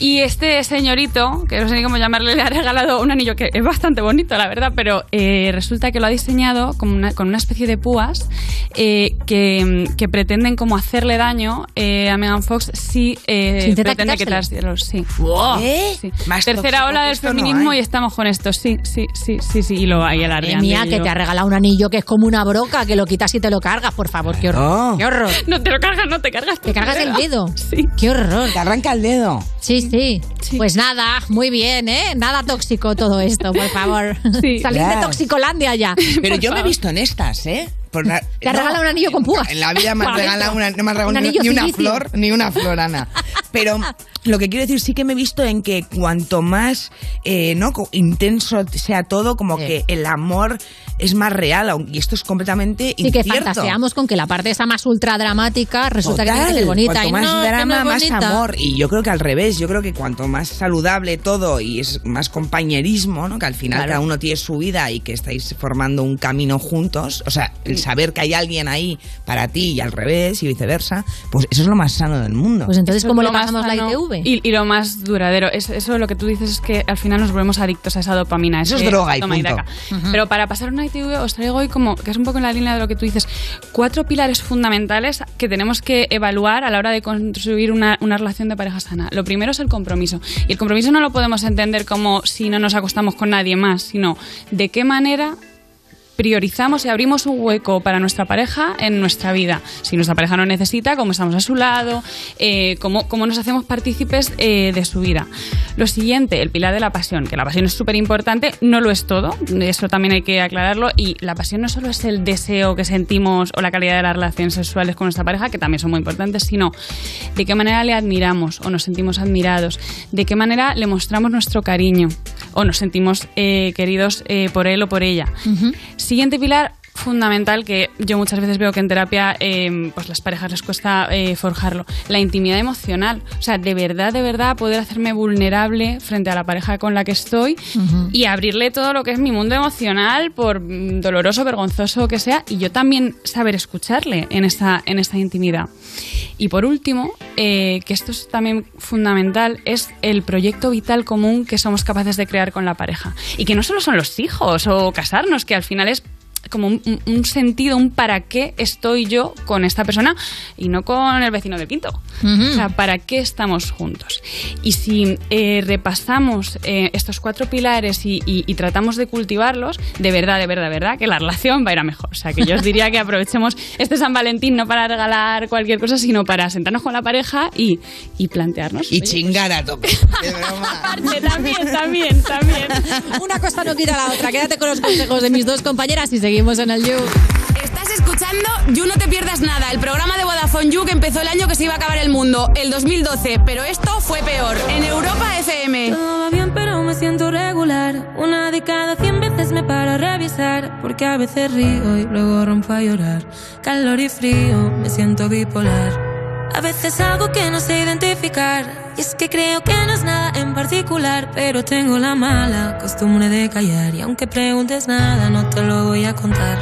Speaker 27: Y este señorito, que no sé ni cómo llamarle, le ha regalado un anillo que es bastante bonito, la verdad, pero eh, resulta que lo ha diseñado con una, con una especie de púas eh, que, que pretenden como hacerle daño eh, a Megan Fox si eh,
Speaker 3: Si intenta
Speaker 27: pretende
Speaker 3: quitárselo.
Speaker 27: quitárselo. Sí.
Speaker 3: ¿Eh?
Speaker 27: Sí.
Speaker 3: Más
Speaker 27: Tercera
Speaker 3: tóxico
Speaker 27: ola
Speaker 3: que
Speaker 27: del
Speaker 3: esto no
Speaker 27: feminismo
Speaker 3: hay.
Speaker 27: y estamos con esto. Sí, sí, sí, sí, sí. Y lo hay
Speaker 3: Madre
Speaker 27: alardeando.
Speaker 3: mía,
Speaker 27: y
Speaker 3: que
Speaker 27: yo-
Speaker 3: te ha regalado un anillo que es como una broca, que lo quitas y te lo cargas, por favor, qué
Speaker 4: Ah. Oh.
Speaker 3: horror. Qué horror.
Speaker 27: No <laughs> te lo cargas, no te cargas.
Speaker 3: Te cargas el dedo.
Speaker 27: Sí.
Speaker 3: Qué horror.
Speaker 4: Te arranca el dedo.
Speaker 3: Sí, sí, Pues nada, muy bien, ¿eh? Nada tóxico todo esto, por favor. <laughs>
Speaker 27: Sí.
Speaker 3: Salid de
Speaker 4: Claro.
Speaker 3: Toxicolandia
Speaker 27: <laughs>
Speaker 3: ya.
Speaker 4: Pero
Speaker 3: Por
Speaker 4: yo me he
Speaker 3: favor.
Speaker 4: visto en estas, ¿eh? Por la-
Speaker 3: Te has
Speaker 4: no, Eh,
Speaker 3: regalado un anillo con púas.
Speaker 4: En la vida me
Speaker 3: <laughs>
Speaker 4: has
Speaker 3: Correcto.
Speaker 4: regalado, una, no me has regalado
Speaker 3: Un
Speaker 4: ni,
Speaker 3: anillo
Speaker 4: ni una
Speaker 3: silicio.
Speaker 4: flor, ni una flor, Ana. Pero lo que quiero decir, sí que me he visto en que cuanto más eh, ¿no? co- intenso sea todo, como que el amor es más real, aun- y esto es completamente
Speaker 3: Sí, que
Speaker 4: incierto.
Speaker 3: fantaseamos con que la parte esa más ultra dramática resulta que tiene que ser
Speaker 4: Total,
Speaker 3: bonita.
Speaker 4: Cuanto
Speaker 3: Y
Speaker 4: más
Speaker 3: no, es que no
Speaker 4: drama,
Speaker 3: es
Speaker 4: más
Speaker 3: bonita.
Speaker 4: amor. Y yo creo que al revés, yo creo que cuanto más saludable todo y es más compañerismo, ¿no? Que al final
Speaker 23: Claro.
Speaker 4: cada uno tiene su vida y que estáis formando un camino juntos. O sea, el saber que hay alguien ahí para ti y al revés y viceversa, pues eso es lo más sano del mundo.
Speaker 3: Pues entonces,
Speaker 27: Eso
Speaker 3: ¿cómo
Speaker 27: es
Speaker 3: le
Speaker 27: lo más
Speaker 3: pagamos la E
Speaker 27: sano
Speaker 3: ITV?
Speaker 27: Y, y lo más duradero. Es- eso lo que tú dices es que al final nos volvemos adictos a esa dopamina.
Speaker 4: Eso es
Speaker 27: ese
Speaker 4: droga y
Speaker 27: toma
Speaker 4: punto.
Speaker 27: daca. Pero para pasar una ITV os traigo hoy como, que es un poco en la línea de lo que tú dices, cuatro pilares fundamentales que tenemos que evaluar a la hora de construir una, una relación de pareja sana. Lo primero es el compromiso. Y el compromiso no lo podemos entender como si no nos acostamos con nadie más, sino de qué manera priorizamos y abrimos un hueco para nuestra pareja en nuestra vida. Si nuestra pareja no necesita, cómo estamos a su lado, eh, cómo, cómo nos hacemos partícipes eh, de su vida. Lo siguiente, el pilar de la pasión, que la pasión es súper importante, no lo es todo, eso también hay que aclararlo, y la pasión no solo es el deseo que sentimos o la calidad de las relaciones sexuales con nuestra pareja, que también son muy importantes, sino de qué manera le admiramos o nos sentimos admirados, de qué manera le mostramos nuestro cariño o nos sentimos eh, queridos eh, por él o por ella. Siguiente pilar, fundamental que yo muchas veces veo que en terapia eh, pues las parejas les cuesta eh, forjarlo. La intimidad emocional. O sea, de verdad, de verdad, poder hacerme vulnerable frente a la pareja con la que estoy
Speaker 23: Ujú.
Speaker 27: y abrirle todo lo que es mi mundo emocional, por mm, doloroso, vergonzoso que sea, y yo también saber escucharle en esta, en esta intimidad. Y por último, eh, que esto es también fundamental, es el proyecto vital común que somos capaces de crear con la pareja. Y que no solo son los hijos o casarnos, que al final es como un, un- un sentido, un para qué estoy yo con esta persona y no con el vecino del quinto.
Speaker 51: Ujú.
Speaker 4: Mm.
Speaker 27: O sea, para qué estamos juntos. Y si eh, repasamos eh, estos cuatro pilares y, y- y tratamos de cultivarlos, de verdad, de verdad, de verdad, que la relación va a ir a mejor. O sea, que yo os diría que aprovechemos este San Valentín no para regalar cualquier cosa, sino para sentarnos con la pareja y, y plantearnos. pues,
Speaker 4: Y chingar a tope.
Speaker 27: <laughs> Aparte, también, también, también.
Speaker 3: <laughs> Una cosa no quita la otra. Quédate con los consejos de mis dos compañeras y seguimos en el You.
Speaker 6: Estás escuchando You No Te Pierdas Nada, el programa de Vodafone You que empezó el año que se iba a acabar el mundo, el 2012, pero esto fue peor, en Europa FM.
Speaker 51: Todo va bien, pero me siento regular. Una de cada cien veces me para a revisar. Porque a veces río y luego rompo a llorar. Calor y frío, me siento bipolar. A veces algo que no sé identificar. Y es que creo que no es nada en particular. Pero tengo la mala costumbre de callar. Y aunque preguntes nada, no te lo voy a contar.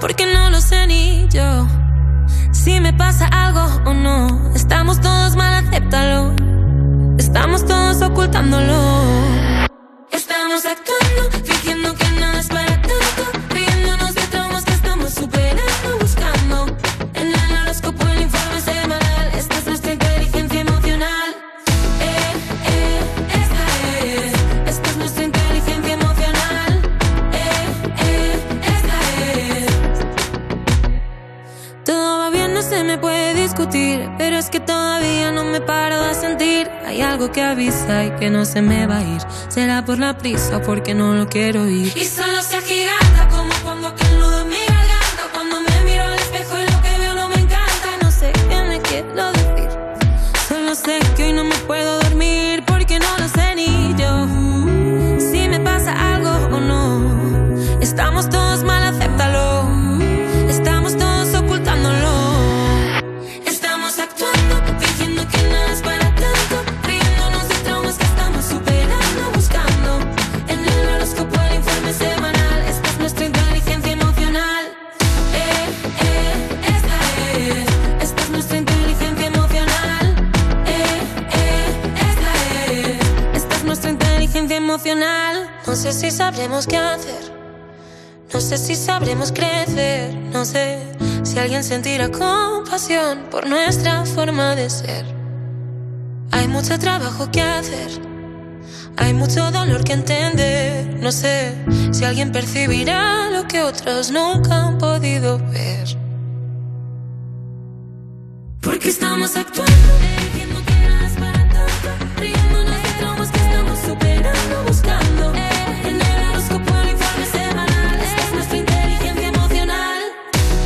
Speaker 51: Porque no lo sé ni yo. Si me pasa algo o no. Estamos todos mal, acéptalo. Estamos todos ocultándolo.
Speaker 23: Estamos actuando,
Speaker 51: fingiendo que nada es para tanto. Riéndonos de traumas que estamos superando, buscando. En el horóscopo, el informe semanal. Esta es nuestra inteligencia emocional. Eh, eh, esta es. Esta es nuestra inteligencia emocional. Eh, eh, esta es. Todo va bien, no se me puede discutir, pero es que todavía no me paro a sentir. Hay algo que avisa y que no se me va a ir. Será por la prisa o porque no lo quiero ir.
Speaker 23: Y solo se agiganta como cuando aquel nudo en mi garganta. Cuando me miro al espejo y lo que veo no me encanta.
Speaker 51: No sé qué me quiero decir. Solo sé que hoy no me puedo dormir porque no lo sé ni yo. Si me pasa algo o no. Estamos todos mal, acéptalo. Estamos todos ocultándolo.
Speaker 23: Estamos actuando, fingiendo que nada es para tanto. Riéndonos de traumas que estamos superando, buscando. En el horóscopo, el informe semanal. Esta es nuestra inteligencia emocional. Eh, eh, esta es. Esta es nuestra inteligencia emocional.
Speaker 51: Eh, eh, esta es. Esta es nuestra inteligencia emocional. No sé si sabremos qué hacer. No sé si sabremos crecer. No sé si alguien sentirá compasión por nuestra forma de ser. Hay mucho trabajo que hacer. Hay mucho dolor que entender. No sé si alguien percibirá lo que otros nunca han podido ver.
Speaker 23: Porque estamos actuando. Fingiendo que nada es para tanto. Riéndonos de traumas que estamos superando, buscando. Eh, en el horóscopo, el informe semanal. Esta es nuestra inteligencia emocional.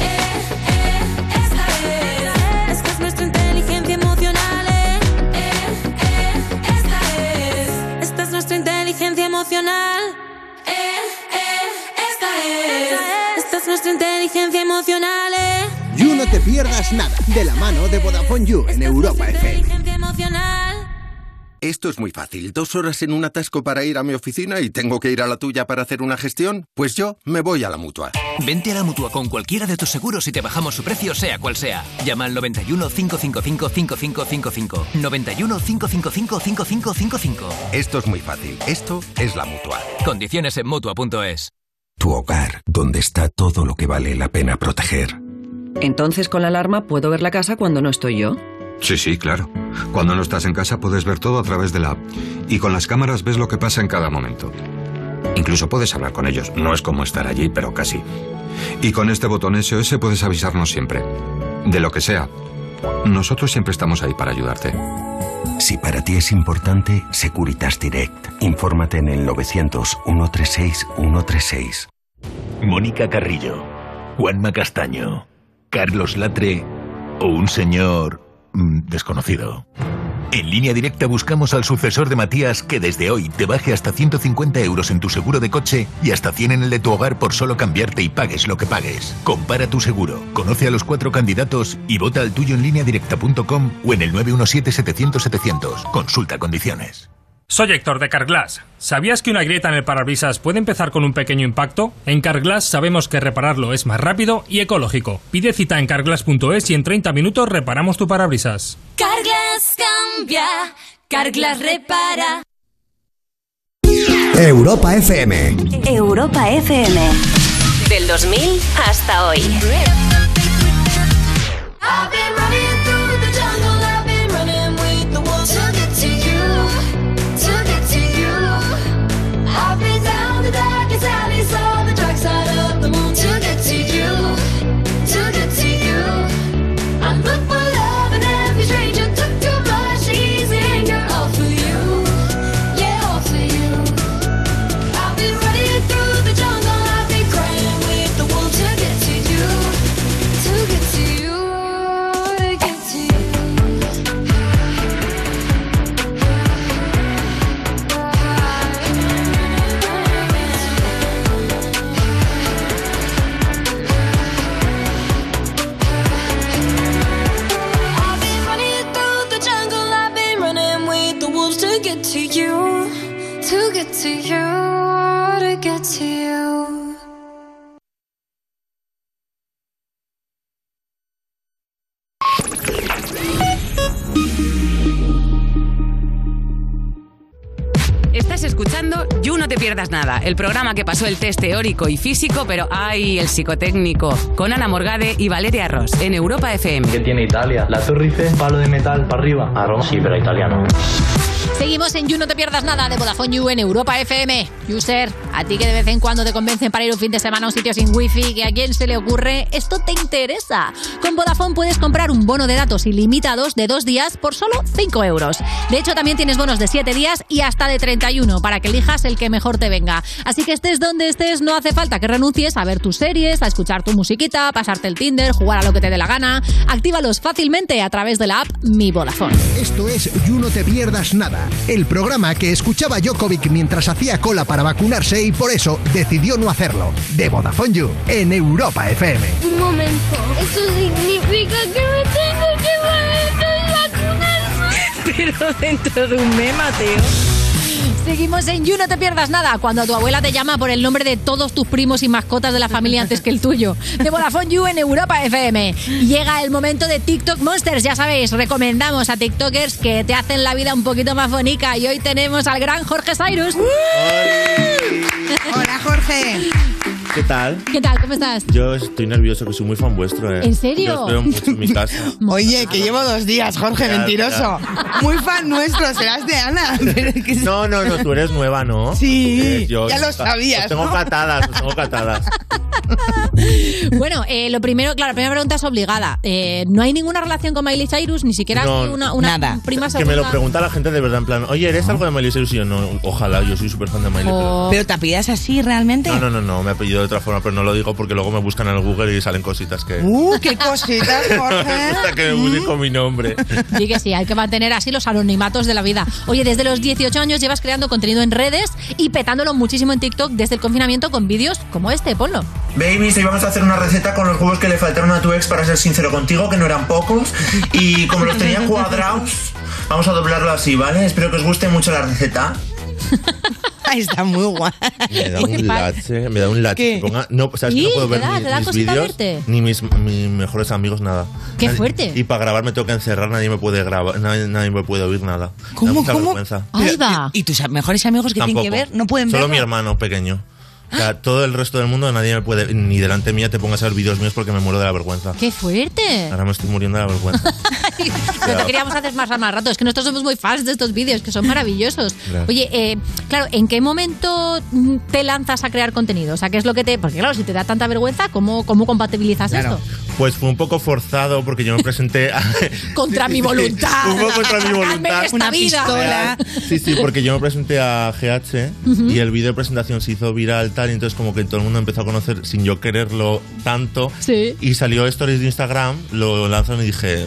Speaker 23: Eh, eh, esta es. Esta es nuestra inteligencia emocional. Eh, eh, eh, esta es.
Speaker 51: Esta es nuestra inteligencia emocional.
Speaker 23: Eh, eh, esta es.
Speaker 51: Esta es nuestra inteligencia emocional. eh.
Speaker 11: You No Te Pierdas Nada, de la mano de Vodafone You en Europa FM.
Speaker 51: Inteligencia emocional.
Speaker 10: Esto es muy fácil. Dos horas en un atasco para ir a mi oficina y tengo que ir a la tuya para hacer una gestión. Pues yo me voy a la mutua.
Speaker 52: Vente a la mutua con cualquiera de tus seguros y te bajamos su precio, sea cual sea. Llama al 91 555 5555. 91 555 5555.
Speaker 10: Esto es muy fácil. Esto es la mutua.
Speaker 52: Condiciones en mutua.es.
Speaker 16: Tu hogar, donde está todo lo que vale la pena proteger.
Speaker 19: Entonces con la alarma puedo ver la casa cuando no estoy yo.
Speaker 16: Sí, sí, claro. Cuando no estás en casa puedes ver todo a través de la app. Y con las cámaras ves lo que pasa en cada momento. Incluso puedes hablar con ellos. No es como estar allí, pero casi. Y con este botón SOS puedes avisarnos siempre. De lo que sea. Nosotros siempre estamos ahí para ayudarte. Si para ti es importante, Securitas Direct. Infórmate en el 900 136 136.
Speaker 41: Mónica Carrillo, Juanma Castaño, Carlos Latre o un señor mm, desconocido. En línea directa buscamos al sucesor de Matías que desde hoy te baje hasta 150 euros en tu seguro de coche y hasta 100 en el de tu hogar por solo cambiarte y pagues lo que pagues. Compara tu seguro, conoce a los cuatro candidatos y vota al tuyo en línea directa.com o en el 917-700-700. Consulta condiciones.
Speaker 5: Soy Héctor de Carglass. ¿Sabías que una grieta en el parabrisas puede empezar con un pequeño impacto? En Carglass sabemos que repararlo es más rápido y ecológico. Pide cita en carglass.es y en 30 minutos reparamos tu parabrisas.
Speaker 23: Carglass cambia, Carglass repara.
Speaker 15: Europa FM.
Speaker 34: Europa FM. Del 2000 hasta hoy.
Speaker 23: I've been running through the jungle, I've been running with the wolves to get to you, to get to you. I've been down the darkest alley, saw the dark side of the moon to get to you, to get to you. I look for love in every stranger, took too much easy anger, all for you, yeah, all for you. I've been running through the jungle, I've been crying with the wolves to get to you, to get to you, get to you. I've been running through the jungle. I've been running with the wolves to get to you, to get to you, to get to you.
Speaker 6: Estás escuchando You No Te Pierdas Nada, el programa que pasó el test teórico y físico, pero ¡ay! el psicotécnico, con Ana Morgade y Valeria Ross, en Europa FM.
Speaker 8: ¿Qué tiene Italia? La Torre Eiffel, palo de metal para arriba. A Roma. Sí, pero italiano.
Speaker 3: Seguimos en You No Te Pierdas Nada de Vodafone You en Europa FM. User, a ti que de vez en cuando te convencen para ir un fin de semana a un sitio sin wifi, que a quién se le ocurre, esto te interesa. Con Vodafone puedes comprar un bono de datos ilimitados de dos días por solo 5 euros. De hecho, también tienes bonos de 7 días y hasta de 31 para que elijas el que mejor te venga. Así que estés donde estés, no hace falta que renuncies a ver tus series, a escuchar tu musiquita, pasarte el Tinder, jugar a lo que te dé la gana. Actívalos fácilmente a través de la app Mi Vodafone.
Speaker 11: Esto es You No Te Pierdas Nada, el programa que escuchaba Jokovic mientras hacía cola para vacunarse y por eso decidió no hacerlo. De Vodafone You, en Europa FM.
Speaker 23: Un momento. Eso significa que me tengo que volver a vacunar.
Speaker 3: Pero dentro de un meme, Mateo. Seguimos en You, no te pierdas nada. Cuando tu abuela te llama por el nombre de todos tus primos y mascotas de la familia antes que el tuyo. De Vodafone You en Europa FM. Llega el momento de TikTok Monsters. Ya sabéis, recomendamos a TikTokers que te hacen la vida un poquito más bonita. Y hoy tenemos al gran Jorge Cyrus.
Speaker 50: Hola, Jorge.
Speaker 25: ¿Qué tal?
Speaker 3: ¿Qué tal? ¿Cómo estás?
Speaker 25: Yo estoy nervioso, que soy muy fan vuestro, ¿eh?
Speaker 3: ¿En serio?
Speaker 25: Yo os veo mucho en mi
Speaker 50: <laughs>
Speaker 25: casa.
Speaker 50: Oye, que llevo dos días, Jorge,
Speaker 25: Ya,
Speaker 50: mentiroso. Muy fan nuestro, serás de Ana. Pero es que-
Speaker 25: No, no, no, tú eres nueva, ¿no?
Speaker 50: Sí,
Speaker 25: Eh,
Speaker 50: ya lo sabías,
Speaker 25: Os tengo
Speaker 50: ¿no?
Speaker 25: catadas, os tengo
Speaker 50: <laughs>
Speaker 25: catadas.
Speaker 3: Bueno, eh, lo primero, claro, la primera pregunta es obligada. Eh, no hay ninguna relación con Miley Cyrus, ni siquiera
Speaker 25: No,
Speaker 3: una, una prima
Speaker 25: Que me lo
Speaker 3: segunda?
Speaker 25: pregunta la gente de verdad, en plan, oye, ¿eres algo de Miley Cyrus? Y yo, no, ojalá, yo soy súper fan de Miley.
Speaker 50: Oh.
Speaker 3: Oh.
Speaker 25: pero-
Speaker 4: ¿Pero te apellidas así realmente?
Speaker 25: No, no, no, no, me ha pedido de otra forma, pero no lo digo porque luego me buscan en el Google y salen cositas que...
Speaker 50: Uh, qué cositas, Jorge.
Speaker 25: Hasta <laughs> que me busquen con
Speaker 50: <laughs>
Speaker 25: mi nombre.
Speaker 3: Sí que sí, hay que mantener así los anonimatos de la vida. Oye, desde los 18 años llevas creando contenido en redes y petándolo muchísimo en TikTok desde el confinamiento con vídeos como este, ponlo.
Speaker 8: Babies, hoy vamos a hacer una receta con los huevos que le faltaron a tu ex, para ser sincero contigo, que no eran pocos. Y como los
Speaker 3: <laughs>
Speaker 8: tenía cuadrados, vamos a doblarlo así, ¿vale? Espero que os guste mucho la receta.
Speaker 4: <laughs>
Speaker 50: Está muy guay.
Speaker 25: Me da un lache, me da un lache. que ponga- no, o sea, es que
Speaker 3: Sí,
Speaker 25: no puedo
Speaker 3: te
Speaker 25: ver
Speaker 3: da-
Speaker 25: ni-
Speaker 3: te da
Speaker 25: mis
Speaker 3: cosita
Speaker 25: vídeos,
Speaker 3: verte.
Speaker 25: ni mis, mis mejores amigos, nada.
Speaker 3: ¡Qué
Speaker 25: Nadie-
Speaker 3: fuerte!
Speaker 25: Y para grabar me tengo que encerrar, nadie me puede grabar, nadie, nadie me puede oír nada. Me da mucha vergüenza.
Speaker 4: va. ¿Y, y tus mejores amigos que tienen que
Speaker 25: Tampoco.
Speaker 4: ver no pueden
Speaker 25: Solo
Speaker 4: ver?
Speaker 25: mi hermano pequeño. O
Speaker 3: ¿Ah?
Speaker 25: sea, todo el resto del mundo nadie me puede, ni delante mía te pongas a ver vídeos míos porque me muero de la vergüenza.
Speaker 3: ¡Qué fuerte!
Speaker 25: Ahora me estoy muriendo de la vergüenza.
Speaker 3: No te queríamos hacer más al más rato, es que nosotros somos muy fans de estos vídeos, que son maravillosos.
Speaker 25: Gracias.
Speaker 3: Oye, eh, claro, ¿en qué momento mm, te lanzas a crear contenido? O sea, ¿qué es lo que te...? Porque claro, si te da tanta vergüenza, ¿cómo, cómo compatibilizas
Speaker 25: Claro.
Speaker 3: esto?
Speaker 25: Pues fue un poco forzado porque yo me presenté
Speaker 4: <laughs>
Speaker 25: a-
Speaker 3: Contra mi voluntad.
Speaker 25: un poco contra mi
Speaker 3: Sacadme de
Speaker 25: voluntad.
Speaker 3: esta vida.
Speaker 25: Sí, sí, porque yo me presenté a GH
Speaker 3: Ujú.
Speaker 25: y el vídeo de presentación se hizo viral tal, y entonces como que todo el mundo empezó a conocer sin yo quererlo tanto.
Speaker 3: Sí.
Speaker 25: Y salió Stories de Instagram, lo lanzaron y dije,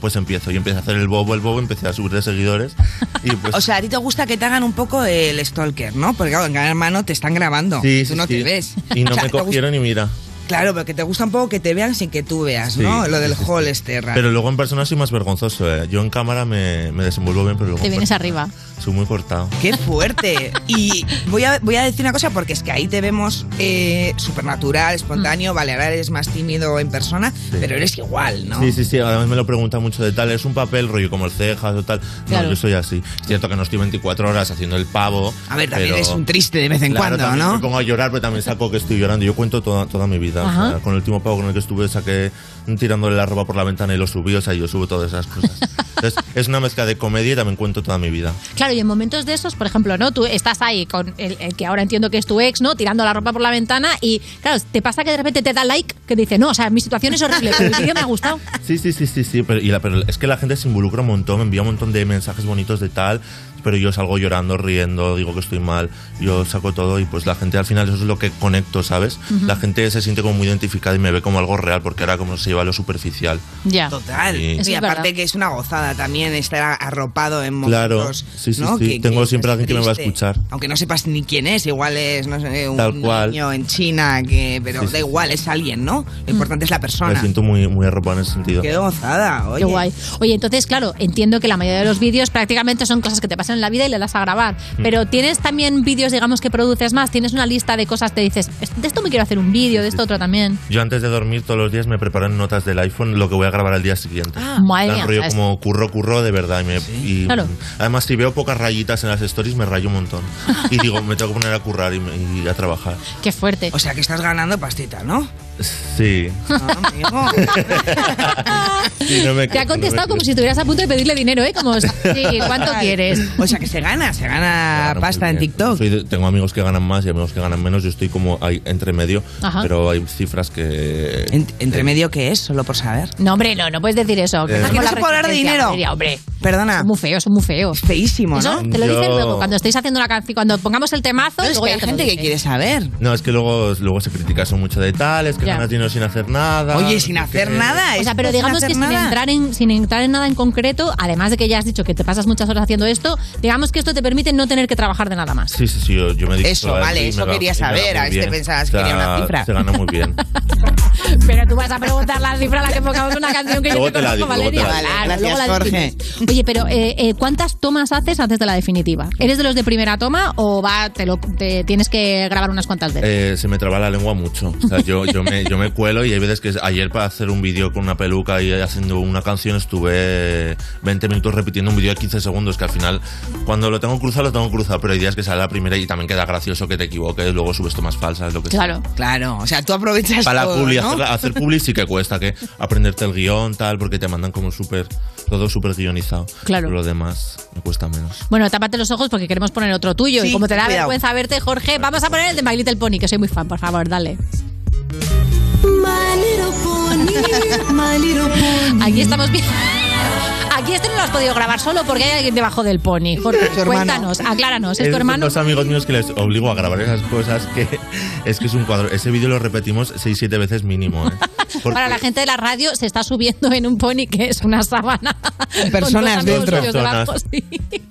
Speaker 25: pues empiezo. Y empecé a hacer el bobo, el bobo, empecé a subir de seguidores. Y
Speaker 4: <laughs>
Speaker 25: pues
Speaker 4: O sea, a ti te gusta que te hagan un poco el stalker, ¿no? Porque claro, en Gran Hermano te están grabando.
Speaker 25: Sí,
Speaker 4: tú
Speaker 25: sí,
Speaker 4: no
Speaker 25: sí.
Speaker 4: te ves.
Speaker 25: Y no
Speaker 4: O sea,
Speaker 25: me
Speaker 4: te gusta-
Speaker 25: cogieron y mira.
Speaker 4: Claro, pero que te gusta un poco que te vean sin que tú veas,
Speaker 25: Sí,
Speaker 4: ¿no? Lo
Speaker 25: sí,
Speaker 4: del
Speaker 25: sí, sí.
Speaker 4: hall este raro.
Speaker 25: Pero luego en persona soy más vergonzoso. eh. Yo en cámara me, me desenvuelvo bien, pero luego.
Speaker 4: Te
Speaker 25: en
Speaker 4: vienes
Speaker 25: persona
Speaker 4: arriba.
Speaker 25: Soy muy cortado.
Speaker 4: ¡Qué fuerte! Y voy a, voy a decir una cosa, porque es que ahí te vemos eh, supernatural, espontáneo, vale, ahora eres más tímido en persona, pero eres igual, ¿no?
Speaker 25: Sí, sí, sí. Además me lo pregunta mucho de tal. Es un papel rollo como el cejas o tal. No,
Speaker 4: Claro.
Speaker 25: yo soy así. Es cierto que no estoy 24 horas haciendo el pavo.
Speaker 4: A ver, también
Speaker 25: pero-
Speaker 4: eres un triste de vez en
Speaker 25: Claro,
Speaker 4: cuando,
Speaker 25: también
Speaker 4: ¿no?
Speaker 25: Me pongo a llorar, pero también saco que estoy llorando. Yo cuento toda, toda mi vida. O sea,
Speaker 4: Ajá.
Speaker 25: con el último pavo con el que estuve saqué tirándole la ropa por la ventana y lo subí. O sea, yo subo todas esas
Speaker 4: <laughs>
Speaker 25: cosas. Entonces, es una mezcla de comedia y también cuento toda mi vida.
Speaker 3: Claro, y en momentos de esos, por ejemplo, ¿no? Tú estás ahí con el, el que ahora entiendo que es tu ex, ¿no? Tirando la ropa por la ventana y, claro, te pasa que de repente te da like que dice, no, o sea, mi situación es horrible, pero el vídeo me ha
Speaker 25: <laughs>
Speaker 3: gustado.
Speaker 25: Sí, sí, sí, sí, sí, pero, y la- pero es que la gente se involucra un montón, me envía un montón de mensajes bonitos de tal, pero yo salgo llorando, riendo, digo que estoy mal, yo saco todo y pues la gente al final eso es lo que conecto, ¿sabes?
Speaker 3: Ujú.
Speaker 25: La gente se siente como muy identificada y me ve como algo real porque ahora como se lleva lo superficial.
Speaker 3: Ya.
Speaker 4: Total.
Speaker 25: Sí. Eso es
Speaker 4: Y aparte
Speaker 3: verdad.
Speaker 4: que es una gozada también estar a- arropado en
Speaker 25: Claro,
Speaker 4: momentos.
Speaker 25: sí, sí,
Speaker 4: ¿no?
Speaker 25: sí.
Speaker 4: Que-
Speaker 25: Tengo
Speaker 4: que estás
Speaker 25: siempre alguien que me va a
Speaker 4: triste.
Speaker 25: escuchar.
Speaker 4: Aunque no sepas ni quién es, igual es no sé, un
Speaker 25: Tal cual.
Speaker 4: niño en China, que, pero
Speaker 25: Sí, sí,
Speaker 4: da igual, es alguien, ¿no?
Speaker 3: Mm.
Speaker 4: Lo importante es la
Speaker 25: Me
Speaker 4: persona.
Speaker 25: siento muy, muy arropado en ese sentido.
Speaker 4: Qué gozada, oye.
Speaker 3: Qué guay. Oye, entonces, claro, entiendo que la mayoría de los vídeos prácticamente son cosas que te pasan en la vida y le das a grabar.
Speaker 25: Mm.
Speaker 3: Pero tienes también vídeos, digamos, que produces más, tienes una lista de cosas, te dices, "Es- de esto me quiero hacer un vídeo, de esto otro también.
Speaker 25: Yo antes de dormir todos los días me preparo en notas del iPhone lo que voy a grabar al día siguiente.
Speaker 3: Ah, madre
Speaker 25: Plan
Speaker 3: mía,
Speaker 25: rollo
Speaker 3: ¿sabes?
Speaker 25: como curro, curro de verdad. Y me- y-
Speaker 3: Claro.
Speaker 25: Además, si veo pocas rayitas en las stories, me rayo
Speaker 4: <laughs>
Speaker 25: un montón. Y digo, me tengo que poner a currar y, me- y a trabajar.
Speaker 3: Qué fuerte.
Speaker 4: O sea que estás ganando pastita, ¿no?
Speaker 25: Sí. <laughs>
Speaker 4: Ah,
Speaker 25: Sí,
Speaker 4: <laughs>
Speaker 25: no me
Speaker 3: <laughs> Te ha
Speaker 25: quejo, no me <laughs>
Speaker 3: contestado como
Speaker 25: quejo.
Speaker 3: si estuvieras a punto de pedirle dinero, ¿eh? Como, sí, ¿cuánto
Speaker 4: Ay.
Speaker 3: quieres?
Speaker 4: O sea que se gana, se gana
Speaker 25: Claro,
Speaker 4: pasta
Speaker 25: muy
Speaker 4: en
Speaker 25: bien.
Speaker 4: TikTok.
Speaker 25: Soy de- tengo amigos que ganan más y amigos que ganan menos. Yo estoy como ahí entre medio,
Speaker 3: Ajá.
Speaker 25: pero hay cifras que.
Speaker 4: ¿Entre medio qué es? Solo por saber.
Speaker 3: No, hombre, no, no puedes decir eso.
Speaker 25: Eh.
Speaker 3: somos
Speaker 25: ¿Que no
Speaker 3: la
Speaker 4: se puede hablar de
Speaker 3: resistencia,
Speaker 4: dinero?
Speaker 3: Valeria, hombre.
Speaker 4: Perdona.
Speaker 3: Es muy feo, es muy feo. Es
Speaker 4: feísimo,
Speaker 3: Eso
Speaker 25: ¿no?
Speaker 3: te lo dicen
Speaker 25: Yo-
Speaker 3: luego, cuando estáis haciendo la canción, cuando pongamos el temazo,
Speaker 4: No, es
Speaker 3: luego
Speaker 4: que
Speaker 3: ya
Speaker 4: hay
Speaker 3: te lo
Speaker 4: gente que
Speaker 3: dicen.
Speaker 4: quiere saber.
Speaker 25: No, es que luego, luego se critica eso mucho de tal, es que
Speaker 3: Ya.
Speaker 25: ganas dinero sin hacer nada.
Speaker 4: Oye, sin hacer nada.
Speaker 3: O sea,
Speaker 4: esto
Speaker 3: pero
Speaker 4: sin
Speaker 3: digamos
Speaker 4: hacer
Speaker 3: que sin
Speaker 4: nada.
Speaker 3: entrar, en, sin entrar en nada en concreto, además de que ya has dicho que te pasas muchas horas haciendo esto, digamos que esto te permite no tener que trabajar de nada más.
Speaker 25: Sí, sí, sí, yo, yo me he dicho
Speaker 4: Eso,
Speaker 25: sola de
Speaker 4: vale,
Speaker 25: ti y
Speaker 4: eso
Speaker 25: me va-
Speaker 4: quería
Speaker 25: y me va
Speaker 4: saber,
Speaker 25: muy
Speaker 4: a ver si
Speaker 25: bien.
Speaker 4: pensabas que quería una cifra.
Speaker 25: Se gana muy
Speaker 4: <laughs>
Speaker 25: bien.
Speaker 3: Pero tú vas a preguntar la cifra a la que pongamos una canción que
Speaker 25: Luego
Speaker 3: yo te
Speaker 25: te la
Speaker 3: conozco,
Speaker 25: digo, luego te
Speaker 3: Valeria.
Speaker 25: la digo.
Speaker 3: Claro,
Speaker 25: Gracias,
Speaker 3: luego la
Speaker 25: Jorge.
Speaker 3: decimos. Oye, pero eh, eh, ¿cuántas tomas haces antes de la definitiva? ¿Eres de los de primera toma o va, te lo, te tienes que grabar unas cuantas veces?
Speaker 25: Eh, se me traba la lengua mucho. O sea, yo, yo, me, yo me cuelo y hay veces que ayer para hacer un vídeo con una peluca y haciendo una canción estuve 20 minutos repitiendo un vídeo de 15 segundos, que al final cuando lo tengo cruzado lo tengo cruzado, pero hay días que sale la primera y también queda gracioso que te equivoques, luego subes tomas falsas, lo que sea.
Speaker 4: Claro, o sea, tú aprovechas
Speaker 25: Para la
Speaker 4: todo,
Speaker 25: publi,
Speaker 4: ¿no?
Speaker 25: hacer, hacer publi sí que cuesta, que aprenderte el guión, tal, porque te mandan como súper, todo súper guionizado.
Speaker 3: Claro.
Speaker 25: Pero lo demás me cuesta menos.
Speaker 3: Bueno, tápate los ojos porque queremos poner otro tuyo.
Speaker 4: Sí,
Speaker 3: y como te da
Speaker 4: cuidado.
Speaker 3: vergüenza verte, Jorge, vamos a poner el de My Little Pony, que soy muy fan, por favor, dale. Aquí estamos bien. <laughs> Aquí este no lo has podido grabar solo porque hay alguien debajo del pony. Jorge, cuéntanos, aclárános. ¿Es tu
Speaker 25: de
Speaker 3: hermano?
Speaker 25: Dos amigos míos que les obligo a grabar esas cosas que es que es un cuadro. Ese vídeo lo repetimos 6-7 veces mínimo. ¿eh?
Speaker 3: <laughs>
Speaker 25: Porque
Speaker 3: Para la gente de la radio se está subiendo en un pony que es una sábana. <laughs> con
Speaker 25: Personas
Speaker 3: dos amigos
Speaker 25: dentro.
Speaker 3: suyos debajo,
Speaker 25: Personas.
Speaker 3: sí.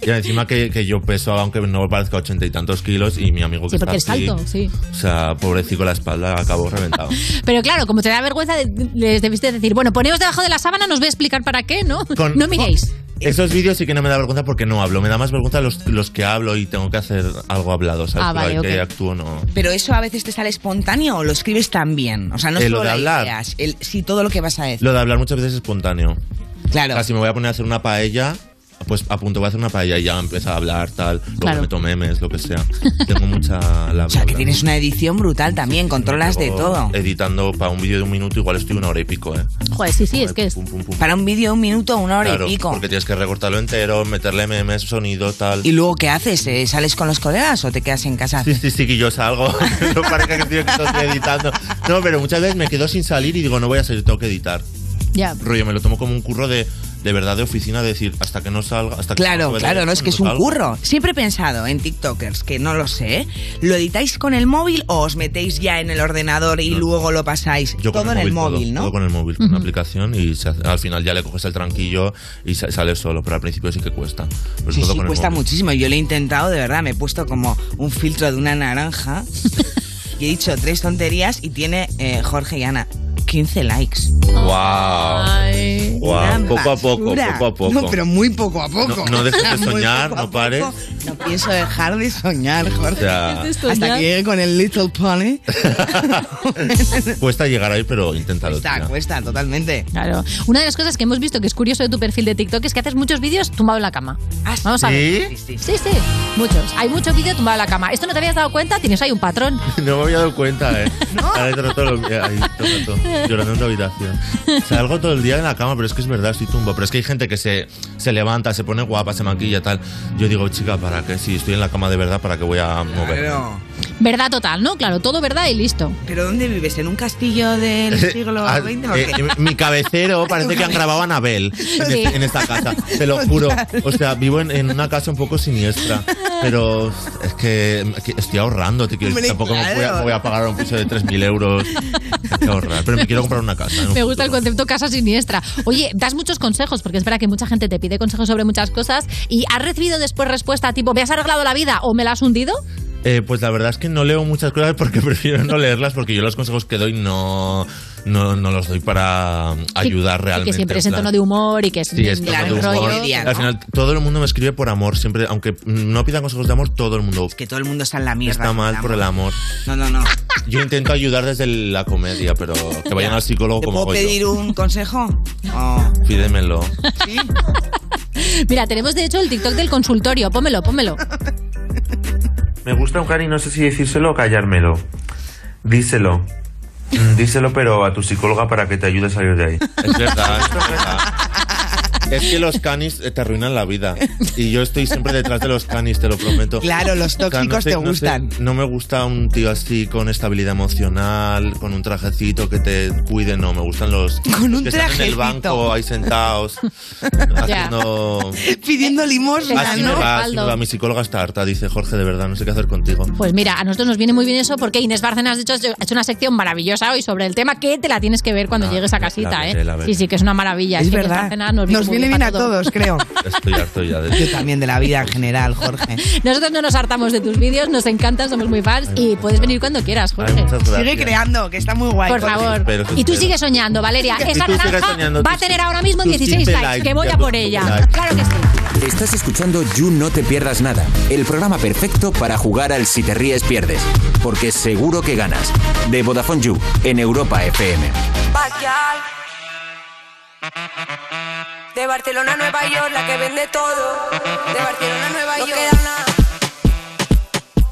Speaker 25: Y encima que, que yo peso, aunque no parezca ochenta y tantos kilos, y mi amigo que
Speaker 3: Sí, porque es
Speaker 25: está así,
Speaker 3: alto, sí.
Speaker 25: O sea, pobrecito, la espalda
Speaker 3: <laughs>
Speaker 25: acabó reventado.
Speaker 3: Pero claro, como te da vergüenza, de- les debiste decir, bueno, poneos debajo de la sábana, nos voy a explicar para qué, ¿no?
Speaker 25: <laughs> Con-
Speaker 3: no miréis.
Speaker 25: Esos vídeos sí que no me da vergüenza porque no hablo. Me da más vergüenza los, los que hablo y tengo que hacer algo hablado, ¿sabes?
Speaker 4: Ah,
Speaker 25: Pero
Speaker 4: vale,
Speaker 25: el que
Speaker 4: ok.
Speaker 25: actúo no.
Speaker 4: <laughs> Pero eso a veces te sale espontáneo o lo escribes también. O sea, no
Speaker 25: Eh,
Speaker 4: solo
Speaker 25: lo de
Speaker 4: la
Speaker 25: hablar.
Speaker 4: idea, el- sí, todo lo que vas a decir.
Speaker 25: Lo de hablar muchas veces es espontáneo.
Speaker 4: Claro.
Speaker 25: O sea, si me voy a poner a hacer una paella, pues a punto voy a hacer una paella y ya empiezo a hablar, tal. Luego
Speaker 4: Claro.
Speaker 25: meto memes, lo que sea. Tengo mucha la
Speaker 4: <laughs> O sea, que tienes una edición brutal también, controlas
Speaker 25: Oh.
Speaker 4: de todo.
Speaker 25: Editando para un vídeo de un minuto, igual estoy una hora y pico, ¿eh?
Speaker 3: Joder, sí, sí, es que es.
Speaker 4: Para un vídeo, un minuto, una hora
Speaker 25: Claro,
Speaker 4: y pico.
Speaker 25: porque tienes que recortarlo entero, meterle memes, sonido, tal.
Speaker 4: ¿Y luego qué haces? eh? ¿Sales con los colegas o te quedas en casa?
Speaker 25: Sí, sí, sí, que yo salgo. <laughs> no parece que estoy- que estoy editando. No, pero muchas veces me quedo sin salir y digo, no voy a salir, tengo que editar.
Speaker 3: Ya.
Speaker 25: rollo, me lo tomo como un curro de de verdad de oficina, de decir, hasta que no salga, hasta que
Speaker 4: Claro,
Speaker 25: acabe de
Speaker 4: claro,
Speaker 25: ver,
Speaker 4: no es que es un
Speaker 25: salga.
Speaker 4: curro. Siempre he pensado en TikTokers, que no lo sé, ¿eh? ¿lo editáis con el móvil o os metéis ya en el ordenador y luego lo pasáis?
Speaker 25: Yo con
Speaker 4: todo en el móvil,
Speaker 25: todo,
Speaker 4: ¿no?
Speaker 25: todo con el móvil, con
Speaker 4: Ujú.
Speaker 25: una aplicación y se hace- al final ya le coges el tranquillo y sa- sale solo, pero al principio sí que cuesta. Pero
Speaker 4: Sí,
Speaker 25: todo
Speaker 4: sí,
Speaker 25: con el
Speaker 4: cuesta
Speaker 25: móvil.
Speaker 4: muchísimo. Yo lo he intentado, de verdad, me he puesto como un filtro de una
Speaker 25: <laughs>
Speaker 4: naranja y he dicho tres tonterías y tiene eh, Jorge y Ana 15 likes.
Speaker 25: ¡Wow!
Speaker 4: Gran
Speaker 25: wow. Poco a poco,
Speaker 4: basura.
Speaker 25: poco a poco.
Speaker 4: No, pero muy poco a poco.
Speaker 25: No, no dejes
Speaker 4: <laughs>
Speaker 25: de
Speaker 4: Muy
Speaker 25: soñar,
Speaker 4: poco a
Speaker 25: no pares.
Speaker 4: poco. No pienso dejar de soñar, Jorge.
Speaker 25: sea, Dejes de soñar.
Speaker 4: Hasta que llegue con el Little Pony.
Speaker 25: Cuesta llegar ahí, pero inténtalo.
Speaker 4: cuesta,
Speaker 25: tía.
Speaker 4: cuesta, totalmente.
Speaker 3: Claro. Una de las cosas que hemos visto que es curioso de tu perfil de TikTok es que haces muchos vídeos tumbado en la cama.
Speaker 4: Ah,
Speaker 3: Vamos a ver.
Speaker 25: ¿Sí?
Speaker 3: Sí, sí, muchos. Hay muchos vídeos tumbado en la cama. Esto no te habías dado cuenta, tienes ahí un
Speaker 4: <laughs>
Speaker 3: patrón.
Speaker 25: <laughs> No me había dado cuenta, ¿eh? Ahí todo- todo lo- ahí, todo el rato, llorando en tu habitación. Salgo todo el día en la cama, pero es que es verdad, estoy tumbo. Pero es que hay gente que se, se levanta, se pone guapa, se maquilla, tal. Yo digo, chica, ¿para qué? Si estoy en la cama de verdad, ¿para qué voy a mover?
Speaker 3: Verdad total, ¿no? Claro, todo verdad y listo.
Speaker 4: ¿Pero dónde vives? ¿En un castillo
Speaker 25: <laughs>
Speaker 4: del siglo
Speaker 25: Ah,
Speaker 4: XX? o
Speaker 25: eh,
Speaker 4: qué?
Speaker 25: mi cabecero parece que han grabado a Anabel en,
Speaker 4: Sí.
Speaker 25: este- en esta casa, te lo juro. O sea, vivo en, en una casa un poco siniestra, pero es que, que estoy ahorrando, te quiero decir,
Speaker 3: Hombre,
Speaker 25: tampoco me voy, a,
Speaker 3: claro.
Speaker 25: me voy a pagar un piso de 3.000 euros. Hay que ahorrar, pero me quiero comprar una casa. ¿no?
Speaker 3: Me gusta el concepto casa siniestra. Oye, das muchos consejos, porque es verdad que mucha gente te pide consejos sobre muchas cosas y has recibido después respuesta tipo, ¿me has arreglado la vida o me la has hundido?
Speaker 25: Eh, pues la verdad es que no leo muchas cosas porque <laughs> prefiero no leerlas, porque yo los consejos que doy no, no, no los doy para ayudar
Speaker 3: Y
Speaker 25: realmente.
Speaker 3: que siempre es en
Speaker 25: en plan-
Speaker 3: tono de humor y que es,
Speaker 25: Sí, es tono de humor. Al final, todo el mundo me escribe por amor, siempre, aunque no pidan consejos de amor, todo el mundo.
Speaker 4: que todo el mundo está en la mierda.
Speaker 25: Está mal
Speaker 4: por
Speaker 25: por el amor.
Speaker 4: No, no, no.
Speaker 25: Yo intento ayudar desde la comedia, pero que vayan al psicólogo
Speaker 4: ¿Te
Speaker 25: como
Speaker 4: puedo
Speaker 25: hago yo.
Speaker 4: pedir un consejo? Oh.
Speaker 25: Pídemelo.
Speaker 3: Mira, tenemos de hecho el TikTok del consultorio. Pómelo, pómelo.
Speaker 2: Me gusta un cari, no sé si decírselo o callármelo. Díselo. Mm, Díselo, pero a tu psicóloga para que te ayude a salir de ahí.
Speaker 25: Es verdad, es verdad. Es que los canis eh, te arruinan la vida. Y yo estoy siempre detrás de los canis, te lo prometo.
Speaker 4: Claro, los
Speaker 25: O sea, no
Speaker 4: tóxicos
Speaker 25: sé-
Speaker 4: te
Speaker 25: no sé-
Speaker 4: gustan.
Speaker 25: No me gusta un tío así con estabilidad emocional, con un trajecito que te cuide, no. Me gustan los
Speaker 4: Con
Speaker 25: los
Speaker 4: un
Speaker 25: que están en el
Speaker 4: trajecito.
Speaker 25: banco
Speaker 4: <laughs>
Speaker 25: ahí sentados haciendo.
Speaker 4: <laughs> Pidiendo limosna,
Speaker 25: Así me
Speaker 4: ¿no?
Speaker 25: va, así me va. Mi psicóloga está harta, dice Jorge, de verdad, no sé qué hacer contigo.
Speaker 3: Pues mira, a nosotros nos viene muy bien eso porque Inés Bárcenas, de hecho, ha hecho una sección maravillosa hoy sobre el tema que te la tienes que ver cuando llegues a casita,
Speaker 25: veré,
Speaker 3: ¿eh?
Speaker 25: Ah, la veré.
Speaker 3: Sí, sí, que es una maravilla.
Speaker 4: Es
Speaker 3: que Inés
Speaker 4: verdad.
Speaker 3: Bárcenas nos viene,
Speaker 4: Nos
Speaker 3: muy
Speaker 4: viene bien
Speaker 3: para
Speaker 4: a
Speaker 3: todo.
Speaker 4: todos, creo.
Speaker 25: Estoy harto ya de
Speaker 4: Yo también, de la vida en general, Jorge.
Speaker 3: <laughs> Nosotros no nos hartamos de tus vídeos, nos encantan, somos muy fans y puedes venir cuando quieras, Jorge.
Speaker 25: Ay, muchas gracias. Sigue
Speaker 4: creando, que está muy guay.
Speaker 3: Por
Speaker 25: Jorge.
Speaker 3: favor.
Speaker 25: Espero,
Speaker 3: y tú
Speaker 25: espero.
Speaker 3: sigues soñando, Valeria.
Speaker 25: Y
Speaker 3: Esa
Speaker 25: tú sigues
Speaker 3: naranja
Speaker 25: soñando
Speaker 3: va a
Speaker 25: tus-
Speaker 3: tener ahora mismo
Speaker 25: tus
Speaker 3: 16
Speaker 25: 15
Speaker 3: likes,
Speaker 25: likes,
Speaker 3: que voy
Speaker 25: ya
Speaker 3: a
Speaker 25: tus
Speaker 3: por
Speaker 25: 15
Speaker 3: ella.
Speaker 25: likes.
Speaker 3: Claro que sí.
Speaker 46: Estás escuchando You No Te Pierdas Nada, el programa perfecto para jugar al Si Te Ríes Pierdes, porque seguro que ganas. De Vodafone You, en Europa FM.
Speaker 15: Backyard. De Barcelona a Nueva York, la que vende todo. De Barcelona a Nueva York. No queda nada.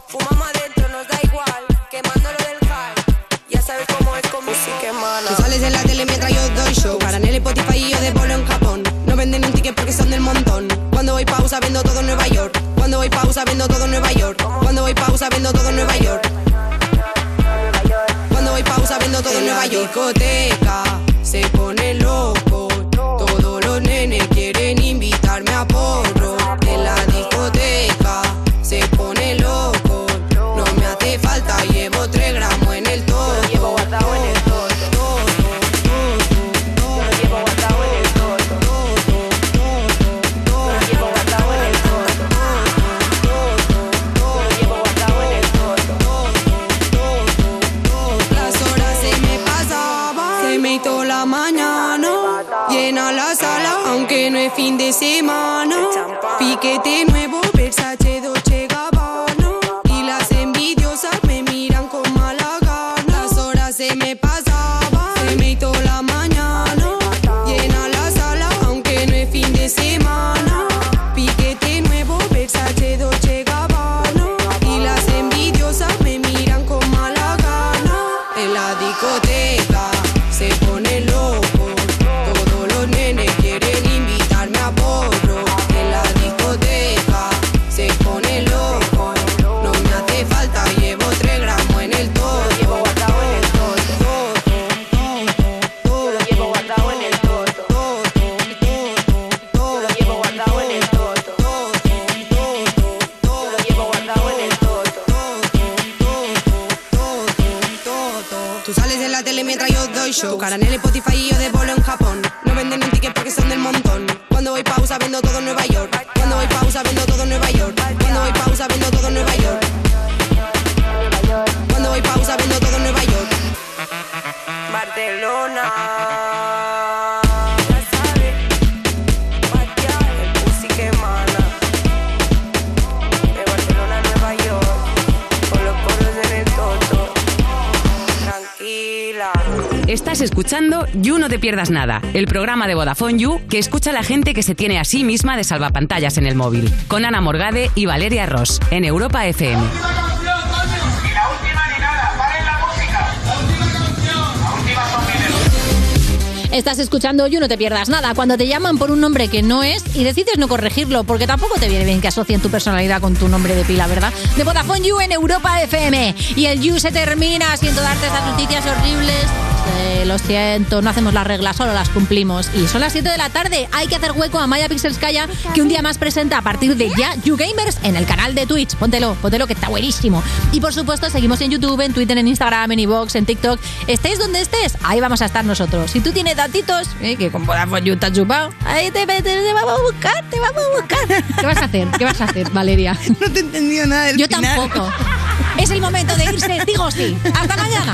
Speaker 15: Fumamos adentro, nos da igual. Quemándolo del cal. Ya sabes cómo es como si quemana. Tú sales en la tele mientras yo doy show. Para en el Spotify y yo de bolo en Japón. No venden un ticket porque son del montón. Cuando voy pausa vendo todo en Nueva York. Cuando voy pausa vendo todo en Nueva York. Cuando voy pausa vendo todo en Nueva York. Cuando voy pausa vendo todo en Nueva York. discoteca se pone loco. Todos los nenes quieren invitarme a porro. En la discoteca se pone loco. No me hace falta, llevo 3 gramos en el todo. llevo guardado en el Las horas se me pasaban, se me hizo la mañana. Llena la sala, aunque no es fin de semana. Piquete nuevo, Versace, Dolce Gabbana. Y las envidiosas me miran con mala gana. Las horas se me pasaban, se me hizo la mañana. Llena la sala, aunque no es fin de semana. Piquete nuevo, Versace, Dolce Gabbana. Y las envidiosas me miran con mala gana. En la discoteca se pone loco. Todos los nenes quieren invitarme a porro. En la discoteca tele mientras yo doy show. Tu cara en el Spotify y yo de bolo en Japón. No venden un ticket porque son del montón. Cuando voy pausa vendo todo en Nueva York. Cuando voy pausa vendo todo en Nueva York. Cuando voy pausa vendo todo en Nueva York. Cuando voy pausa vendo todo en Nueva York. Barcelona. Ya sabe, patear el pussy que emana. De Barcelona a Nueva York, con los poros en el toto. Tranquila.
Speaker 6: Estás escuchando You No Te Pierdas Nada, el programa de Vodafone You que escucha a la gente que se tiene a sí misma de salvapantallas en el móvil. Con Ana Morgade y Valeria Ross, en Europa FM.
Speaker 3: Estás escuchando You No Te Pierdas Nada, cuando te llaman por un nombre que no es y decides no corregirlo, porque tampoco te viene bien que asocien tu personalidad con tu nombre de pila, ¿verdad? De Vodafone You en Europa FM. Y el You se termina siento darte estas noticias horribles. Eh, lo siento, no hacemos las reglas, solo las cumplimos. Y son las 7 de la tarde, hay que hacer hueco a Maya Pixelskaya, que un día más presenta a partir de ya You Gamers en el canal de Twitch. Póntelo, póntelo que está buenísimo. Y por supuesto, seguimos en YouTube, en Twitter, en Instagram, en iVoox, en TikTok. Estéis donde estés, ahí vamos a estar nosotros. Si tú tienes datitos, eh, que con Vodafone You estás chupado, ahí te, te- te vamos a buscar, te vamos a buscar. ¿Qué vas a hacer? ¿Qué vas a hacer, Valeria? <laughs> No te he entendido nada del Yo
Speaker 4: <laughs>
Speaker 3: tampoco. Es el momento de irse, digo sí. Hasta mañana.